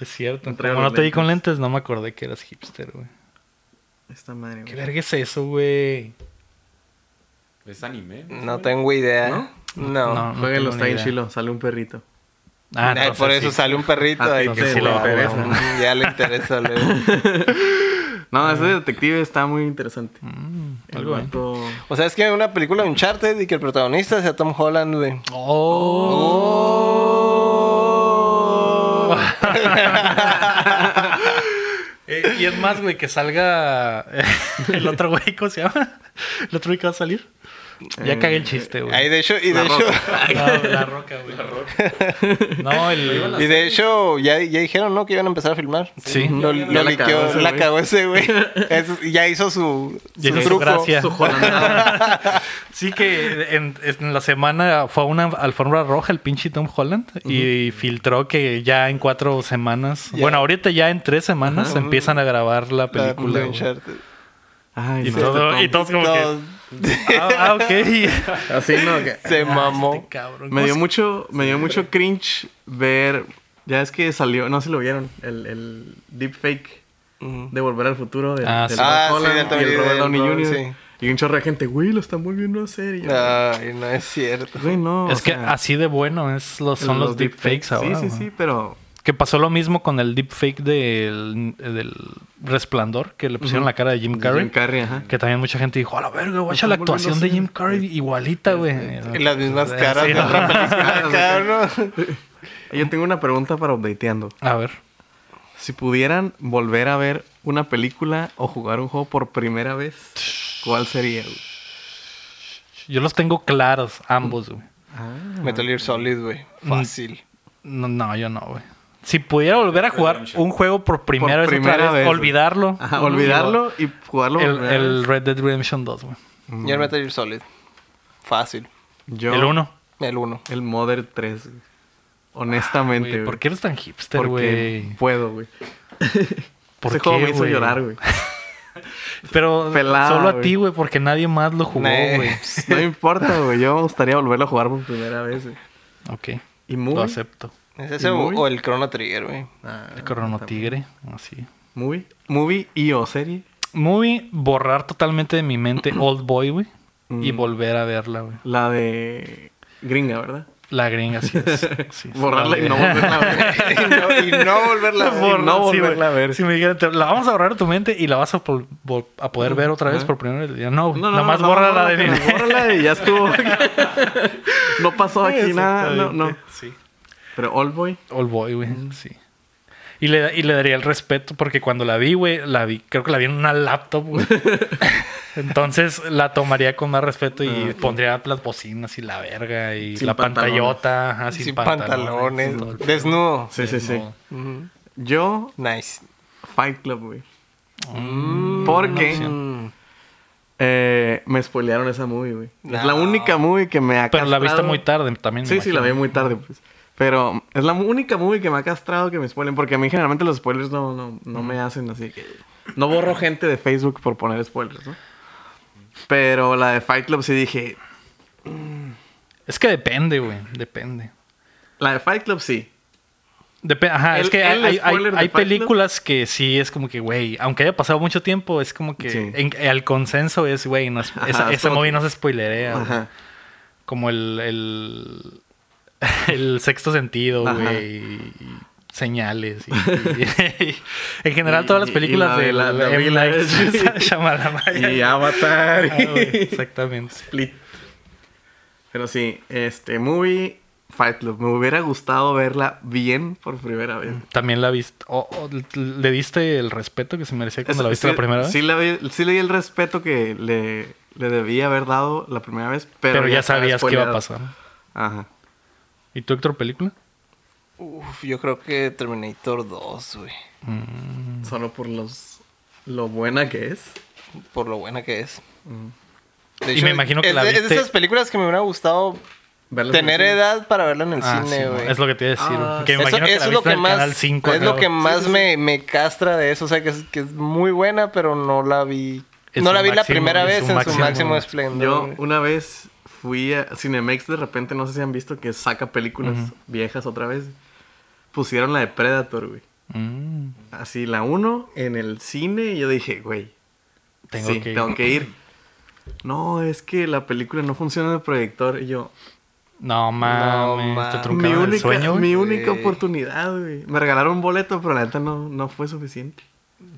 A: Es cierto.
C: No traigo
A: Como no
C: los
A: te di con lentes, no me acordé que eras hipster, güey.
C: Esta madre,
A: ¿Qué
C: güey.
A: verga es eso, güey?
D: Es anime.
B: No tengo idea. ¿No?
A: No, no tengo
C: Jueguenlo, está
A: ni
C: en
A: idea.
C: chilo. Sale un perrito. <laughs>
A: Ah,
B: Ay,
A: entonces
B: por eso
A: sí.
B: sale un perrito.
C: Ah,
B: ahí
C: sí,
B: que
A: sí, le
B: Ah,
A: interesa.
B: bueno, Ya le interesa luego.
C: No, ese detective está muy interesante.
A: Ah. Mm,
C: El
A: algo ahí.
C: vato...
B: O sea, es que una película de Uncharted y que el protagonista sea Tom Holland, güey.
A: Oh. <laughs> Eh, y es más, güey, que salga el otro güey, ¿cómo se llama? El otro güey que va a salir. Ya
C: Eh,
A: cagué el chiste, güey.
B: Ahí de hecho, y
C: La
B: de hecho,
C: Roca.
A: No, la roca, güey. No, el.
B: y de hecho, ya, ya dijeron, ¿no? Que iban a empezar a filmar.
A: Sí.
B: Lo,
C: Ya
B: lo
C: la
B: liqueó,
C: cagó ese
B: la
C: güey.
B: cagó
A: <laughs>
B: ese güey. Es- ya hizo su,
A: Ya
B: su
A: hizo su
B: truco.
A: gracia.
C: Su jornada.
A: <laughs> Sí, que en, en la semana fue a una alfombra roja el pinche Tom Holland y filtró que ya en cuatro semanas,
B: Ya.
A: bueno, ahorita ya en tres semanas empiezan a grabar la
B: La
A: película.
B: de
A: güey.
B: Uncharted.
C: Ay,
A: y,
C: no,
A: todo- y
C: este
A: todos como
B: No,
A: que. <laughs> Ah, ah,
C: <laughs>
A: ok.
C: Tom. Así no, que...
B: se mamó.
A: Este cabrón.
C: Me dio
A: ¿Cómo
C: mucho, me dio mucho cringe ver. Ya es que salió, no se lo vieron, el, el deepfake
B: Ujú.
C: de Volver al Futuro del,
A: Ah,
C: del
A: sí.
B: Ah,
C: Tom
B: sí,
C: Holland
B: del
C: y el Robert
B: Tom-
C: Downey
B: del
C: Jr.
B: Robert, Ah.
C: Y un chorro de gente, güey, lo están volviendo a hacer. Y yo,
B: Ay, no es cierto.
C: Güey, no.
A: se- Es
C: o
A: que
C: sea,
A: así de bueno es los, son los, deepfakes ahora.
C: Sí, sí,
A: güey.
C: sí, pero.
A: Que pasó lo mismo con el deepfake del, del resplandor que le pusieron la cara de Jim Carrey.
C: Jim Carrey, ajá.
A: Que también mucha gente dijo, a la verga, guacha la
C: Están volviendo
A: actuación de
C: así.
A: Jim Carrey igualita, güey.
B: Y las mismas
A: Sí,
B: caras
A: <laughs>
B: de
A: no.
B: otra película, cabrón.
C: Yo tengo una pregunta para updateando.
A: A ver.
C: Si pudieran volver a ver una película o jugar un juego por primera vez, ¿cuál sería? güey?
A: Yo los tengo claros, ambos, güey.
B: Metal Gear Solid, güey.
A: Mm.
B: Fácil.
A: No, no, yo no, güey. Si pudiera volver a jugar un juego por primera,
C: Por
A: vez, otra
C: primera
A: vez,
C: vez, güey.
A: olvidarlo.
B: Ah,
C: Ajá, olvidarlo y jugarlo por
A: El,
C: primera
A: el
C: vez.
A: Red Dead Redemption 2, güey.
B: Yo el Metal Gear Solid. Fácil.
C: Yo-
A: El 1.
B: El 1.
C: El Mother 3. güey. Honestamente, güey.
A: Ah, ¿Por qué eres tan hipster,
C: Porque
A: güey?
C: puedo, güey.
A: ¿Por
C: Ese
A: qué,
C: juego me hizo
A: güey?
C: llorar,
A: <laughs>
C: güey.
A: Pero
C: Pelada,
A: solo a
C: güey.
A: ti, güey, porque nadie más lo jugó,
B: Nah. <laughs>
A: güey.
C: No me importa, güey. Yo me gustaría volverlo a jugar por primera vez, güey.
A: Ok,
C: Y
A: lo
C: muy.
A: acepto.
B: ¿Es ese
C: ¿Y
B: o,
C: muy?
B: o el Chrono Trigger, güey?
A: El Crono Tigre, así.
C: Movie. Movie y o serie.
A: Muy borrar totalmente de mi
C: <clears throat>
A: mente Old Boy, güey. Y
C: Mm.
A: volver a verla, güey.
C: La de gringa, ¿verdad?
A: La gringa, así es. Sí, sí,
C: <laughs> Borrarla
A: la
C: y no
A: gringa.
C: volverla a
A: <laughs>
B: <laughs> y,
C: ver.
B: no, y no volverla a ver.
C: Por- no
A: Sí, güey.
C: volverla a ver.
A: Si me dijeran, te- la vamos a borrar de tu mente y la vas a, pol- vol- a
C: Mm,
A: poder ver otra vez por primera vez. Ya, No, güey, nada más borra la de mi
C: bórrala,
A: mente.
C: Bórrala y
A: <laughs>
C: ya estuvo. no pasó aquí nada. No, no.
A: Sí.
C: Pero Oldboy.
A: Old Boy, güey. Sí. Y le, y le daría el respeto porque cuando la vi, güey, la vi, creo que la vi en una laptop,
C: <laughs>
A: güey. Entonces la tomaría con más respeto y pondría las bocinas y la verga y
C: Ah, Sin
A: la
C: pantalones.
A: pantallota, ajá, sin,
B: Sin, pantalones.
A: sin todo el-
B: desnudo.
C: Sí, sí, sí.
A: No.
B: Ujú.
C: Yo,
B: Nice.
C: Fight Club, güey.
A: Mm,
C: Porque
A: una opción.
C: eh, me spoilearon esa movie, güey. Es la
B: No.
C: única movie que me ha
A: Ah. Pero la viste
C: castrado.
A: muy tarde también. me
C: Sí, sí, la vi
A: imagino.
C: muy tarde, pues. Pero es la única movie que me ha castrado que me spoilen. Porque a mí generalmente los spoilers no, no, no me hacen así que... No borro gente de Facebook por poner spoilers, ¿no? Pero la de Fight Club sí dije...
A: Es que depende, güey. Depende.
C: La de Fight Club sí.
A: Depe- Ajá,
C: El-
A: es que hay,
C: el
A: hay- hay-
C: spoiler de
A: hay
C: Fight Club.
A: películas que sí es como que, güey, aunque haya pasado mucho tiempo, es como que
C: Sí.
A: en- el consenso es, güey, no es-
C: Ajá,
A: esa,
C: es
A: esa
C: como
A: movie
C: que-
A: no se spoilerea. güey.
C: Ajá.
A: Como el, el, <laughs> el sexto sentido,
C: Ajá.
A: güey, y- y señales. y-
C: <laughs>
A: y- <laughs> en general, todas las
C: Y- y
A: películas
C: la de
A: de,
C: la- la
A: M.
C: Vila
A: Night <laughs>
C: es-
A: Shyamalan.
C: Y Avatar.
A: Ah, güey, exactamente.
C: Split. Pero sí, este movie Fight Club. Me hubiera gustado verla bien por primera vez.
A: También la viste. o- o ¿Le diste el respeto que se merecía cuando
C: Eso-
A: la viste
C: sí-
A: la primera vez?
C: Sí, la vi- sí leí el respeto que le, le debía haber dado la primera vez, pero,
A: pero, ya
C: estaba
A: sabías que iba a
C: spoileado.
A: pasar.
C: Ajá.
A: ¿Y tú, Héctor, película?
B: Uf, yo creo que Terminator 2, güey.
C: Solo por los lo buena que es.
B: Por lo buena que es. De
A: Mm. Y me imagino que
B: es,
A: la
B: de- Es
A: viste-
B: de esas películas que me hubiera gustado
C: Verla
B: tener
C: en el
B: edad para verla en el
A: Ah, sí,
B: cine, güey.
A: es lo que te iba a decir.
C: Ah,
A: güey. que me
B: Eso-
A: imagino que
B: eso
A: la viste en el canal 5.
B: es lo que
A: creo.
B: más me, me castra de eso. O sea, que es, que es muy buena, pero no la vi.
A: En
B: no
A: su
B: la vi la
A: máximo-
B: primera
A: en
B: vez
A: su
B: en su
A: máximo-
B: máximo
C: cine.
B: esplendor.
C: Yo
B: güey.
C: una vez fui a Cinemex de repente, no sé si han visto que saca películas viejas otra vez. Pusieron la de Predator, güey.
A: Mm,
C: Así la 1 en el cine y yo dije, güey,
A: tengo
C: sí,
A: que ir.
C: tengo que ir. No, es que la película no funciona en el proyector y yo,
A: No mames,
B: mames.
A: te
C: Mi
A: truncaron
C: única,
A: el sueño. güey.
C: mi única
B: Güey.
C: oportunidad, güey. Me regalaron un boleto, pero la neta no, no fue suficiente.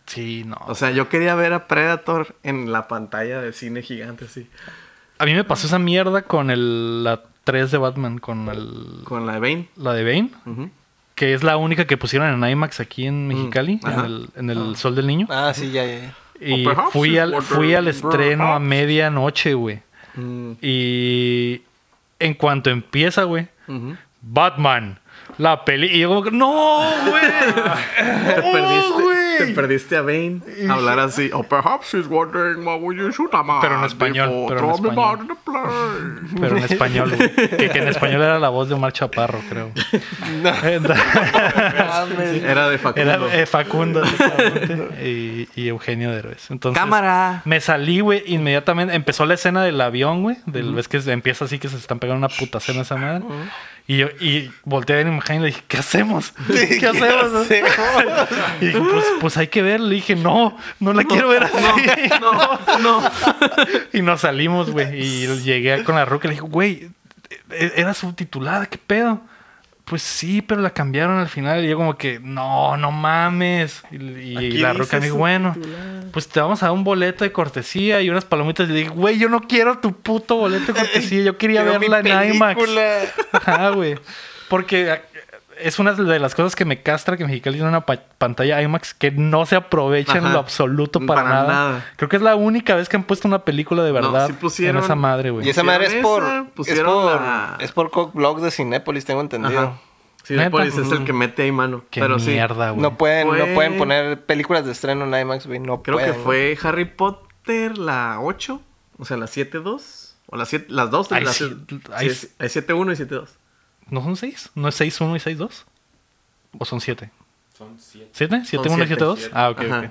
A: Sí, no.
C: O sea, yo quería ver a Predator en la pantalla de cine gigante, así.
A: a mí me pasó esa mierda con el, la 3 de Batman, con el,
C: Con la de Bane.
A: la de Bane,
C: Ujú.
A: que es la única que pusieron en IMAX aquí en Mexicali, en
C: Mm. ajá.
A: el, en el Sol del Niño.
B: Ah, sí, ya, ya. ya.
A: Y
C: O perhaps
A: fui
C: it
A: al,
C: was
A: fui
C: the-
A: al estreno a
C: perhaps.
A: medianoche, güey.
C: Mm,
A: Y en cuanto empieza, güey,
C: ujú.
A: Batman, la peli. Y yo como que, no, güey.
C: <laughs> Te, perdiste,
A: güey!
C: te perdiste a Bane hablar así. O "Oh, perhaps he's wondering what would you shoot a man
A: Pero en español,
C: before
A: pero en
C: throwing him
A: español.
C: out of the plane.
A: Pero en español, güey. Que, que en español era la voz de Omar Chaparro,
C: <laughs>
A: creo. Entonces,
C: Ah,
A: <laughs>
C: Era de
A: era
C: Facundo.
A: eh, Facundo, exactamente, y, y Eugenio Derbez. Entonces,
C: Cámara.
A: Me salí, güey, inmediatamente. Empezó la escena del avión, güey. Del, Ves que se- empieza así que se están pegando una puta cena esa madre. Y yo y volteé a ver a Eugenio y le dije, ¿qué hacemos? ¿Qué, hacemos? <laughs>
B: Sí.
A: Y dije, pues, pues hay que ver. Le dije, no, no la quiero ver así.
C: No, no.
A: <laughs> Y nos salimos, güey. Y llegué con la roca y le dije, güey, e- era subtitulada, ¿qué pedo? Pues sí, pero la cambiaron al final. Y yo como que, no, no mames. Y, y
C: Aquí
A: la
C: dice
A: roca me dijo, bueno,
C: subtitulada.
A: pues te vamos a dar un boleto de cortesía y unas palomitas. Y le dije, güey, yo no quiero tu puto boleto de cortesía. Yo quería
B: Quiero
A: <laughs>
B: mi
A: verla en IMAX.
B: película.
A: Ajá, güey. Ah, Porque eh, es una de las cosas que me castra que Mexicali tiene una pa- pantalla IMAX que no se aprovecha en
C: Ajá.
A: lo absoluto para,
C: Para
A: nada.
C: nada.
A: Creo que es la única vez que han puesto una película de verdad
C: sí pusieron-
A: en esa madre,
B: Y
A: güey.
B: esa
C: Pusieron
B: madre es por.
C: esa,
B: es
C: pusieron
B: por.
C: la-
B: Es por Cockblog de Cinépolis, tengo entendido.
C: Ajá. Sí,
A: ¿Neta? pues, mm,
C: Polis es el que mete ahí mano.
A: Qué
C: pero sí.
A: mierda, güey.
B: No pueden, no
C: Fue-
B: pueden poner películas de estreno en IMAX, güey. No
C: Creo que
B: pueden, güey.
C: fue Harry Potter la 8, o sea, la 7-2, o las siete- las 2,
A: Ay,
C: las
A: sí,
C: siete-
A: ay,
C: sí, hay 7-1 y 7-2.
A: ¿No son seis? ¿No es seis uno y seis dos? ¿O son siete?
D: Son siete.
A: ¿Siete? ¿Siete
C: Son
A: uno y siete
C: siete.
A: dos? Ah, ok,
C: Ajá.
A: ok.
D: me parece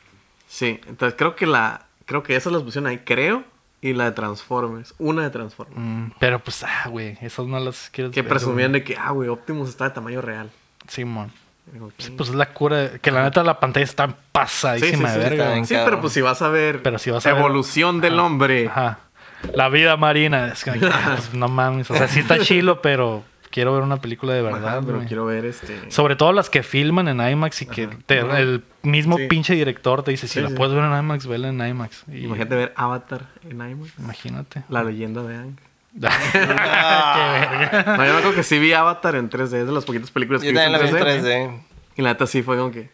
D: que-
C: Sí, entonces creo que la creo que esas las pusieron ahí, creo, y la de Transformers, una de Transformers.
A: Mm, pero pues, ah, güey, esas no las quieres
C: Que
A: ver,
C: presumían
A: güey.
C: de que, ah, güey, Optimus está de tamaño real.
A: Simón.
C: Digo,
A: Pues,
C: "Ok".
A: pues es la cura. de- Que la neta la pantalla está
C: Mm. Sí, sí,
A: pasadísima
C: sí,
A: de verga.
B: está
A: güey.
B: bien.
C: Sí, pero pues si vas a ver
A: Pero si vas a ver-
C: evolución del hombre.
A: Ajá. La vida marina. Es
C: <laughs>
A: que, ah, pues, no mames. O sea, sí está chilo, pero quiero ver una película de verdad,
C: Ajá, pero
A: güey.
C: quiero ver este.
A: Sobre todo las que filman en IMAX y que te- el mismo
C: Sí.
A: pinche director te dice, si
C: Sí,
A: la
C: sí.
A: puedes ver en IMAX, vela en IMAX. Y-
C: Imagínate ver Avatar en IMAX,
A: Imagínate. <laughs>
C: la leyenda de Ang.
A: Qué verga.
C: No, yo me acuerdo que sí vi Avatar en 3D, es de las poquitas películas que
B: Yo también la vi en
C: 3D.
B: 3D.
C: Y la neta sí fue como que.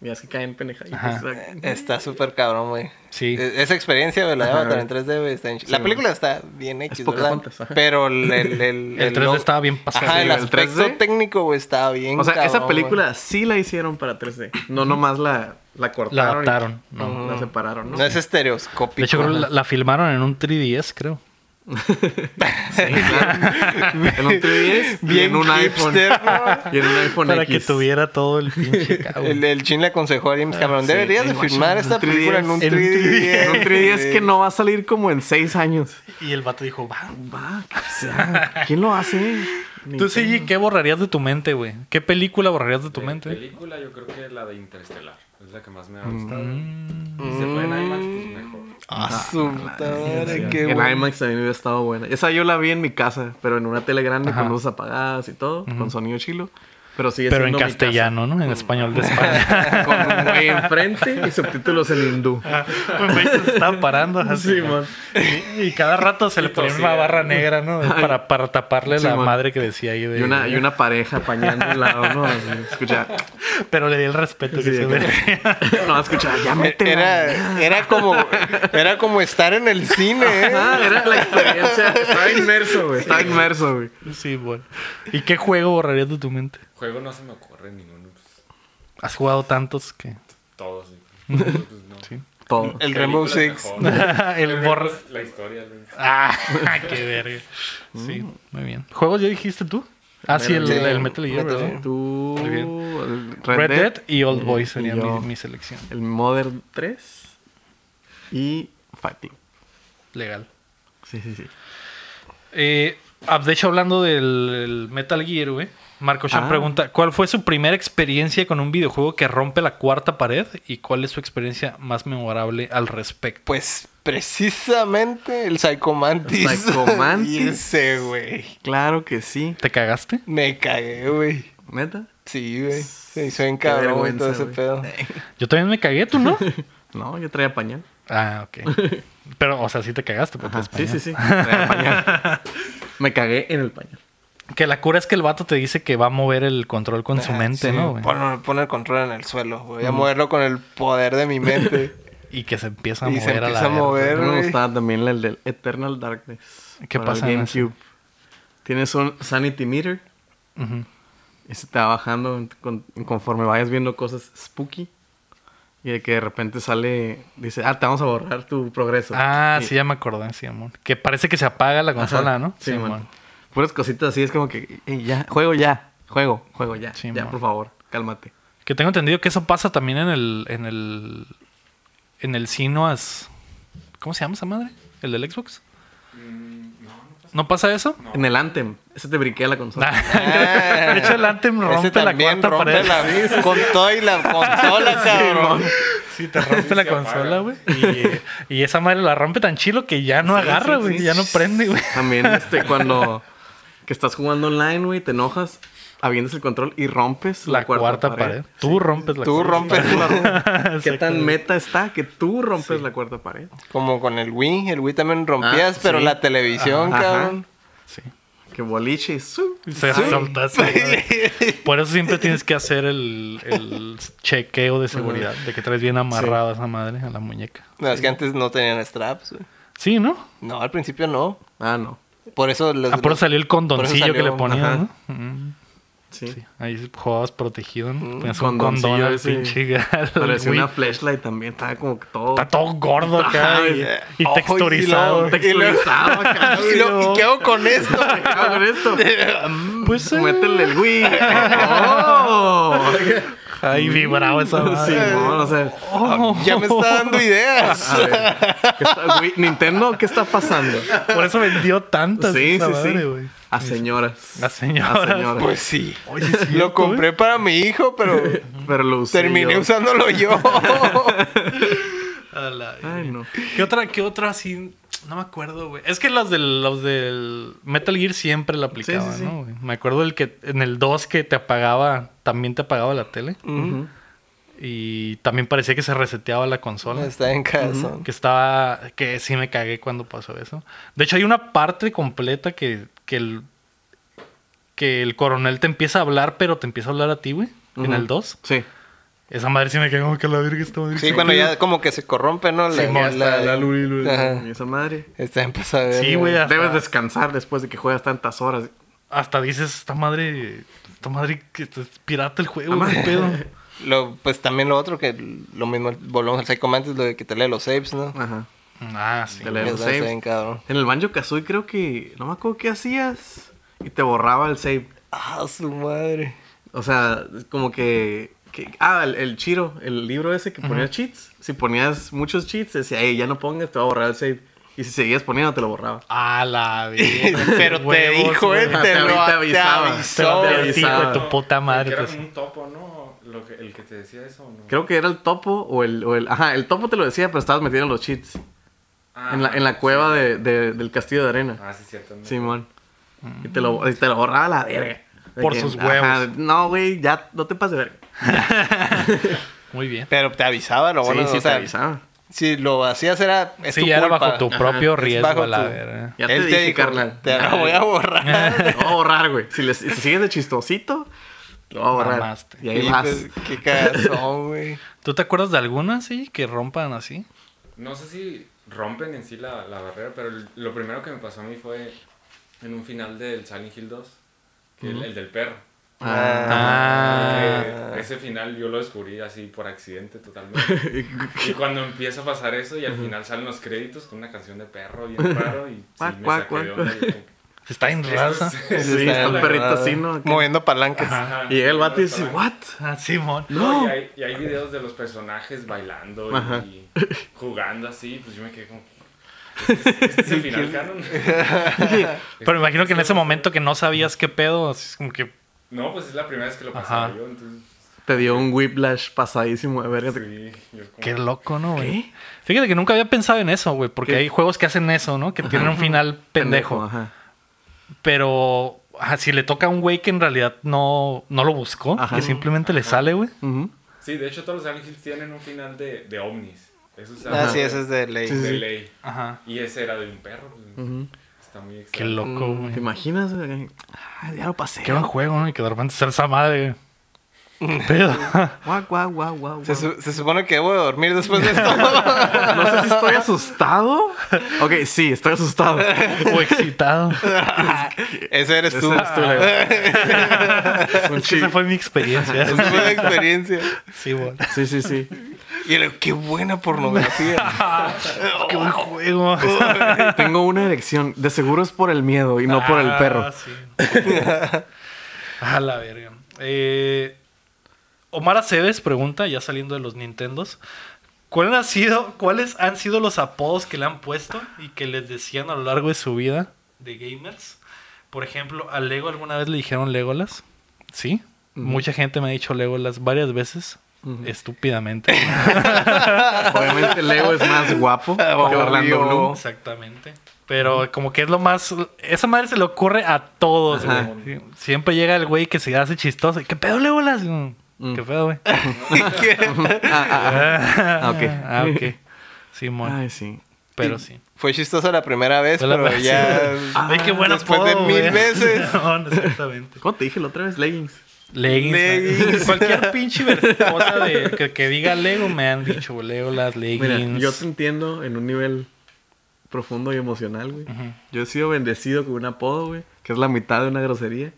C: Miras que caen pendejadas.
A: Ajá.
B: Está súper cabrón, güey.
A: Sí.
B: E- Esa experiencia, güey, la de
C: Ajá,
B: Avatar
C: güey.
B: en 3D, güey, está en ch- La
C: güey.
B: película está bien X, ¿verdad?
C: Pocahontas, ajá.
B: Pero el... El, el,
A: El 3D
B: logo-
A: estaba bien pasado.
B: Ajá, el
C: Sí, el
B: aspecto
C: 3D.
B: técnico, güey, estaba bien
C: O sea,
B: cabrón,
C: esa
B: güey.
C: película sí la hicieron para 3D. No nomás la, la cortaron.
A: La
C: y-
A: adaptaron, no.
C: La separaron, ¿no?
B: No es estereoscópico.
A: De hecho, creo que
B: <laughs>
A: la, la filmaron en un 3DS, creo.
C: En un
B: <laughs>
C: 3DS y en un
B: hipster,
C: iPhone.
B: ¿no?
C: <laughs> Y en un iPhone
A: Para
C: X.
A: que tuviera todo
C: <laughs>
A: el pinche cabo.
B: El, el chin le aconsejó a James Cameron,
C: sí,
B: deberías de
C: en
B: filmar
C: Washington,
B: esta
C: en un
B: película en un
A: 3DS.
B: 3D.
C: En un 3DS que no va a salir como en 6 años.
A: Y el vato dijo, va.
C: Va, que sea. ¿Quién lo hace?
A: Tú, sí, ¿qué borrarías de tu mente, güey? ¿Qué película borrarías de tu
C: Eh,
D: de
A: mente? Mm.
D: película yo creo que la de Interestelar. Es la que más me ha gustado. Si se puede en IMAX, pues mejor.
B: Mm. Ah, su puta madre, qué
C: en
B: bueno.
C: IMAX también hubiera estado buena. Esa yo la vi en mi casa, pero en una tele grande
A: Ajá.
C: con luces apagadas y todo, con sonido chilo. Pero sigue
A: Pero en
C: siendo mi casa.
A: castellano, ¿no? En español
C: <laughs>
A: de España.
C: Con
A: <laughs>
C: un güey enfrente y subtítulos en hindú.
A: Pues, güey, se Estaban parando así.
C: Sí,
A: ¿no?
C: man.
A: y, y cada rato se le ponía
D: tosía.
A: una barra negra, ¿no? Para, para taparle
C: Sí,
A: la
C: man.
A: madre que decía ahí. De,
C: Y una, y una pareja apañando un lado, ¿no? Así, Escucha.
A: Pero le di el respeto que
C: Sí,
A: se
C: de
A: merecía.
C: No, escucha,
A: Eh,
C: ya métela.
B: Era, era como era como estar en el cine, ¿eh?
C: Ah, era la experiencia. Estaba inmerso, güey. Estaba inmerso, güey.
A: <laughs> Sí, bueno. ¿Y qué juego borrarías de tu mente?
D: Juego no se me ocurre ninguno. pues,
A: Has jugado tantos que. <laughs>
D: todos. sí. Pues, no.
C: Todo.
B: El Rainbow
D: Películas
A: <laughs>
B: Six.
D: mejor.
A: el borra.
D: La historia. güey.
A: Ah, <laughs> qué verga. Sí,
C: Mm.
A: muy bien. ¿Juegos ya dijiste tú? Ah, sí, el,
B: Sí,
A: el Metal Gear,
B: Metal
A: ¿verdad?
B: Gear.
C: Tú.
A: Muy bien.
C: el
A: Red, Dead, y Old Boy
C: Y
A: sería
C: yo.
A: mi, mi selección.
C: El Modern 3. Y Fight Club.
A: Legal.
C: Sí, sí, sí.
A: Eh, ah, de hecho, hablando del el Metal Gear, güey. Marco Chan
C: Ah.
A: pregunta, ¿cuál fue su primera experiencia con un videojuego que rompe la cuarta pared? ¿Y cuál es su experiencia más memorable al respecto?
B: Pues precisamente el Psychomantis. <laughs>
C: Psychomantis.
B: y ese, güey.
C: Claro que sí.
A: ¿Te cagaste?
B: Me cagué, güey.
C: ¿Neta?
B: Sí, güey. Se hizo
C: Qué
B: en cabrón, güey,
C: vergüenza,
B: todo ese
C: güey.
B: pedo.
A: Eh, Yo también me cagué, ¿tú no? <laughs>
C: No, yo traía pañal.
A: ah, ok. Pero, o sea, sí te cagaste. porque
C: Ajá,
A: es
C: sí,
A: español.
C: sí, sí.
A: <laughs>
C: Traía pañal. <laughs> Me cagué en el pañal.
A: Que la cura es que el vato te dice que va a mover el control con su
B: Ah,
A: mente,
B: sí,
A: ¿no? güey?
B: Pon, pon el control en el suelo. Voy a moverlo con el poder de
A: <laughs>
B: mi mente.
A: Y que se empieza a
B: Y se
A: mover a la
B: empieza a
A: verga.
B: mover.
C: Pero me
B: güey.
C: gustaba también el del Eternal Darkness.
A: ¿Qué
C: para el
A: pasa en ese?
C: GameCube. Tienes un Sanity Meter
A: Ujú.
C: y se te va bajando en- con- conforme vayas viendo cosas spooky. Y de que de repente sale, dice, ah, te vamos a borrar tu progreso.
A: Ah,
C: Y-
A: sí, ya me acordé, sí, amor. Que parece que se apaga la
C: Ajá.
A: consola, ¿no?
C: Sí,
A: amor.
C: man. Puras cositas así, es como que, "Ey, ya, juego ya, juego, juego ya.
A: Sí,
C: ya,
A: man.
C: por favor, cálmate.
A: Que tengo entendido que eso pasa también en el. En el. En el Sinoas. ¿Cómo se llama esa madre? ¿El del Xbox?
B: Mm,
A: no, pasa eso? <laughs>
C: En el Anthem, ese te briquea la consola. <laughs>
B: Ah,
A: de hecho, el Anthem
B: ese
A: rompe la
B: también
A: cuarta
B: rompe
A: pared. <laughs>
B: la- con todo y la consola, cabrón.
A: Sí, te rompe la
D: Se
A: consola,
D: apaga.
A: güey. Y, y esa madre la rompe tan chilo que ya no agarra, güey. Ya no prende, güey.
B: Ah,
C: También, este, cuando que estás jugando online, güey, te enojas, avientas el control y rompes
A: La,
C: la,
A: cuarta, pared. Tú rompes la
B: Tú
A: cuarta
B: rompes
A: <laughs>
B: la-
A: pared.
C: ¿Qué tan meta está que tú rompes la cuarta pared?
B: Como con el Wii. El Wii también rompías,
C: Ah,
B: pero
C: sí.
B: la televisión,
C: Ajá.
B: cabrón.
A: Sí.
C: que boliche y ¡zum!
A: Se saltas, ¿no? Por eso siempre tienes que hacer el, el chequeo de seguridad, de que traes bien amarrada esa madre a la muñeca.
B: No, es que antes no tenían straps, güey.
A: Sí, ¿no?
B: No, al principio no.
C: Ah, no.
B: Por eso los,
A: Ah,
C: Pues
A: por eso
B: los-
A: salió el condoncillo
B: salió,
A: que le ponían,
C: ajá.
A: ¿no? Mm,
C: Sí.
A: sí. Ahí jugabas protegido, ¿no? Ponías un
C: Mm, condoncillo
A: condón al
C: ese.
A: pinche gal-
C: <laughs> Parecía
A: güey.
C: una flashlight también, estaba como que todo
A: Está todo
C: <laughs>
A: gordo acá y, y
B: Ojo, y
A: texturizado.
B: luego-
C: texturizado <laughs>
A: <laughs>
C: acá.
B: Y, lo- ¿y qué hago con
C: <laughs>
B: esto? güey?
C: ¿Qué hago con esto?
A: Pues, eh,
C: Métele
A: <laughs>
C: el Wii. ¡Oh!
A: Ahí ah, vibraba esa
C: Sí,
A: madre.
C: no, o sea,
A: Oh.
B: ya me está dando ideas.
C: a ver, ¿qué está- Wii- Nintendo, ¿qué está pasando?
A: Por eso vendió tantas.
C: Sí, sí,
A: esa madre,
C: sí.
A: güey.
C: A señoras.
A: A señoras.
B: Pues sí.
A: es
B: lo
A: cierto,
B: compré para mi hijo, pero
C: Pero lo usé
B: terminé
C: yo.
B: usándolo yo.
A: A la verga.
C: Ay, no.
A: ¿Qué otra, qué otra así? No me acuerdo, güey. Es que las del, los del Metal Gear siempre la aplicaban,
C: sí, sí.
A: ¿no? güey? Me acuerdo del que en el 2 que te apagaba, también te apagaba la tele.
C: Ujú.
A: Y también parecía que se reseteaba la consola.
B: está en casa.
A: Que estaba. Que sí me cagué cuando pasó eso. De hecho, hay una parte completa que, que el. Que el coronel te empieza a hablar, pero te empieza a hablar a ti, güey. En
C: Ujú.
A: el 2.
C: Sí.
A: Esa madre sí me cagó que la verga esta madre.
B: Sí, cuando ya como que se corrompe, ¿no? La-
C: Simón,
B: la-
C: está la luz y luz.
B: Ajá.
C: Y esa madre.
B: Está empezando a ver.
A: Sí, güey. hasta-
C: Debes descansar después de que juegas tantas horas.
A: Hasta dices, esta madre. Esta madre que te- es pirata el juego,
C: Ah,
A: qué pedo.
B: Lo, pues también lo otro que lo mismo volvemos al Psycho Mantis, lo de que te lee los saves, ¿no?
C: <laughs> Ajá.
A: Ah, sí.
C: Te
B: Que
C: lee los
B: está
C: saves.
B: bien cabrón.
C: En el Banjo Kazooie creo que. No me acuerdo qué hacías. Y te borraba el save.
B: Ah, su madre.
C: O sea, como que. que- ah, el, el Chiro, el libro ese que ponía cheats. Si ponías muchos cheats, decía, hey, ya no pongas, te va a borrar el save. Y si seguías poniendo, te lo borraba.
A: A la verga.
B: Pero te
A: Huevos,
B: dijo,
A: güey.
B: eh,
C: Ah,
B: te
C: te
B: lo
C: avi- te
B: te
A: Te
C: avisaba.
A: lo
B: avisó.
C: Te
A: advertí,
C: avisaba.
A: hijo de tu puta
D: Que
A: madre.
D: era
A: pues.
D: como un topo, ¿no? Lo que- el que te decía eso, ¿no?
C: Creo que era el topo o el, o el. Ajá, el topo te lo decía, pero estabas metido en los cheats.
D: Ah,
C: en, la, en la cueva de- de- del castillo de arena.
D: Ah, sí, cierto. no.
C: Simón. Y te lo, y te lo borraba a la verga. De
A: Mm. Por
C: que,
A: sus
C: ajá,
A: huevos.
C: no, güey, ya no te pases de verga.
A: Muy bien.
B: Pero te avisaba, lo Ah, bueno.
C: sí, sí,
B: o sea,
C: te avisaba.
B: Si lo hacías era. es
A: Sí,
B: tu
A: ya era
B: culpa.
A: bajo tu
C: Ajá,
A: propio
B: es
A: riesgo,
B: bajo
A: a la
B: tu-
A: verga.
C: Ya
B: Él
C: te dije, carnal.
B: Te la voy a
C: <laughs>
B: borrar.
C: Te voy a borrar, güey. Si, le- si sigues de chistosito, lo voy a borrar.
A: Mamaste.
C: Y ahí
B: Y,
C: vas.
B: pues, Qué cagazón, güey.
A: ¿Tú te acuerdas de alguna, sí, que rompan así?
D: No sé si rompen en sí la, la barrera, pero el- lo primero que me pasó a mí fue en un final del Silent Hill 2, que el, el del perro.
A: Ah.
D: Que ese final yo lo descubrí así por
C: <laughs>
D: accidente totalmente. Y cuando empieza a pasar eso y al final salen los créditos con una canción de perro bien raro y sí,
C: Cuac,
D: me
C: cuac,
D: saqué
C: cuac.
D: de onda, yo como que,
A: Está en
D: "Esto
A: raza.
D: es-
C: Sí, está un perrito así, ¿no?
B: Moviendo palancas.
D: Ajá.
C: Y llega el vato y dice,
D: Ajá.
C: ¿what?
A: <laughs> Ah, Simón.
D: No, y hay, y hay videos de los personajes bailando
C: Ajá.
D: y jugando así, pues yo me quedé como... "Este es- este es el final canon?
C: <laughs>
A: Pero me imagino que en ese momento que no sabías qué pedo, así es como que.
D: No, pues es la primera vez que lo pasaba
A: Ajá.
D: yo, entonces...
C: Te dio un whiplash pasadísimo de verga.
D: Sí, yo como...
A: Qué loco, ¿no, güey?
C: ¿Qué?
A: Fíjate que nunca había pensado en eso, güey, porque
C: ¿Qué?
A: hay juegos que hacen eso, ¿no? Que tienen un final pendejo.
C: Ajá.
A: Pero ajá, si le toca a un güey que en realidad no, no lo buscó,
C: Ajá.
A: que simplemente le sale, güey.
C: Ujú.
D: Sí, de hecho todos los Silent Hills tienen un final de, de ovnis. Eso es
B: Ah,
D: algo
B: sí, ese es de ley.
D: de ley.
A: Ajá.
D: Y ese era de un perro. pues, Está muy
A: Qué
D: extraño.
A: loco, güey.
C: ¿Te imaginas? güey? Ah, ya lo pasé.
A: Qué buen juego, ¿no? Y que de repente sea esa <laughs> madre, güey. ¿Qué pedo?
C: Guau, guau, guau, guau.
B: Se,
C: guau.
B: su- se supone que debo de dormir después de esto.
C: <laughs> No sé si estoy asustado. Ok, sí,
A: <laughs>
C: estoy asustado.
A: o excitado.
B: Ese eres tú.
C: Ese eres
B: <laughs>
C: tú, Leo. Es un
A: Esa
C: chip.
A: fue mi experiencia.
B: Esa fue la experiencia.
A: sí, güey.
C: Sí, sí, sí.
B: Y era, qué buena pornografía.
A: Ah, Qué buen juego.
C: Tengo una erección. De seguro es por el miedo y no por el
A: Ah,
C: perro.
A: sí. A la verga. Eh, Omar Aceves pregunta, ya saliendo de los Nintendos. ¿Cuál han sido, ¿Cuáles han sido los apodos que le han puesto y que les decían a lo largo de su vida de gamers? Por ejemplo, a Lego alguna vez le dijeron Legolas. Sí. Mucha gente me ha dicho Legolas varias veces.
C: <laughs>
A: Estúpidamente.
C: Obviamente Leo es más guapo que
B: Obvio.
C: Orlando Bloom.
A: Exactamente. Pero como que es lo más... Esa madre se le ocurre a todos,
C: Ajá.
A: güey. Sí, Siempre llega el güey que se hace chistoso. ¿Qué pedo, Legolas? Y uno,
C: Mm.
A: ¿Qué pedo, güey?
B: ¿Qué?
C: <laughs> Ah, ah, ah. ok.
A: <laughs> Ah, ok. Simón.
C: Ay, sí.
A: Pero sí.
B: Fue chistosa la primera vez,
A: Fue la
B: pero
A: primera- Ah. <laughs>
B: ya.
A: Ay, qué buen
B: Después de
A: apodo,
B: mil
A: güey. <laughs>
B: veces.
A: No, no, exactamente.
C: ¿Cómo te dije la otra vez? Leggings.
A: Leggings. man. <laughs>
B: Leggings.
C: <laughs>
A: Cualquier pinche ver- cosa de, que, que diga Lego me han dicho, güey, Lego las
C: Mira,
A: leggings.
C: yo te entiendo en un nivel profundo y emocional, güey. Yo he sido bendecido con un apodo, güey, que es la mitad de una grosería.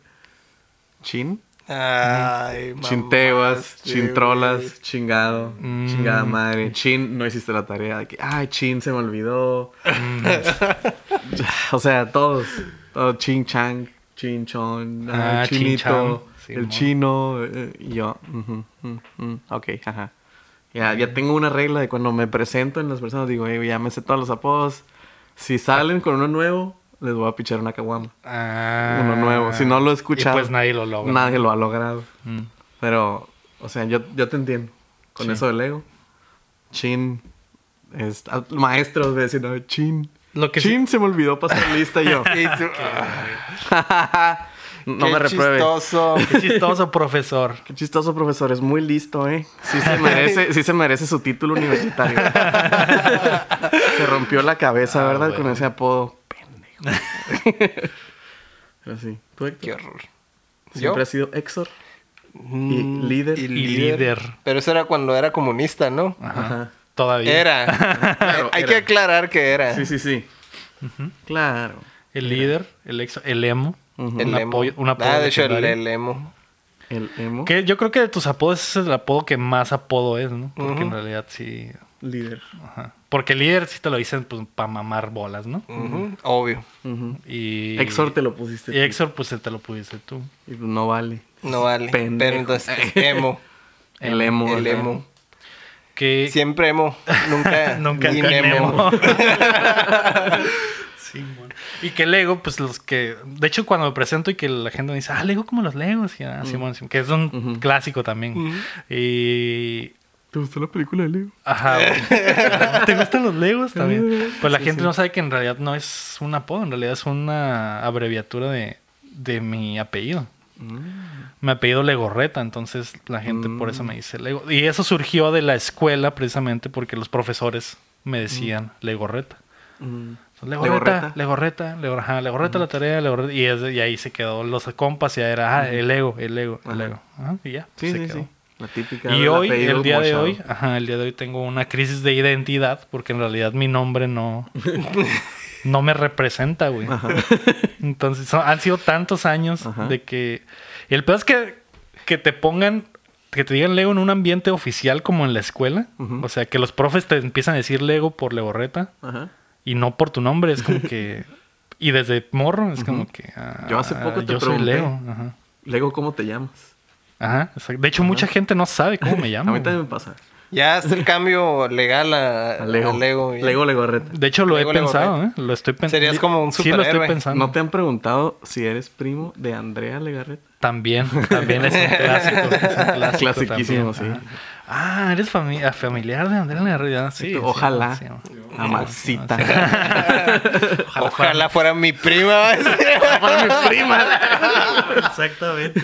C: Chin.
B: Ay, mamá.
C: Chinteguas,
B: Sí, güey.
C: chintrolas, chingado,
A: Mm.
C: chingada madre, chin, no hiciste la tarea, de que, ay, chin, se me olvidó.
A: Mm.
C: <laughs> o sea, todos, todo chin chang, chin chon, ah,
A: Ah,
C: chinito,
A: chin-chan, sí,
C: el
A: mon.
C: chino, eh, y yo, ujú, mm, mm, ok, ajá. Ya,
A: Mm.
C: ya tengo una regla de cuando me presento en las personas, digo, "Ey, güey, ya me sé todos los apodos, si salen con uno nuevo, les voy a pichar una caguama.
A: Ah.
C: Uno nuevo, si no lo he escuchado.
A: Y pues nadie lo logra.
C: Nadie lo ha logrado.
A: Mm.
C: Pero, o sea, yo, yo te entiendo. Con
A: Sí.
C: eso del ego. Chin. Es, ah, maestros de decir, no, chin.
A: Lo que
C: chin se me olvidó
A: <laughs>
C: pasar lista yo.
B: Y tú-
C: <laughs>
B: ah,
C: no
B: qué
C: me repruebe.
B: chistoso.
A: Qué chistoso, profesor.
C: Qué chistoso, profesor. Es muy listo, ¿eh? Sí
A: <laughs>
C: se merece, sí se merece su título universitario. se rompió la cabeza,
A: Ah,
C: ¿verdad?
A: bueno.
C: Con
A: <laughs>
C: ese apodo. Pendejo. Pero sí. ¿Tú, Héctor?
B: Qué horror.
C: Siempre
B: ¿Yo?
C: has sido Exor.
B: Mm,
C: líder.
B: Y
A: Y
B: líder.
A: líder.
B: Pero eso era cuando era comunista, ¿no?
C: Ajá.
A: Todavía. <laughs>
B: Era. Eh, Hay que
C: era.
B: aclarar que era.
C: Sí, sí, sí. Claro.
A: El líder, el ex, el emo.
C: Ujú.
B: El
A: un
B: emo.
A: apoyo- un apoyo
B: ah, de hecho, el,
A: legendario.
B: el emo.
C: El emo.
A: Que yo creo que de tus apodos ese es el apodo que más apodo es, ¿no? Porque en
B: Ujú.
A: realidad sí.
C: Líder.
A: Ajá. Porque líder sí te lo dicen pues, para mamar bolas, ¿no?
B: Ujú, Obvio.
A: Y.
C: Exor te lo pusiste.
A: Y
C: tú.
A: Exor, pues te lo pudiste tú.
C: Y pues no vale.
B: No vale.
C: Pendejo.
B: Pero entonces, es emo.
C: El emo.
B: El
C: ¿verdad?
B: emo.
A: Que.
B: Siempre emo. Nunca.
A: <laughs> Nunca
B: ni
A: nunca
B: nemo.
A: Nemo. <laughs> Sí, mon. Y que Lego, pues los que. De hecho, cuando me presento y que la gente me dice, ah, Lego como los Legos. Y,
B: Mm.
A: ah, Simón, Simón, que es un clásico también. Y.
C: ¿Te gustó la película de Leo?
A: Ajá.
C: <laughs>
A: güey. ¿Te gustan los Legos también? Pues la
C: Sí,
A: gente
C: sí.
A: no sabe que en realidad no es un apodo, en realidad es una abreviatura de, de mi apellido.
C: Mm.
A: Mi apellido Legorreta, entonces la gente por eso
C: Mm.
A: me dice Lego. Y eso surgió de la escuela precisamente porque los profesores me decían
C: Mm.
A: Legorreta. Entonces, Legorreta,
C: Legorreta.
A: Legorreta, Legor- ajá, Legorreta
C: Mm.
A: la tarea, Legorreta. Y, es- y ahí se quedó los compas, ya era ah, el ego, el ego, el
C: Mm. Ajá.
A: ego. Ajá, y ya,
C: Sí,
A: se
C: sí,
A: quedó.
C: sí. La típica.
A: Y
C: del
A: hoy,
C: apellido
A: el día de
C: mochado.
A: hoy, ajá, el día de hoy tengo una crisis de identidad porque en realidad mi nombre no,
C: <laughs>
A: no me representa, güey. Entonces, son- han sido tantos años
C: Ajá.
A: de que... Y el peor es que, que te pongan, que te digan Lego en un ambiente oficial como en la escuela.
C: Ujú.
A: O sea, que los profes te empiezan a decir Lego por Legorreta
C: Ajá.
A: y no por tu nombre. Es como que... Y desde morro es como que... ah,
C: Yo hace poco te
A: Yo soy
C: pregunté.
A: Lego. Ajá.
C: Lego, ¿cómo te llamas?
A: Ajá, exacto. De hecho, mucha gente no sabe cómo me llamo.
C: <laughs> a mí
A: güey.
C: también me pasa.
B: Ya hasta el cambio legal a,
C: A
B: Lego. A
C: Lego.
B: Lego, ya.
C: Lego Legorreta.
A: De hecho, lo
B: Luego,
A: he
B: luego,
A: pensado, ¿eh? Lo estoy pensando.
B: Serías como un
A: Sí, lo
B: superhéroe.
A: estoy pensando.
C: ¿No te han preguntado si eres primo de Andrea Legarreta?
A: También, también es un
B: <laughs>
A: clásico. Es
C: <laughs>
A: un clásico
C: Clasiquísimo,
A: también,
C: sí.
A: ajá. Ah, eres fami- ah, familiar de Andrea Legarreta. Sí, sí,
C: Ojalá.
A: sí, sí.
C: Amarcita.
A: Ojalá.
B: Ojalá fuera mi
C: <laughs>
B: prima.
C: mi prima. <laughs>
A: Exactamente.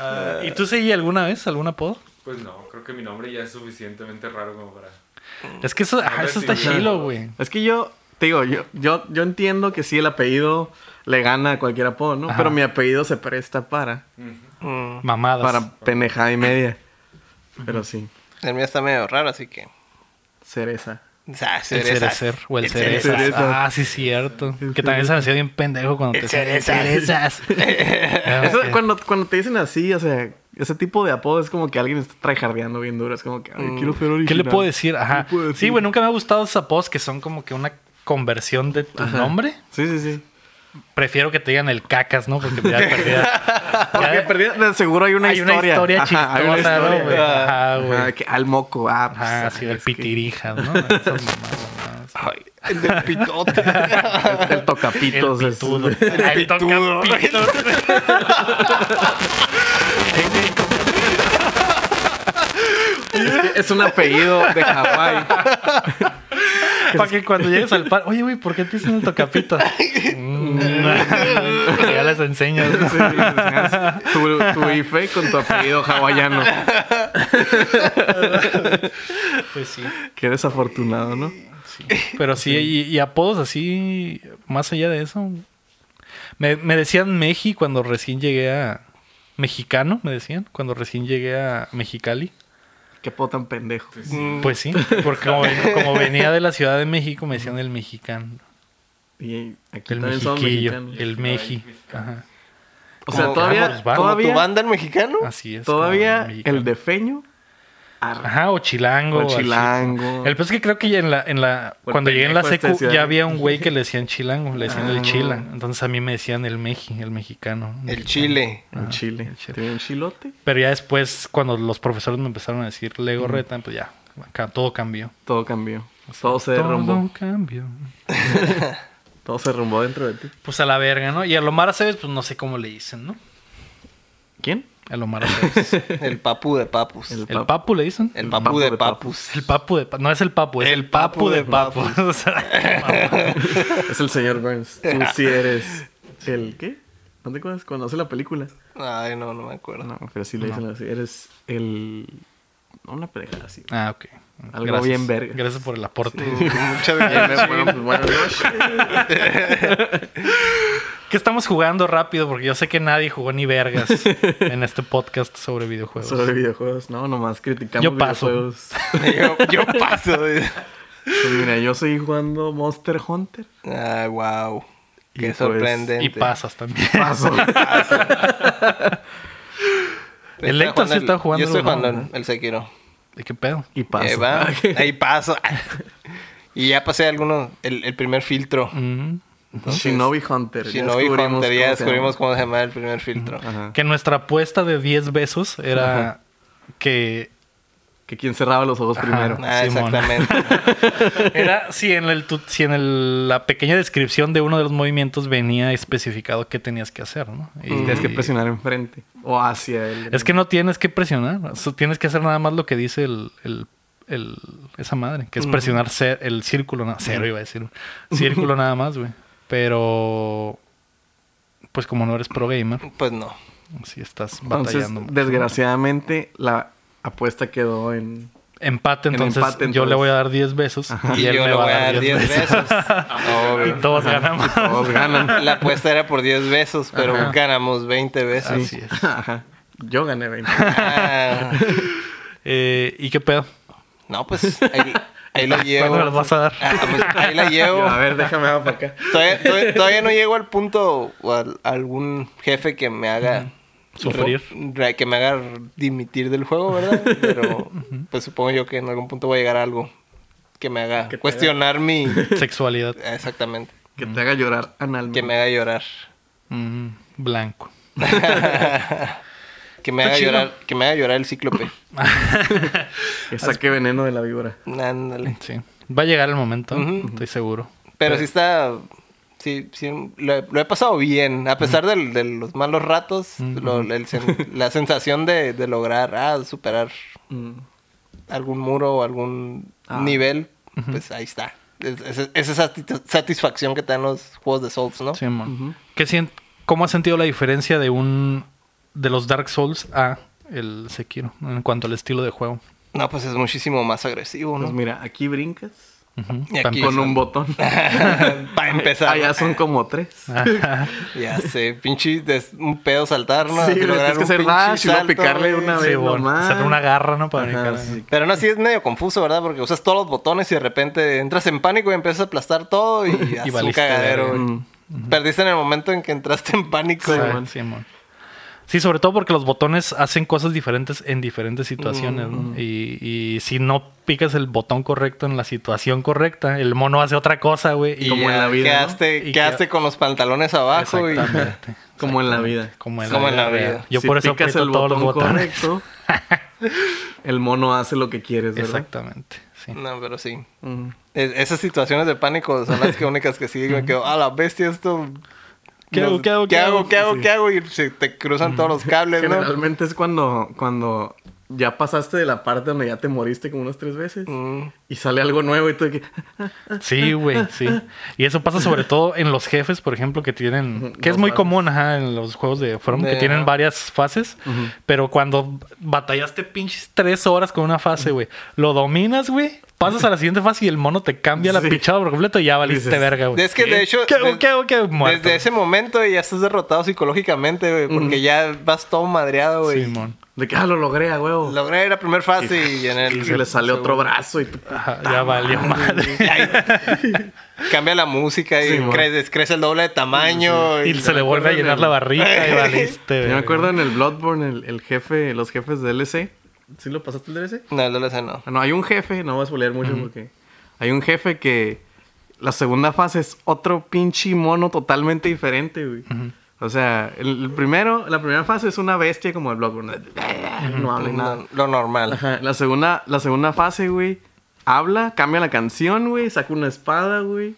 A: Ah, ¿Y tú seguí alguna vez algún apodo?
D: Pues no, creo que mi nombre ya es suficientemente raro como para...
A: Es que eso, ajá, eso está
D: sí, claro.
A: chilo, güey.
C: <laughs> Es que yo, te digo, yo, yo, yo entiendo que sí el apellido le gana a cualquier apodo, ¿no?
A: Ajá.
C: Pero mi apellido se presta para,
B: Mm,
A: Mamadas.
C: para penejada y media. Pero sí,
B: el mío está medio raro, así que.
C: cereza.
B: O sea,
A: El
B: cerezas.
A: cerecer o el
B: El
A: cerezas.
C: cerezas.
A: Ah, sí, cierto. que también se me hacía bien pendejo cuando
B: El
A: te decían,
B: cerezas. <laughs>
A: "Cerezas". Ah,
C: Eso,
A: ok.
C: cuando, cuando te dicen así, o sea, ese tipo de apodo es como que alguien está traijardeando bien duro. Es como que, "Ay, quiero ser original.
A: Mm, ¿Qué le puedo decir? Ajá.
C: ¿Qué puedo
A: Sí,
C: decir?
A: güey, nunca me ha gustado esos apodos que son como que una conversión de tu
C: Ajá.
A: nombre.
C: Sí, sí, sí.
A: Prefiero que te digan el cacas, ¿no? Porque ya de
C: <laughs>
A: perdida- ya
C: Porque
A: de-
C: perdí- de seguro hay una
A: hay una
C: historia.
A: historia
C: Ajá, hay una
A: chistosa, ¿no,
C: historia.
A: güey? Ajá,
C: Ajá,
A: güey.
C: que al moco. Ah, pues,
A: Ajá, así del
C: es que-
A: pitirijas, ¿no? Esas mamadas, mamadas.
B: Ay, el del pitote.
C: El, el tocapitos.
A: el
C: es-
A: pitudo. Ay, toca
B: pitudo.
A: pito.
C: <laughs> es, un apellido de Hawái.
A: Para que cuando llegues al par... Oye, güey, ¿por qué te dicen el
C: <laughs>
A: tocapito? Mm, <laughs> ya les enseñas. ¿no?
C: Sí, sí, sí. tu, tu IFE con tu apellido hawaiano.
A: Pues sí.
C: Pues Qué desafortunado, ¿no?
A: Pero sí, y, y apodos así, más allá de eso. Me, me decían Meji cuando recién llegué a. Mexicano, me decían, cuando recién llegué a Mexicali.
C: Qué po tan pendejo.
A: Pues sí, porque como, ven- como venía de la Ciudad de México, me decían el mexicano.
C: Y aquí
A: El
C: también somos
A: mexiquillo,
C: mexicanos.
A: el meji. Ajá,
C: <laughs> O sea,
B: Como-
C: todavía,
A: Vamos, vamos,
B: Como tu
C: todavía,
B: banda el mexicano.
A: así es. como
C: todavía
A: mexicano.
C: el de feño. arre.
A: Ajá, o chilango.
C: O
A: así.
C: chilango.
A: El pues es que creo que ya en la, en la
C: Por
A: cuando llegué en la
C: pendejo este de
A: secu
C: Ciudad de
A: ya había un güey que le decían chilango, le decían
C: Ah.
A: el chila. Entonces a mí me decían el meji, el mexicano.
B: El
A: mexicano.
B: chile.
C: Un chile.
A: Ah, el chile.
C: ¿Tiene un chilote?
A: Pero ya después, cuando los profesores me empezaron a decir Legorreta, pues ya, acá todo cambió.
C: Todo cambió. Todo se
A: Todo
C: derrumbó.
A: cambió.
C: Todo se derrumbó dentro de ti.
A: Pues a la verga, ¿no? Y a Lomar Aceves, pues no sé cómo le dicen, ¿no?
C: ¿Quién?
A: A
C: <laughs>
A: Lomar Aceves.
B: El papu de papus.
C: El-
B: El,
A: ¿El papu le dicen?
B: papu, de papus.
A: El papu de papu. No es el papu, es el, papu, de papu. <laughs> O sea, qué
C: <laughs>
A: mamada.
C: Es el señor Burns. Tú sí eres el ¿qué? ¿No te acuerdas? Cuando hace la película.
B: Ay, no, no me acuerdo.
C: No, pero sí le dicen así. Eres el no, una pendejada así.
A: ah, ok.
C: Algo bien verga.
A: Gracias por el aporte. <laughs>
B: <laughs> Muchas
C: Bueno,
B: gracias.
C: pues, buenas noches.
A: ¿Qué estamos jugando rápido? Porque yo sé que nadie jugó ni
C: <laughs>
A: vergas en este podcast sobre videojuegos.
C: Sobre videojuegos. No, nomás criticamos
A: Yo paso.
C: videojuegos.
B: Yo,
C: <laughs>
B: yo paso. de-
C: Pues mira, yo seguí jugando Monster Hunter.
B: Ah, wow.
C: Y
B: Qué
C: pues-
B: sorprendente.
A: Y pasas también. <laughs>
B: <laughs>
C: Paso.
B: Está
A: El Héctor sí
B: jugando
A: está jugando
B: Yo estoy
A: uno,
B: jugando
A: ¿no?
B: el- el Sekiro.
A: ¿De qué pedo?
C: Y paso. Ah,
B: Ahí
A: Ah,
B: va. Ahí paso. Y ya pasé algunos. El, el primer filtro.
A: Mm.
B: Entonces,
C: Shinobi Hunter.
B: Si no vi Hunter, ya
C: cómo se llama.
B: descubrimos cómo se llama el primer filtro.
C: Ajá.
A: Que nuestra apuesta de 10 besos era
C: Ajá.
A: que
C: Que quien cerraba los ojos
A: Ajá.
C: primero.
B: Ah,
A: Simón. <laughs>
B: exactamente.
A: Era si en, el, tu- si en el- la pequeña descripción de uno de los movimientos venía especificado qué tenías que hacer, ¿no? Y-
B: Mm.
C: Tienes que presionar enfrente. O hacia él.
A: Es que no tienes que presionar, o sea, tienes que hacer nada más lo que dice el, el- el- esa madre, que es presionar ce- el círculo, na- cero iba a decir,
C: <laughs>
A: círculo nada más, güey. Pero, pues como no eres pro gamer,
B: pues no.
A: si estás
C: Entonces,
A: batallando. mucho.
C: desgraciadamente, la apuesta quedó en...
A: empate,
C: en
A: entonces
C: empate,
A: yo
C: entonces.
A: le voy a dar 10 besos
B: Y,
A: y él
B: yo
A: me
B: le
A: va
B: voy a dar 10
A: besos.
B: besos.
A: <laughs> Y
B: Obvio.
A: todos ganamos.
B: <laughs>
C: Todos ganan.
B: La apuesta era por 10 besos, pero ganamos 20
A: <laughs>
B: besos.
A: Así es.
C: Ajá. Yo gané 20.
B: Ah,
A: Eh, ¿Y qué pedo?
B: no, pues ahí,
A: <laughs>
B: ahí lo llevo.
A: ¿Cuándo me los vas a dar?
B: Ah, pues, ahí la llevo.
C: Yo,
A: <laughs>
C: a ver, déjame abajo para acá.
B: Todavía, todavía- todavía no llego al punto o al- algún jefe que me haga
A: Sufrir.
B: re- que me haga dimitir del juego, ¿verdad? Pero pues supongo yo que en algún punto voy a llegar a algo que me haga
C: Que te
B: cuestionar mi
A: <laughs> Sexualidad.
B: exactamente,
C: Que te haga llorar analmente.
B: que me haga llorar.
A: Mm, blanco.
B: Que me
A: Está
B: haga
A: chido.
B: llorar, que me haga llorar el cíclope.
C: Que saque veneno de la víbora.
B: Ándale.
A: Sí. Va a llegar el momento, estoy seguro.
B: Pero sí está sí, sí lo, he- lo he pasado bien, a pesar del- de los malos ratos, lo- el sen- la sensación de, de lograr ah, superar
C: Mm.
B: algún muro o algún
C: Ah.
B: nivel, pues ahí está. Es, es- es esa sati- satisfacción que te dan los juegos de Souls, ¿no?
A: Sí, mon. ¿Qué sien- ¿Cómo has sentido la diferencia de un de los Dark Souls a el Sekiro en cuanto al estilo de juego?
B: No, pues es muchísimo más agresivo,
C: Pues
B: ¿no?
C: mira, aquí brincas
A: Ujú.
B: Y
A: Pa'
B: aquí-
A: empezar.
C: con un botón. <laughs>
B: Para empezar.
C: Allá son como tres.
A: Ajá.
B: Ya sé, pinche des- un pedo saltar, ¿no?
C: <laughs> Sí,
B: Así
C: pero
B: lograr
C: tienes
B: un
C: que hacer
B: pinche
C: dash y luego picarle
B: güey.
C: una
A: Sí,
C: vez.
A: bueno,
C: nomás.
A: hacer una garra, ¿no? Para brincar.
C: Ajá, sí.
B: Pero no, sí es medio confuso, ¿verdad? Porque usas todos los botones y de repente entras en pánico y empiezas a aplastar
C: <laughs>
B: todo y, haces un
A: valiste
B: cagadero.
A: verga.
B: güey.
C: <laughs> Mm.
B: Perdiste en el momento en que entraste en pánico.
A: Sí,
B: güey.
A: mon, sí, mon. Sí, sobre todo porque los botones hacen cosas diferentes en diferentes situaciones.
C: Mm.
A: ¿no? Y, y si no picas el botón correcto en la situación correcta, el mono hace otra cosa, güey.
B: Y
A: Y,
C: Como
B: ya
C: en la vida, ¿no?
B: Quedaste,
A: Y
B: quedaste con los pantalones abajo y...
A: Exactamente.
C: <laughs> Como en la vida.
A: Como en
B: Como
A: la,
B: en la
A: vida.
B: vida.
A: Yo
C: Si
A: por eso
C: picas
A: aprieto
C: el
A: todos los
C: botón
A: botones. <laughs>
C: correcto, el mono hace lo que quieres, ¿verdad?
A: Exactamente. Sí.
B: <laughs> No, pero sí.
C: Mm.
B: Es- esas situaciones de pánico son las que únicas que sí me quedo, ah, la bestia, esto...
A: ¿Qué hago, qué hago,
B: ¿Qué
A: qué
B: hago?
A: hago?"
B: ¿Qué hago? ¿Qué hago? Y se te cruzan todos los cables, ¿no?
C: Generalmente es cuando, cuando ya pasaste de la parte donde ya te moriste como unas tres veces y sale algo nuevo y tú de que
A: Sí, güey, sí. Y eso pasa sobre todo en los jefes, por ejemplo, que tienen. Que es
C: Dos
A: muy
C: fases.
A: común, ajá, en los juegos de From, que
B: De-
A: tienen varias fases. Pero cuando batallaste pinches tres horas con una fase, güey, lo dominas, güey, pasas a la siguiente fase y el mono te cambia la
C: Sí.
A: pichada por completo y ya valiste
C: Dices,
A: verga, güey.
B: Es que de hecho.
A: ¿Qué,
B: des-
A: qué, qué, muerto?
B: Desde ese momento ya estás derrotado psicológicamente, güey, porque ya vas todo madreado, güey.
A: Simón.
C: de que ah lo logré a huevo.
B: Logré ir a primera fase y en el.
C: <laughs> Y se le sale
B: segundo.
C: otro brazo y tú
A: Ajá, ya valió madre.
B: Cambia la música y
C: Sí, mo.
B: crece, crece el doble de
A: <laughs>
B: tamaño.
A: Y se le vuelve a
C: acuerdo en
A: llenar
C: el-
A: la barriga y valiste.
C: Yo me
A: verga.
C: acuerdo en el Bloodborne, el, el jefe, los jefes de DLC. ¿Sí lo pasaste el DLC?
B: No, el doble ese no.
C: Ah, no, hay un jefe, no voy a spoilear mucho porque hay un jefe que la segunda fase es otro pinche mono totalmente diferente, güey. O sea, el, el primero, la primera fase es una bestia como el Bloodborne. No habla y nada.
B: No, Lo normal.
C: Ajá, La segunda, la segunda fase, güey, habla, cambia la canción, güey, saca una espada, güey.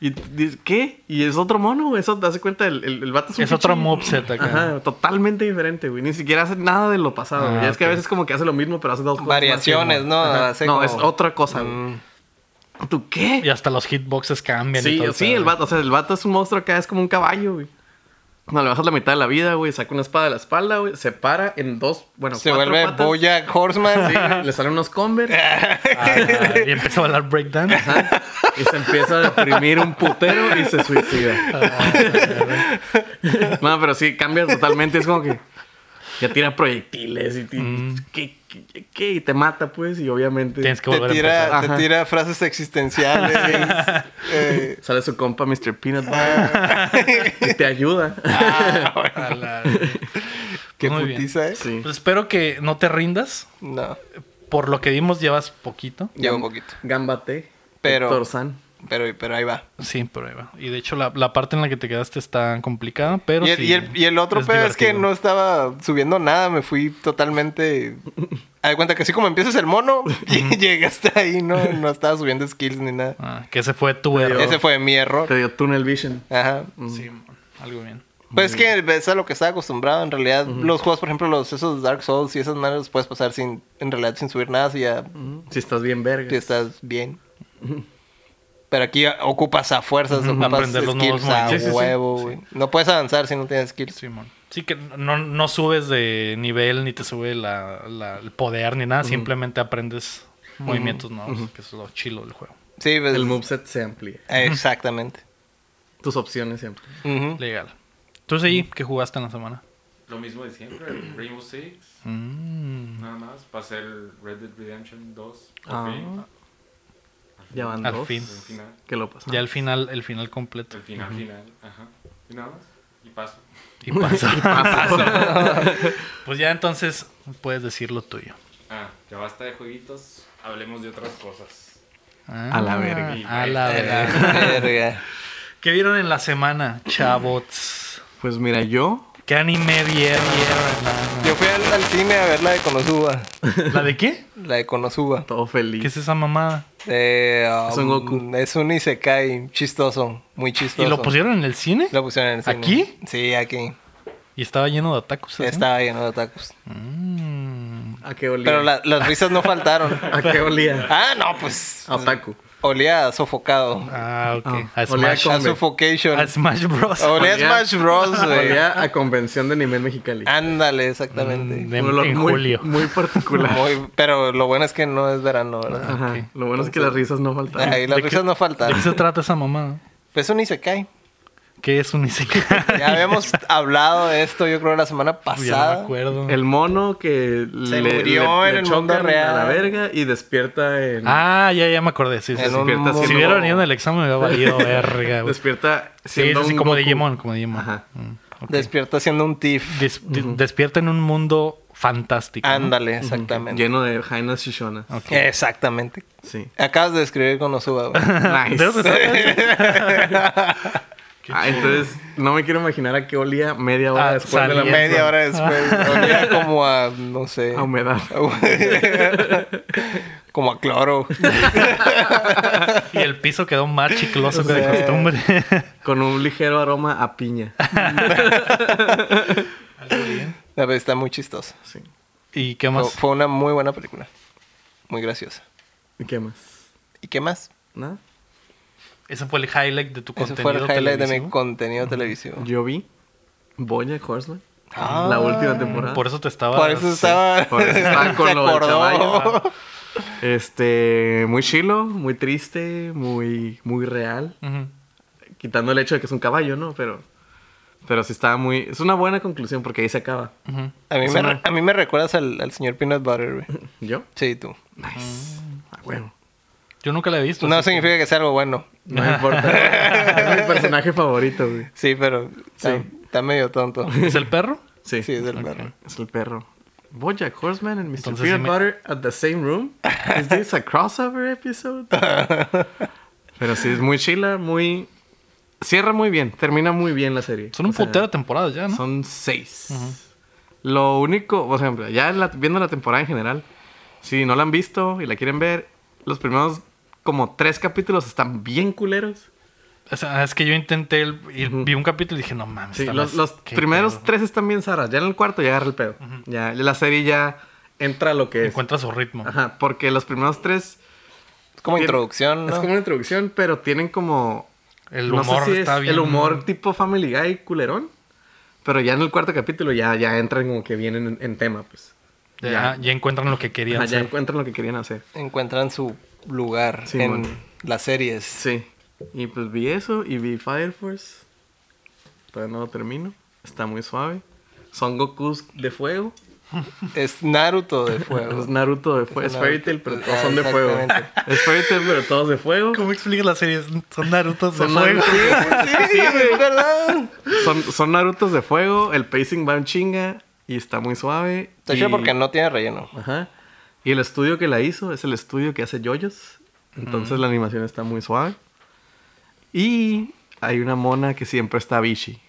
C: Y t- dices, ¿qué? Y es otro mono, güey. Eso te das cuenta, el, el, el vato es un
A: Es otro
C: pinche-
A: moveset acá.
C: Ajá, totalmente diferente, güey. Ni siquiera hace nada de lo pasado.
A: Ah,
C: güey. Es que a
A: ok.
C: veces como que hace lo mismo, pero hace dos cosas más,
B: Variaciones,
C: sí,
B: ¿no?
C: Ajá.
B: Hace
C: no,
B: como-
C: es otra cosa, güey.
B: Mm.
C: ¿Tú qué?
A: Y hasta los hitboxes cambian. y
C: Sí,
A: todo
C: sí,
A: eso,
C: el
A: güey.
C: vato, o sea, el vato es un monstruo acá, es como un caballo, güey. No, le bajas la mitad de la vida, güey, saca una espada de la espalda, güey, se para en dos, bueno,
B: Se
C: cuatro
B: vuelve
C: patas.
B: Boya Horseman.
C: <laughs> Sí, güey, le salen unos
B: <laughs>
C: Converse
A: Ah, y empezó a bailar breakdance.
C: y se empieza a deprimir un putero y se suicida.
A: Ah,
C: no, pero sí, cambia totalmente. Es como que ya tira proyectiles y, y- ¿qué- qué- qué? Y te mata, pues. Y obviamente
A: Mm. Tienes que
B: Este, Te
A: volver a empezar.
B: tira, te
C: Ajá.
B: tira
A: <laughs>
B: frases existenciales. eh,
C: sale su compa Mr. Peanut Butter y te ayuda.
B: ah, bueno,
A: A la-
B: qué
A: Muy bien.
B: putiza, eh.
C: Sí.
A: <laughs> Pues espero que no te rindas.
B: No,
A: Por lo que vimos, llevas poquito.
B: lleva un poquito.
C: Gambate.
B: Pero-
C: Héctor San.
B: Pero, pero ahí va.
A: Sí, pero ahí va. Y de hecho, la, la parte en la que te quedaste está complicada, pero.
B: y, el,
A: sí,
B: y el- y el otro pedo es que
A: divertido.
B: no estaba subiendo nada, me fui totalmente. A de cuenta que así como empiezas
A: <laughs>
B: el mono, <laughs> y llegué hasta ahí, no, no estaba subiendo skills ni nada.
A: Ah, que ese fue tu error.
B: Ese fue mi error.
C: Te dio Tunnel Vision.
B: Ajá.
A: Sí, mon, algo bien.
B: Pues es que es a lo que estaba acostumbrado. En realidad, los juegos, por ejemplo, los esos Dark Souls y esas maneras los puedes pasar sin, en realidad sin subir nada, si ya
A: Mm.
C: Si estás bien
B: si
C: verga.
B: estás bien. Pero aquí ocupas a fuerzas, ocupas
A: Aprender los nuevos
B: skills a
A: movimientos. Sí, sí, sí.
B: huevo, güey. No puedes avanzar si no tienes skills.
A: Sí, mon. Sí, que no, no subes de nivel ni te sube la, la- el poder ni nada. Simplemente aprendes movimientos nuevos, que eso es lo chilo del juego.
B: Sí, pues,
C: El moveset se amplía.
B: Exactamente.
C: Tus opciones se amplían.
B: Ujú.
A: Legal. ¿Tú seguí? ¿Qué jugaste en la semana?
D: Lo mismo de siempre, el Rainbow Six,
A: Mm.
D: nada más. Pasé el Red Dead Redemption 2, por
C: Ah.
D: fin,
C: Ya van
A: Al
C: dos.
A: fin.
D: el final,
C: ¿Qué lo pasó?
A: Ya
B: Ah.
A: el final, el final completo.
D: el final final, ajá. Y nada más, y paso.
A: <laughs> Y pasa.
C: Pasó. <laughs>
A: <laughs> Pues ya entonces puedes decir lo tuyo.
D: Ah, ya basta de jueguitos, hablemos de otras cosas.
C: A la verga.
A: Ah, A la
C: <laughs>
A: verga.
B: Verga.
A: ¿Qué vieron en la semana, chavots?
C: Pues mira, yo.
A: ¿Qué anime vieron?
B: Yo fui al, al cine a ver la de Konosuba.
A: ¿La de qué?
B: La de Konosuba.
C: Todo
A: ¿Qué
C: feliz.
A: es esa mamada?
B: Eh,
C: Es un
B: um, Es un Isekai chistoso. Muy chistoso.
A: ¿Y lo pusieron en el cine?
B: Lo pusieron en el cine.
A: ¿Aquí?
B: Sí, aquí.
A: Y estaba lleno de atacos. ¿sí?
B: Estaba lleno de tacos.
A: Mm.
C: ¿A qué olía?
B: Pero la- las risas
A: <laughs>
B: no faltaron.
C: ¿A qué olía?
B: Ah, no, pues.
C: A Otaku.
B: Olía a sofocado.
A: Ah, ok.
C: Ah,
A: a,
C: olía
A: Smash,
B: A
C: Hombre.
B: suffocation.
A: a Smash Bros.
B: Olía a
C: Olía-
B: Smash
C: Ah,
B: Bros, güey.
C: Olía a convención de anime en Mexicali.
B: Ándale, exactamente.
A: Ah, De-
C: Un olor
A: en
C: muy,
A: julio.
C: Muy particular.
B: Muy- pero lo bueno es que no es verano, ¿verdad?
C: <laughs> Ajá. Lo bueno es que las risas no faltaron.
B: Ahí las
A: Ah, ¿De
B: risas
A: qué-
B: no
A: ¿De qué
B: faltan.
A: se trata esa mamada?
B: Pues un Isekai.
A: ¿Qué es
C: <laughs>
A: un <laughs> isekai?
B: Ya habíamos hablado de esto, yo creo, la
A: Ya
B: semana
A: no me
B: pasada.
A: acuerdo.
C: El mono que
B: Se murió en el
C: chocan
B: mundo real.
C: a la verga y despierta en
A: Ah, ya, ya me acordé. Sí, sí,
B: En
A: sí.
B: un
C: despierta
A: Si
C: siendo-
A: hubiera venido en el examen, me hubiera
C: <laughs>
A: valido verga, güey.
C: despierta
A: Sí, sí,
C: siendo
A: sí,
C: un
A: como
C: Goku.
A: Digimon, como Digimon.
C: Ajá.
A: Mm, ok.
B: Despierta siendo un tif.
A: Des- di- Despierta en un mundo fantástico.
C: Ah,
A: ¿no?
B: Ándale, exactamente.
C: Lleno de jainas shishonas.
A: Ok.
B: Exactamente.
A: <laughs>
C: Sí.
B: Acabas de escribir con Osuba, güey.
A: ¿De dónde
C: Nice.
A: sale eso?
C: <laughs> ah, entonces no me quiero imaginar a qué olía media hora
A: Ah,
C: después de
A: salía.
C: la
B: Media hora después. Olía
A: <laughs>
B: como a, no sé.
C: a humedad.
B: <laughs> como
A: <laughs>
B: a cloro.
A: Y el piso quedó más chicloso que de
B: Sí.
A: costumbre. <laughs>
C: Con un ligero aroma a piña.
B: La verdad, está muy chistoso.
C: Sí.
A: ¿Y qué
B: Fue,
A: más?
B: fue una muy buena película. Muy graciosa.
C: ¿Y qué más?
B: ¿Y qué más?
C: ¿Nada?
A: Ese fue el highlight de tu
B: Ese
A: contenido.
B: fue el highlight de mi
A: televisivo.
B: contenido televisivo.
C: Ah. Yo vi Bojack Horseman.
B: Ah.
C: la última temporada.
A: Mm, Por eso te estaba.
B: Por eso estaba. <laughs>
C: por eso estaba con
B: se
C: lo del caballo.
B: acordó.
C: Este, muy chilo, muy triste, muy, muy real.
A: Ujú.
C: Quitando el hecho de que es un caballo, ¿no? Pero, pero sí estaba muy... Es una buena conclusión porque ahí se acaba.
A: Ujú.
B: A mí,
C: Es
B: me,
C: una-
B: re- a mí me recuerdas al, al señor Peanut Butter, güey.
C: ¿Yo?
B: Sí, tú.
C: Nice. A huevo.
A: Yo nunca la he visto.
B: No
A: así que-
B: significa que sea algo bueno.
C: No me importa. <laughs> es mi personaje favorito, güey.
B: Sí, pero está, está medio tonto.
A: ¿Es el perro?
C: Sí.
B: Sí, es el perro.
C: Es el perro. Bojack Horseman and Mr.
A: Entonces,
C: Peanut
A: sí me-
C: Butter at the same room. Is this a
A: <laughs>
C: crossover episode? Pero sí, es muy chila, muy... Cierra muy bien, termina muy bien la serie.
A: Son un
C: O sea,
A: putero de temporadas ya, ¿no?
C: Son seis. Lo único, por ejemplo, ya la- viendo la temporada en general, si no la han visto y la quieren ver, los primeros como tres capítulos están bien culeros.
A: O sea, es que yo intenté el- y
C: Ujú.
A: vi un capítulo y dije, no mames.
C: Sí,
A: esta
C: los,
A: más-
C: los
A: qué
C: primeros
A: pedo.
C: tres están bien zaras. Ya en el cuarto ya agarra el pedo. ya, la serie ya entra a lo que es.
A: Encuentra su ritmo.
C: Ajá, porque los primeros tres
B: Es como
C: Tiene-
B: introducción,
C: es
B: ¿no?
C: como una introducción, pero tienen como...
A: El
C: no sé
A: humor
C: si es
A: está bien.
C: El humor tipo Family Guy culerón. Pero ya en el cuarto capítulo ya, ya entran como que vienen en, en tema, pues.
A: Ya, ya encuentran lo que querían
C: Ajá, <laughs> ya
A: hacer.
C: encuentran lo que querían hacer.
B: Encuentran su lugar
C: Sí,
B: en
C: bueno.
B: las series.
C: Sí. Y pues vi eso y vi Fire Force. Todavía no lo termino. Está muy suave. Son Gokus de fuego.
B: Es Naruto de fuego.
C: Es <laughs> Naruto de fuego. Es
B: Naruto.
C: Fairy Tail, pero todos
B: Ah,
C: son de fuego.
B: exactamente.
C: <laughs> Es Fairy Tail, pero todos de fuego.
A: ¿Cómo explicas la serie? Son Naruto
C: Son Naruto-
A: <laughs>
B: Sí, es verdad.
C: Son, son Narutos de fuego. El pacing va en chinga. Y está muy suave.
B: Está
C: y-
B: chido porque no tiene relleno.
C: Ajá. Y el estudio que la hizo es el estudio que hace yoyos. Entonces
B: Mm.
C: la animación está muy suave. Y hay una mona que siempre está bichi.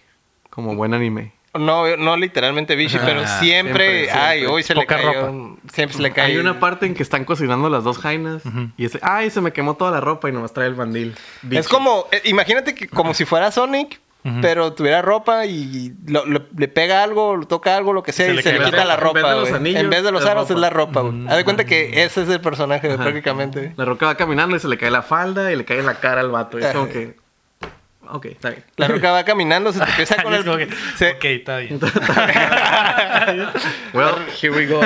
C: Como buen anime.
B: No, no literalmente bichi,
A: Ajá.
B: pero siempre,
C: Ah, Siempre,
B: ay,
C: siempre.
B: hoy se le
A: Poca
B: cayó,
A: ropa.
B: un- siempre se le cae.
C: Hay una parte en que están cocinando las dos jainas. Y es, ay, se me quemó toda la ropa y nomás trae el bandil.
B: Es
C: Bichi.
B: como, eh, imagínate que como si fuera Sonic, pero tuviera ropa y lo- lo- le pega algo, le toca algo, lo que sea,
A: Se
B: y
A: le
B: se le
A: cae la Mm.
B: quita la
C: ropa.
B: ropa.
C: En vez de
B: güey.
C: los anillos,
B: en vez de los
C: la
B: aros es
C: ropa.
B: la ropa, güey. Haz de cuenta que ese es el personaje, güey, prácticamente.
C: La roca va caminando y se le cae la falda y le cae en la cara al vato. Y
B: <laughs>
C: es como que. Ok, está bien.
B: La roca va caminando, se te
A: <laughs>
B: empieza con
A: Es
B: el...
A: como que,
B: se-
A: Ok, está bien. <laughs>
C: Well, here we go.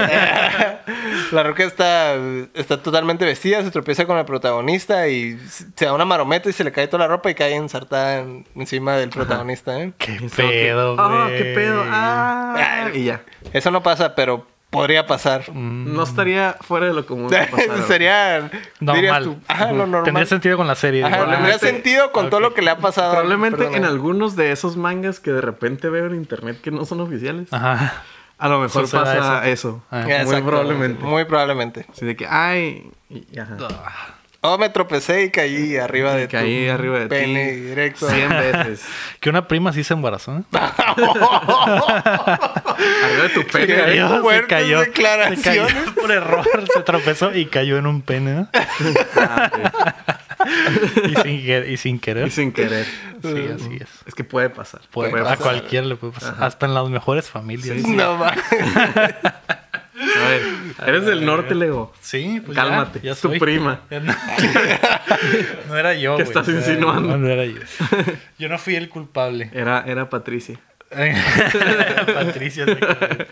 B: La Roca está, está totalmente vestida, se tropieza con el protagonista y se da una marometa y se le cae toda la ropa y cae ensartada en- encima del protagonista. ¿eh?
A: Qué
C: Y es como que,
A: pedo,
C: Ah,
A: güey.
C: qué pedo. Ah, y ya.
B: Eso no pasa, pero podría pasar.
A: Mm.
C: No estaría fuera de lo común.
B: <laughs>
C: que pasara.
B: Sería, dirías
A: Normal.
B: tú, ajá, lo normal.
A: Tendría sentido con la serie.
B: Ajá,
A: digo, ah,
B: tendría
C: Probablemente-
B: sentido con todo lo que le ha pasado.
C: Probablemente
B: Perdona.
C: en algunos de esos mangas que de repente veo en internet que no son oficiales.
A: Ajá.
C: A lo mejor
A: Ah. Suceda
C: pasa eso.
A: Ah. Oh.
B: Ya,
C: Muy
B: exacto.
C: probablemente.
B: Muy probablemente.
C: Así de que, ay. y- y ajá.
A: Ah.
B: Oh, me tropecé y caí arriba de
C: Caí
B: tu
C: arriba de ti.
B: pene directo.
A: <laughs>
C: 100 veces.
A: Que una prima sí se embarazó. ¿eh?
C: Arriba de tu
B: Qué
C: pene.
A: Cayó,
B: fuertes declaraciones.
A: se cayó <laughs> por error, se tropezó y cayó en un
C: <laughs>
A: pene. ¿eh? <laughs> y, sin, que- y sin querer.
C: Ah, pues. Y sin querer.
A: Sí, así es.
C: Es que puede pasar.
A: Puede-
B: Puede
A: a
B: pasar.
A: cualquiera le puede pasar. Hasta en las mejores familias. Sí,
B: <laughs> No mames.
C: A ver, eres del norte, Lego.
A: pues
C: Cálmate.
A: ya, <laughs> ya
C: es tu
A: soy.
C: prima.
A: No era yo,
C: ¿Qué
A: güey.
C: estás
A: No era yo,
C: insinuando?
A: No era
C: <laughs>
A: yo. Yo no fui el culpable.
C: Era, era Patricia.
A: Patricia. exactamente.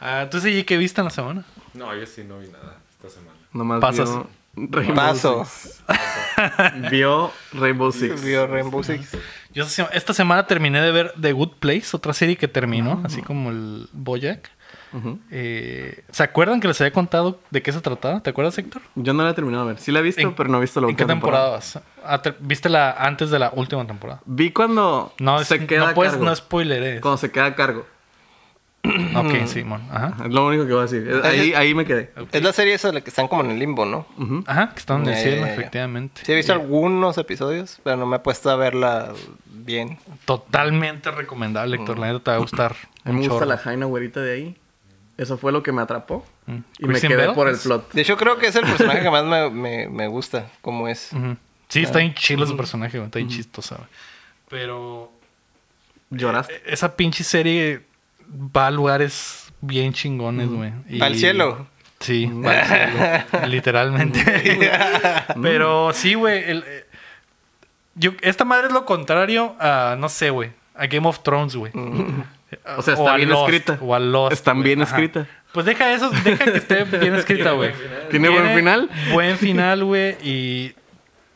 A: Ah, Entonces, ¿y qué viste en la semana?
D: No, yo sí no vi nada esta semana.
C: Nomás
A: Pasas.
C: vio Rainbow
B: Paso.
C: Six. Vio Rainbow Six.
B: Vio Rainbow Six.
A: Yo esta sema- esta semana terminé de ver The Good Place, otra serie que terminó, así como el Boyac.
C: Ah. Ujú.
A: ¿Se acuerdan que les había contado de qué se trataba? ¿Te acuerdas, Héctor?
C: Yo no la he terminado de ver. Sí la he visto,
A: ¿En-
C: pero no he visto la
A: ¿En qué
C: última
A: temporada vas? Ah, te- ¿Viste la antes de la última temporada?
C: Vi cuando
A: No,
C: se
A: es-
C: queda
A: no puedes,
C: a cargo.
A: no spoileres.
C: Cuando se queda a cargo.
A: Ok, Simón. Ajá.
C: Es lo único que voy a decir. Es- Ahí, ahí me quedé.
B: Es la serie esa de la que están como en el limbo, ¿no?
C: Ujú.
A: Ajá, que estaban en el
B: Ya,
A: cielo,
B: ya, ya, ya.
A: efectivamente.
B: Sí, he visto algunos episodios, pero no me he puesto a verla bien.
A: Totalmente recomendable, Héctor. La neta te va a gustar.
C: A
A: un
C: mí me gusta
A: chorro.
C: la jaina güerita de ahí. Eso fue lo que me atrapó.
A: Mm.
C: Y me
A: Kristen
C: quedé
A: Bell.
C: por el plot.
B: De hecho, creo que es el personaje que más me, me- me gusta, como es.
A: Ujú. Sí, está bien chido ese personaje, güey, está bien chistoso, güey. Pero
C: Lloraste.
A: Eh, E-, esa pinche serie va a lugares bien chingones, güey. Y-
B: Mm. Al cielo. <laughs>
A: Sí, pa'l cielo, literalmente. Pero sí, güey. el- eh, yo- Esta madre es lo contrario a, no sé, güey, a Game of Thrones, güey.
B: Mm.
A: Eh,
C: O sea, está
A: a
C: bien
A: Lost,
C: escrita.
A: O a Lost,
C: Está
A: güey,
C: bien
A: ajá.
C: escrita.
A: Pues deja eso, deja que esté bien escrita, güey.
C: ¿Tiene buen final?
A: Buen final, güey. Y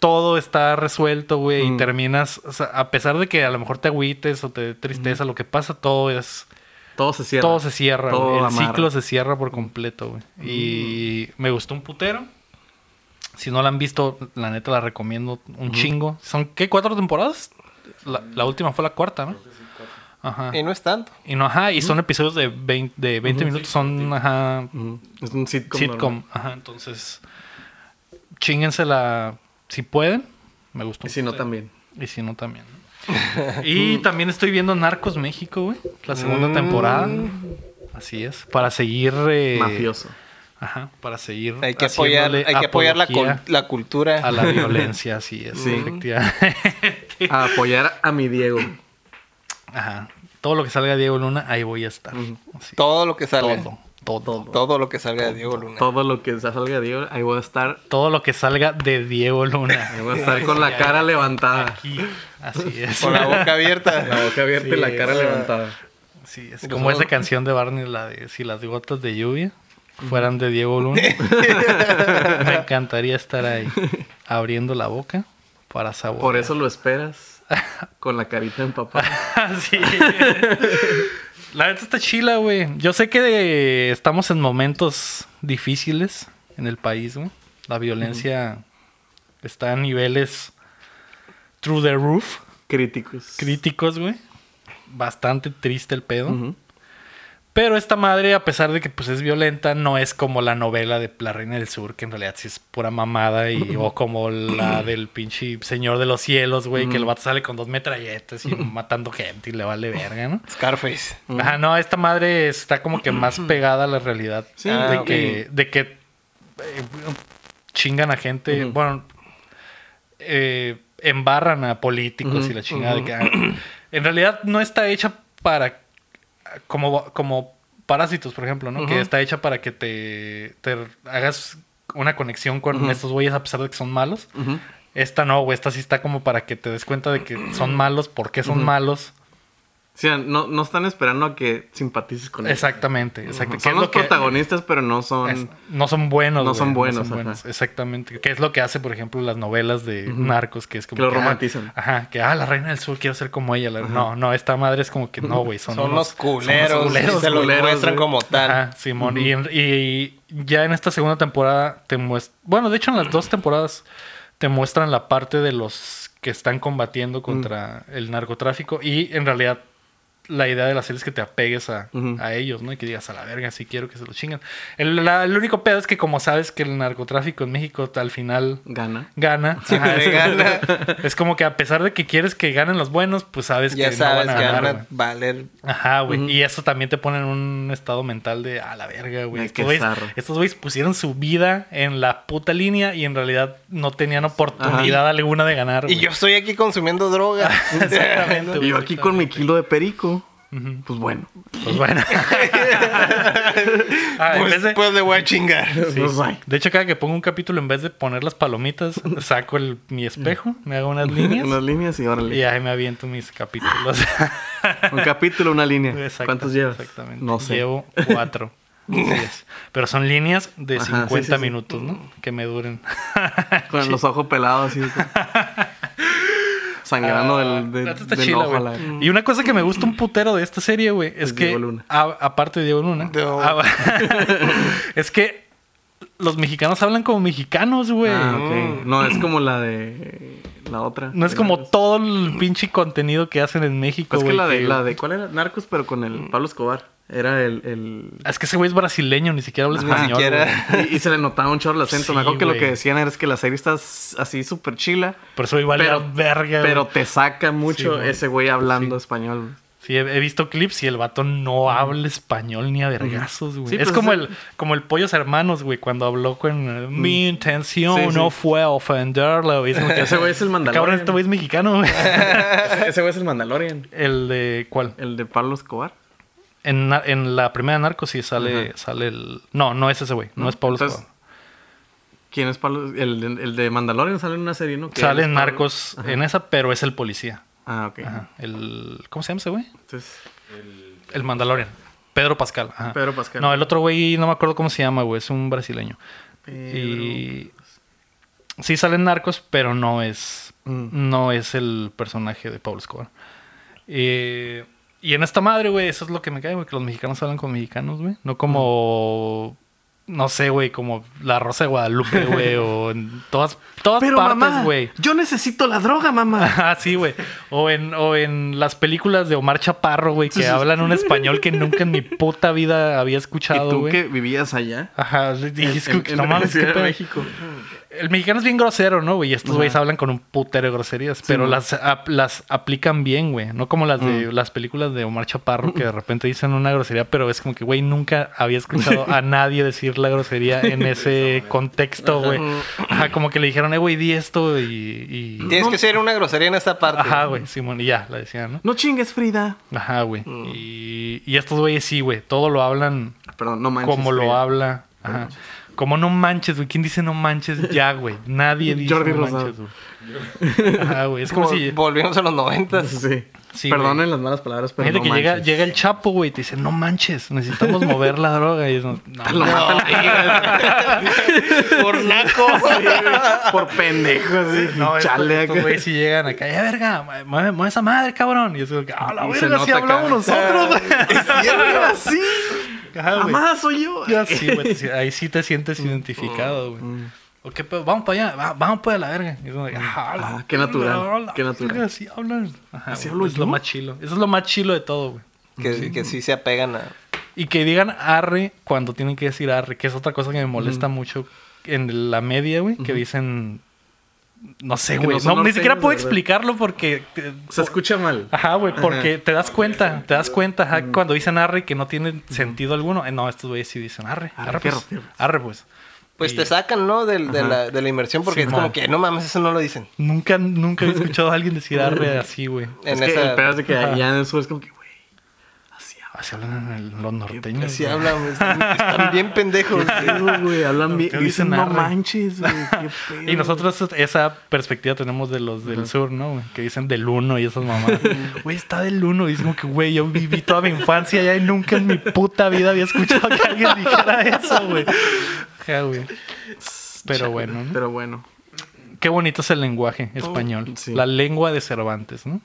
A: todo está resuelto, güey.
C: Mm.
A: Y terminas, o sea, a pesar de que a lo mejor te agüites o te dé tristeza, lo que pasa, todo es...
C: Todo se cierra.
A: Todo se cierra, güey.
C: Todo
A: El
C: amarra. Mm.
A: ciclo se cierra por completo, güey. Y me gustó un putero. Si no la han visto, la neta la recomiendo un chingo. ¿Son qué? ¿Cuatro temporadas? La, la última fue la cuarta, ¿no? Ajá.
C: Eh.
B: Y no es tanto.
A: Y no, ajá, y son episodios de 20, de 20 minutos, son, ajá,
C: Ujú. Es un sitcom. normal.
A: sitcom. Ajá, entonces, chíngensela si pueden. Me gustó.
C: Y
A: un
C: si no,
A: putero.
C: también.
A: Y si no, también.
C: <laughs>
A: y también estoy viendo Narcos México, güey. La segunda
C: Mm.
A: temporada. Así es. Para seguir. eh,
C: Mafioso.
A: Ajá. Para seguir.
B: Hay que apoyar,
A: haciéndole
B: hay que apoyar la,
A: apología
B: cul- la cultura.
A: A la violencia, así es.
C: Sí.
A: Efectivamente. <laughs>
C: A apoyar a mi Diego.
A: Ajá. Todo lo que salga de Diego Luna, ahí voy a estar. Así.
B: Todo lo que salga.
A: Todo. Todo.
B: Todo lo que salga de Diego Luna.
C: Todo lo que salga de Diego, ahí voy a estar.
A: Todo lo que salga de Diego Luna.
C: Ahí voy a estar
A: <laughs>
C: con la cara levantada.
A: Aquí. Así es.
B: Con la boca
C: La
A: <laughs>
B: abierta.
C: boca abierta y la cara
B: o sea,
C: levantada.
A: Sí, es
B: Los
A: como esa
B: ojos.
A: canción de Barney, la de Si las gotas de lluvia fueran de Diego Luna. me encantaría estar ahí abriendo la boca para saborear.
C: Por eso lo esperas. Con la carita empapada.
A: <laughs> Sí. La neta está chila, güey. Yo sé que eh, estamos en momentos difíciles en el país, güey. La violencia está a niveles through the roof,
C: Críticos.
A: críticos, güey. Bastante triste el pedo.
C: Ujú.
A: Pero esta madre, a pesar de que pues es violenta, no es como la novela de La Reina del Sur, que en realidad sí es pura mamada, y, o como la del pinche Señor de los Cielos, güey, que el vato sale con dos metralletas y <laughs> matando gente y le vale verga, ¿no?
B: Scarface.
A: Ajá, no, esta madre está como que más pegada a la realidad.
C: Sí,
A: de,
B: ah, ok.
A: que, de que eh, chingan a gente, bueno, eh, embarran a políticos y la chingada. de que, ah, en realidad no está hecha para, como, como parásitos, por ejemplo, ¿no? Que está hecha para que te, te hagas una conexión con estos güeyes a pesar de que son malos.
C: Ujú.
A: Esta no, güey, esta sí está como para que te des cuenta de que son malos, por qué son malos.
C: O sea, no, no están esperando a que simpatices con ellos.
A: Exactamente, exacto. ¿Qué
C: Son
A: es
C: los
A: lo que-
C: protagonistas, pero no son.
A: es- no son buenos.
C: No
A: güey,
C: son buenos, ajá.
A: Exactamente. Que es lo que hace, por ejemplo, las novelas de narcos, que es como.
C: Que lo
A: ah,
C: romantizan.
A: ajá, que, ah, la reina del sur, quiero ser como ella. La- No, no, esta madre es como que no, güey. Son,
B: Son
A: unos-
B: los culeros.
A: son unos
B: y se los
C: culeros,
B: muestran
C: güey.
B: como tal.
A: Ajá, Simón. Y en- y, ya en esta segunda temporada te muestran. Bueno, de hecho, en las dos temporadas te muestran la parte de los que están combatiendo contra el narcotráfico. Y en realidad, la idea de la serie es que te apegues a,
C: Ujú.
A: a ellos, ¿no? Y que digas a la verga, sí quiero que se lo chingan. El, la- el único pedo es que, como sabes que el narcotráfico en México al final
C: Gana.
A: gana. <laughs> Ajá, es,
B: Siempre gana.
A: es como que a pesar de que quieres que ganen los buenos, pues sabes
B: Ya
A: que
B: sabes,
A: no van a ganar.
B: gana
A: güey.
B: valer.
A: Ajá, güey. Y eso también te pone en un estado mental de a la verga, güey.
C: Ay,
A: Estos
C: qué
A: güeyes,
C: zarro.
A: estos güeyes pusieron su vida en la puta línea y en realidad no tenían oportunidad alguna de ganar.
B: Y
A: güey.
B: yo estoy aquí consumiendo droga.
A: <laughs> Exactamente,
C: Y
A: güey,
C: yo aquí con mi kilo de perico.
A: Ujú.
C: Pues bueno.
A: Pues bueno.
C: <laughs>
A: Ah, en
B: pues,
A: vez de,
B: pues le voy a chingar.
A: sí.
C: <laughs> Pues bye.
A: De hecho, cada que pongo un capítulo, en vez de poner las palomitas, saco el- mi espejo, me hago
C: <laughs>
A: unas líneas
C: Unas líneas y órale.
A: y ahí me aviento mis
C: <laughs>
A: capítulos.
C: Un capítulo, una línea.
A: Exacta-
C: ¿Cuántos llevas?
A: Exactamente.
C: No sé.
A: Llevo
C: <laughs>
A: cuatro. Así es. Pero son líneas de
C: Ajá, sí,
A: 50
C: sí, sí.
A: minutos, ¿no? Que me duren.
C: Con los ojos pelados así. de
A: <laughs>
C: que- Sangrando del,
A: Ah,
C: del,
A: esto está
C: del
A: chila,
C: ojo a la-
A: güey. Y una cosa que me gusta un putero de esta serie, güey, es
C: Es
A: que.
C: Diego Luna.
A: a- aparte de Diego Luna.
B: No.
A: a- <laughs> es que los mexicanos hablan como mexicanos, güey.
C: Ah, ok. No, es como la de. La otra.
A: No es como todo el pinche contenido que hacen en México,
C: Es que
A: güey.
C: la de,
A: que- Mm.
C: la de. ¿Cuál era? Narcos, pero con el Pablo Escobar. Era el. el...
A: Es que ese güey es brasileño, ni siquiera habla
C: Ajá.
A: español.
B: siquiera.
A: güey.
C: Y, y se le notaba un chorro el acento.
A: Sí,
C: Me acuerdo que
A: güey.
C: lo que decían era que la serie está s- así súper chila.
A: Por eso igual
C: Pero-
A: verga, güey.
C: Pero te saca mucho
A: Sí, güey.
C: ese güey hablando español.
A: Sí, he, he visto clips y el vato no habla español ni a vergazos, güey.
C: Sí,
A: es
C: pues,
A: como
C: es-
A: el, como el Pollos Hermanos, güey, cuando habló con... eh, Mi intención
C: Sí, sí.
A: no fue ofenderlo. Y es como que,
C: Ese güey es el
A: Cabrón,
C: Mandalorian.
A: este güey es mexicano, güey. <laughs>
C: Ese güey es el Mandalorian.
A: ¿El de cuál?
C: El de Pablo Escobar.
A: En, na- en la primera Narcos sí sale, sale el... No, no es ese güey. No, es Pablo
C: Entonces,
A: Escobar.
C: ¿Quién es Pablo? El, el de Mandalorian sale en una serie, ¿no? Que
A: Sale
C: él es
A: en
C: Pablo-
A: Narcos en esa, pero es el policía.
C: Ah, ok.
A: Ajá. El, ¿Cómo se llama ese güey?
C: Entonces,
D: El-
A: El Mandalorian. Pedro Pascal. ajá.
C: Pedro Pascal.
A: No, el otro güey, no me acuerdo cómo se llama, güey. Es un brasileño.
C: Pedro-
A: Y... Sí salen narcos, pero no es...
C: Mm.
A: No es el personaje de Pablo Escobar. Eh, y en esta madre, güey, eso es lo que me cae, güey. Que los mexicanos hablan con mexicanos, güey. No como...
C: Mm.
A: No sé, güey, como la Rosa de Guadalupe,
C: <laughs>
A: güey, o en todas, todas
C: Pero mamá,
A: partes, güey. <laughs>
C: yo necesito la droga, mamá.
A: Ah, sí, güey. O en, o en las películas de Omar Chaparro, güey, que hablan un español que nunca en mi puta vida había
C: ¿Y
A: escuchado,
C: tú que
A: güey.
C: vivías allá?
A: Ajá, y es
C: En-
A: que,
C: en-
A: no
C: en
A: mames,
C: Ciudad
A: qué
C: de
A: pedo.
C: México.
A: El mexicano es bien grosero, ¿no, güey? Y estos güeyes hablan con un putero de groserías, pero
C: man.
A: las, ap- las aplican bien, güey. No como las de las películas de Omar Chaparro que de repente dicen una grosería, pero es como que, güey, nunca había escuchado a nadie decir la grosería en ese contexto, güey. Ajá, como que le dijeron, eh, güey, di esto y- y...
B: Tienes que ser una grosería en esta parte.
A: Ajá, güey, Simón, y ya, la decían, ¿no?
C: No chingues, Frida.
A: Ajá, güey. Y, y estos güeyes sí, güey. Todo lo hablan
C: Perdón, no manches.
A: como lo
C: Frida.
A: habla. Ajá. Como no manches, güey. ¿Quién dice no manches ya, güey?
C: <laughs>
A: Nadie dice
C: Jordi
A: no
C: Rosado.
A: manches, güey. Ajá, güey. Es como
B: Vol-
A: si.
B: Volvimos a los noventas.
C: <laughs> <laughs> Sí.
A: Sí,
C: Perdonen las malas palabras, pero
A: Imagínate
C: no
A: que llega,
C: manches.
A: llega el chapo, güey, y te dice, no manches, necesitamos mover la droga. Y es, no,
C: <laughs>
A: no,
C: Lo matan
B: Por naco.
C: <laughs> por pendejos, sí.
A: <laughs> no, estos-
C: Chale,
A: estos
C: acá.
A: güeyes sí llegan acá, ya verga, mueve, mueve esa madre, cabrón. Y es como que, ah, la
C: Y se
A: verga, si
C: nota acá.
A: hablamos
C: <laughs>
A: nosotros, Ah, güey.
C: Sí,
A: Ajá, güey.
C: mamá, soy yo. <laughs>
A: Ya sí, güey, te si- ahí sí te sientes
C: Mm. Oh,
A: identificado, güey. ¿O qué pedo? Vamos para allá, va- vamos para la verga. Y es como de, ah, la
C: Mm. qué natural,
A: verga, la
C: qué natural.
A: verga, Así hablan. Ajá,
C: ¿Así
A: güey,
C: hablo
A: es
C: yo?
A: lo más chilo. Eso es lo más chilo de todo, güey.
B: que, que sí se apegan a.
A: Y que digan arre cuando tienen que decir arre, que es otra cosa que me
C: Mm.
A: molesta mucho en la media, güey, que dicen. No sé,
C: Que
A: güey.
C: no son
A: no, ni siquiera
C: norteños,
A: puedo
C: de verdad.
A: explicarlo porque. eh,
C: Se escucha mal.
A: Ajá, güey, porque te das cuenta, te das cuenta ajá, cuando dicen arre que no tiene sentido alguno. Eh, no, estos güeyes sí dicen arre,
C: Arre,
A: arre, pues,
C: fierro, fierro.
A: arre pues.
B: Pues
A: Y-
B: te sacan, ¿no? Del- De, la, de la inmersión, porque es como
A: man.
B: que no mames, eso no lo dicen.
A: Nunca, nunca he escuchado a alguien decir
C: <laughs>
A: arre así, güey.
B: En
C: es que
B: esa.
C: el pedo es de que allá en el sur es como que, güey, así
A: Así hablan en el- los norteños.
B: Así
A: güey. <laughs>
B: hablan, están, están bien pendejos.
C: hablan. güey, hablan bien.
A: Ustedes
C: Dicen,
A: dicen
C: no
A: arre". <laughs>
C: manches, güey, qué pedo.
A: Y nosotros esa perspectiva tenemos de los del sur, ¿no? güey? Que dicen del uno y esas
C: <laughs>
A: mamadas. Güey, está del uno. Y es como que, güey, yo viví toda mi infancia ya y nunca en mi puta vida había escuchado que alguien dijera eso, güey. Ajá, güey. Pero bueno, ¿no?
C: Pero bueno.
A: Qué bonito es el lenguaje español.
C: sí.
A: La lengua de Cervantes,
C: <laughs>
A: ¿no?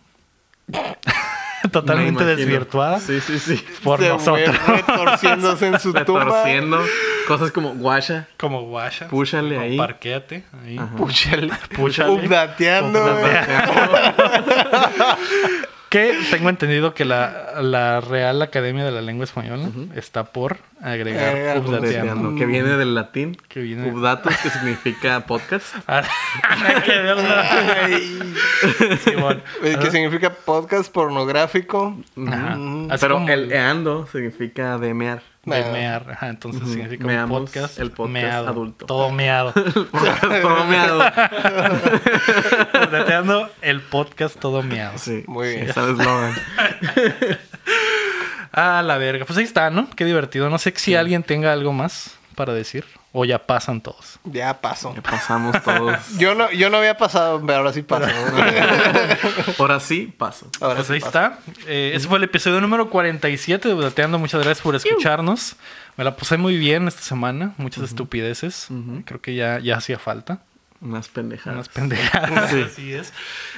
A: Totalmente
C: me imagino.
A: desvirtuada
C: Sí, sí,
A: <laughs>
C: sí.
A: por
B: Se
A: nosotros.
B: fue Retorciéndose en
C: <laughs>
B: su tumba.
C: Retorciendo. Cosas como guasha.
A: Como guasha.
C: Púchale ahí.
A: Parquéate ahí.
B: Púchale.
A: Púchale. <laughs>
B: Updateando, güey.
A: Que tengo entendido que la, la Real Academia de la Lengua Española está por agregar
C: Eh,
B: Agregar
A: updateando.
C: Updateando, Que viene del latín.
A: Que viene-
C: Updatus, que significa podcast.
A: Ah, <laughs> qué verga,
B: Ay.
A: Simón.
B: Eh, Que significa podcast pornográfico.
A: Ajá.
B: Mm,
A: Ah, Así
C: Pero
A: como
C: el eh, eando significa demear. <laughs>
A: de mear. Ajá, entonces significa un
C: Meamos
A: podcast.
C: el podcast
A: meado,
C: adulto.
A: Todo
C: <laughs>
A: meado.
C: Todo meado.
A: updateando el podcast todo meado.
C: Sí.
B: Muy
C: sí,
B: bien.
C: ese es el eslogan.
A: Ah, la verga. Pues ahí está, ¿no? Qué divertido. No sé si alguien tenga algo más para decir. O ya pasan todos.
B: Ya pasó.
C: Ya pasamos todos.
B: Yo no, yo no había pasado, pero ahora sí paso.
C: Ahora sí, paso.
B: Ahora
A: Pues
B: sí
A: ahí está. Eh, ese fue el episodio número 47 de Budateando. Muchas gracias por escucharnos. Me la pasé muy bien esta semana. Muchas estupideces. Creo que ya, ya hacía falta.
C: Unas pendejadas.
A: Unas <laughs> pendejadas. Ah, Así es.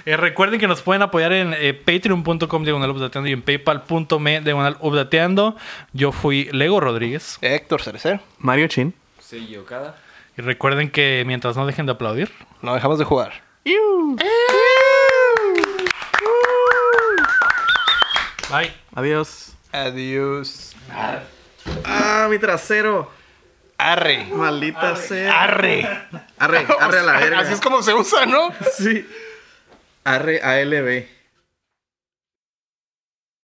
A: Eh, recuerden que nos pueden apoyar en eh, patreon.com diagonal updateando y en paypal.me diagonal updateando. Yo fui Lego Rodríguez.
B: Héctor Cerecer.
C: Mario Chin.
D: Sí, yo cada.
A: Y recuerden que mientras no dejen de aplaudir,
B: No dejamos de jugar.
A: bye.
C: Adiós.
B: Adiós.
C: Ah, mi trasero.
B: Arre.
C: Maldita sea.
B: Arre. <laughs>
C: Arre, arre a la verga.
B: Así es como se usa, ¿no?
C: Sí. Arre ALB.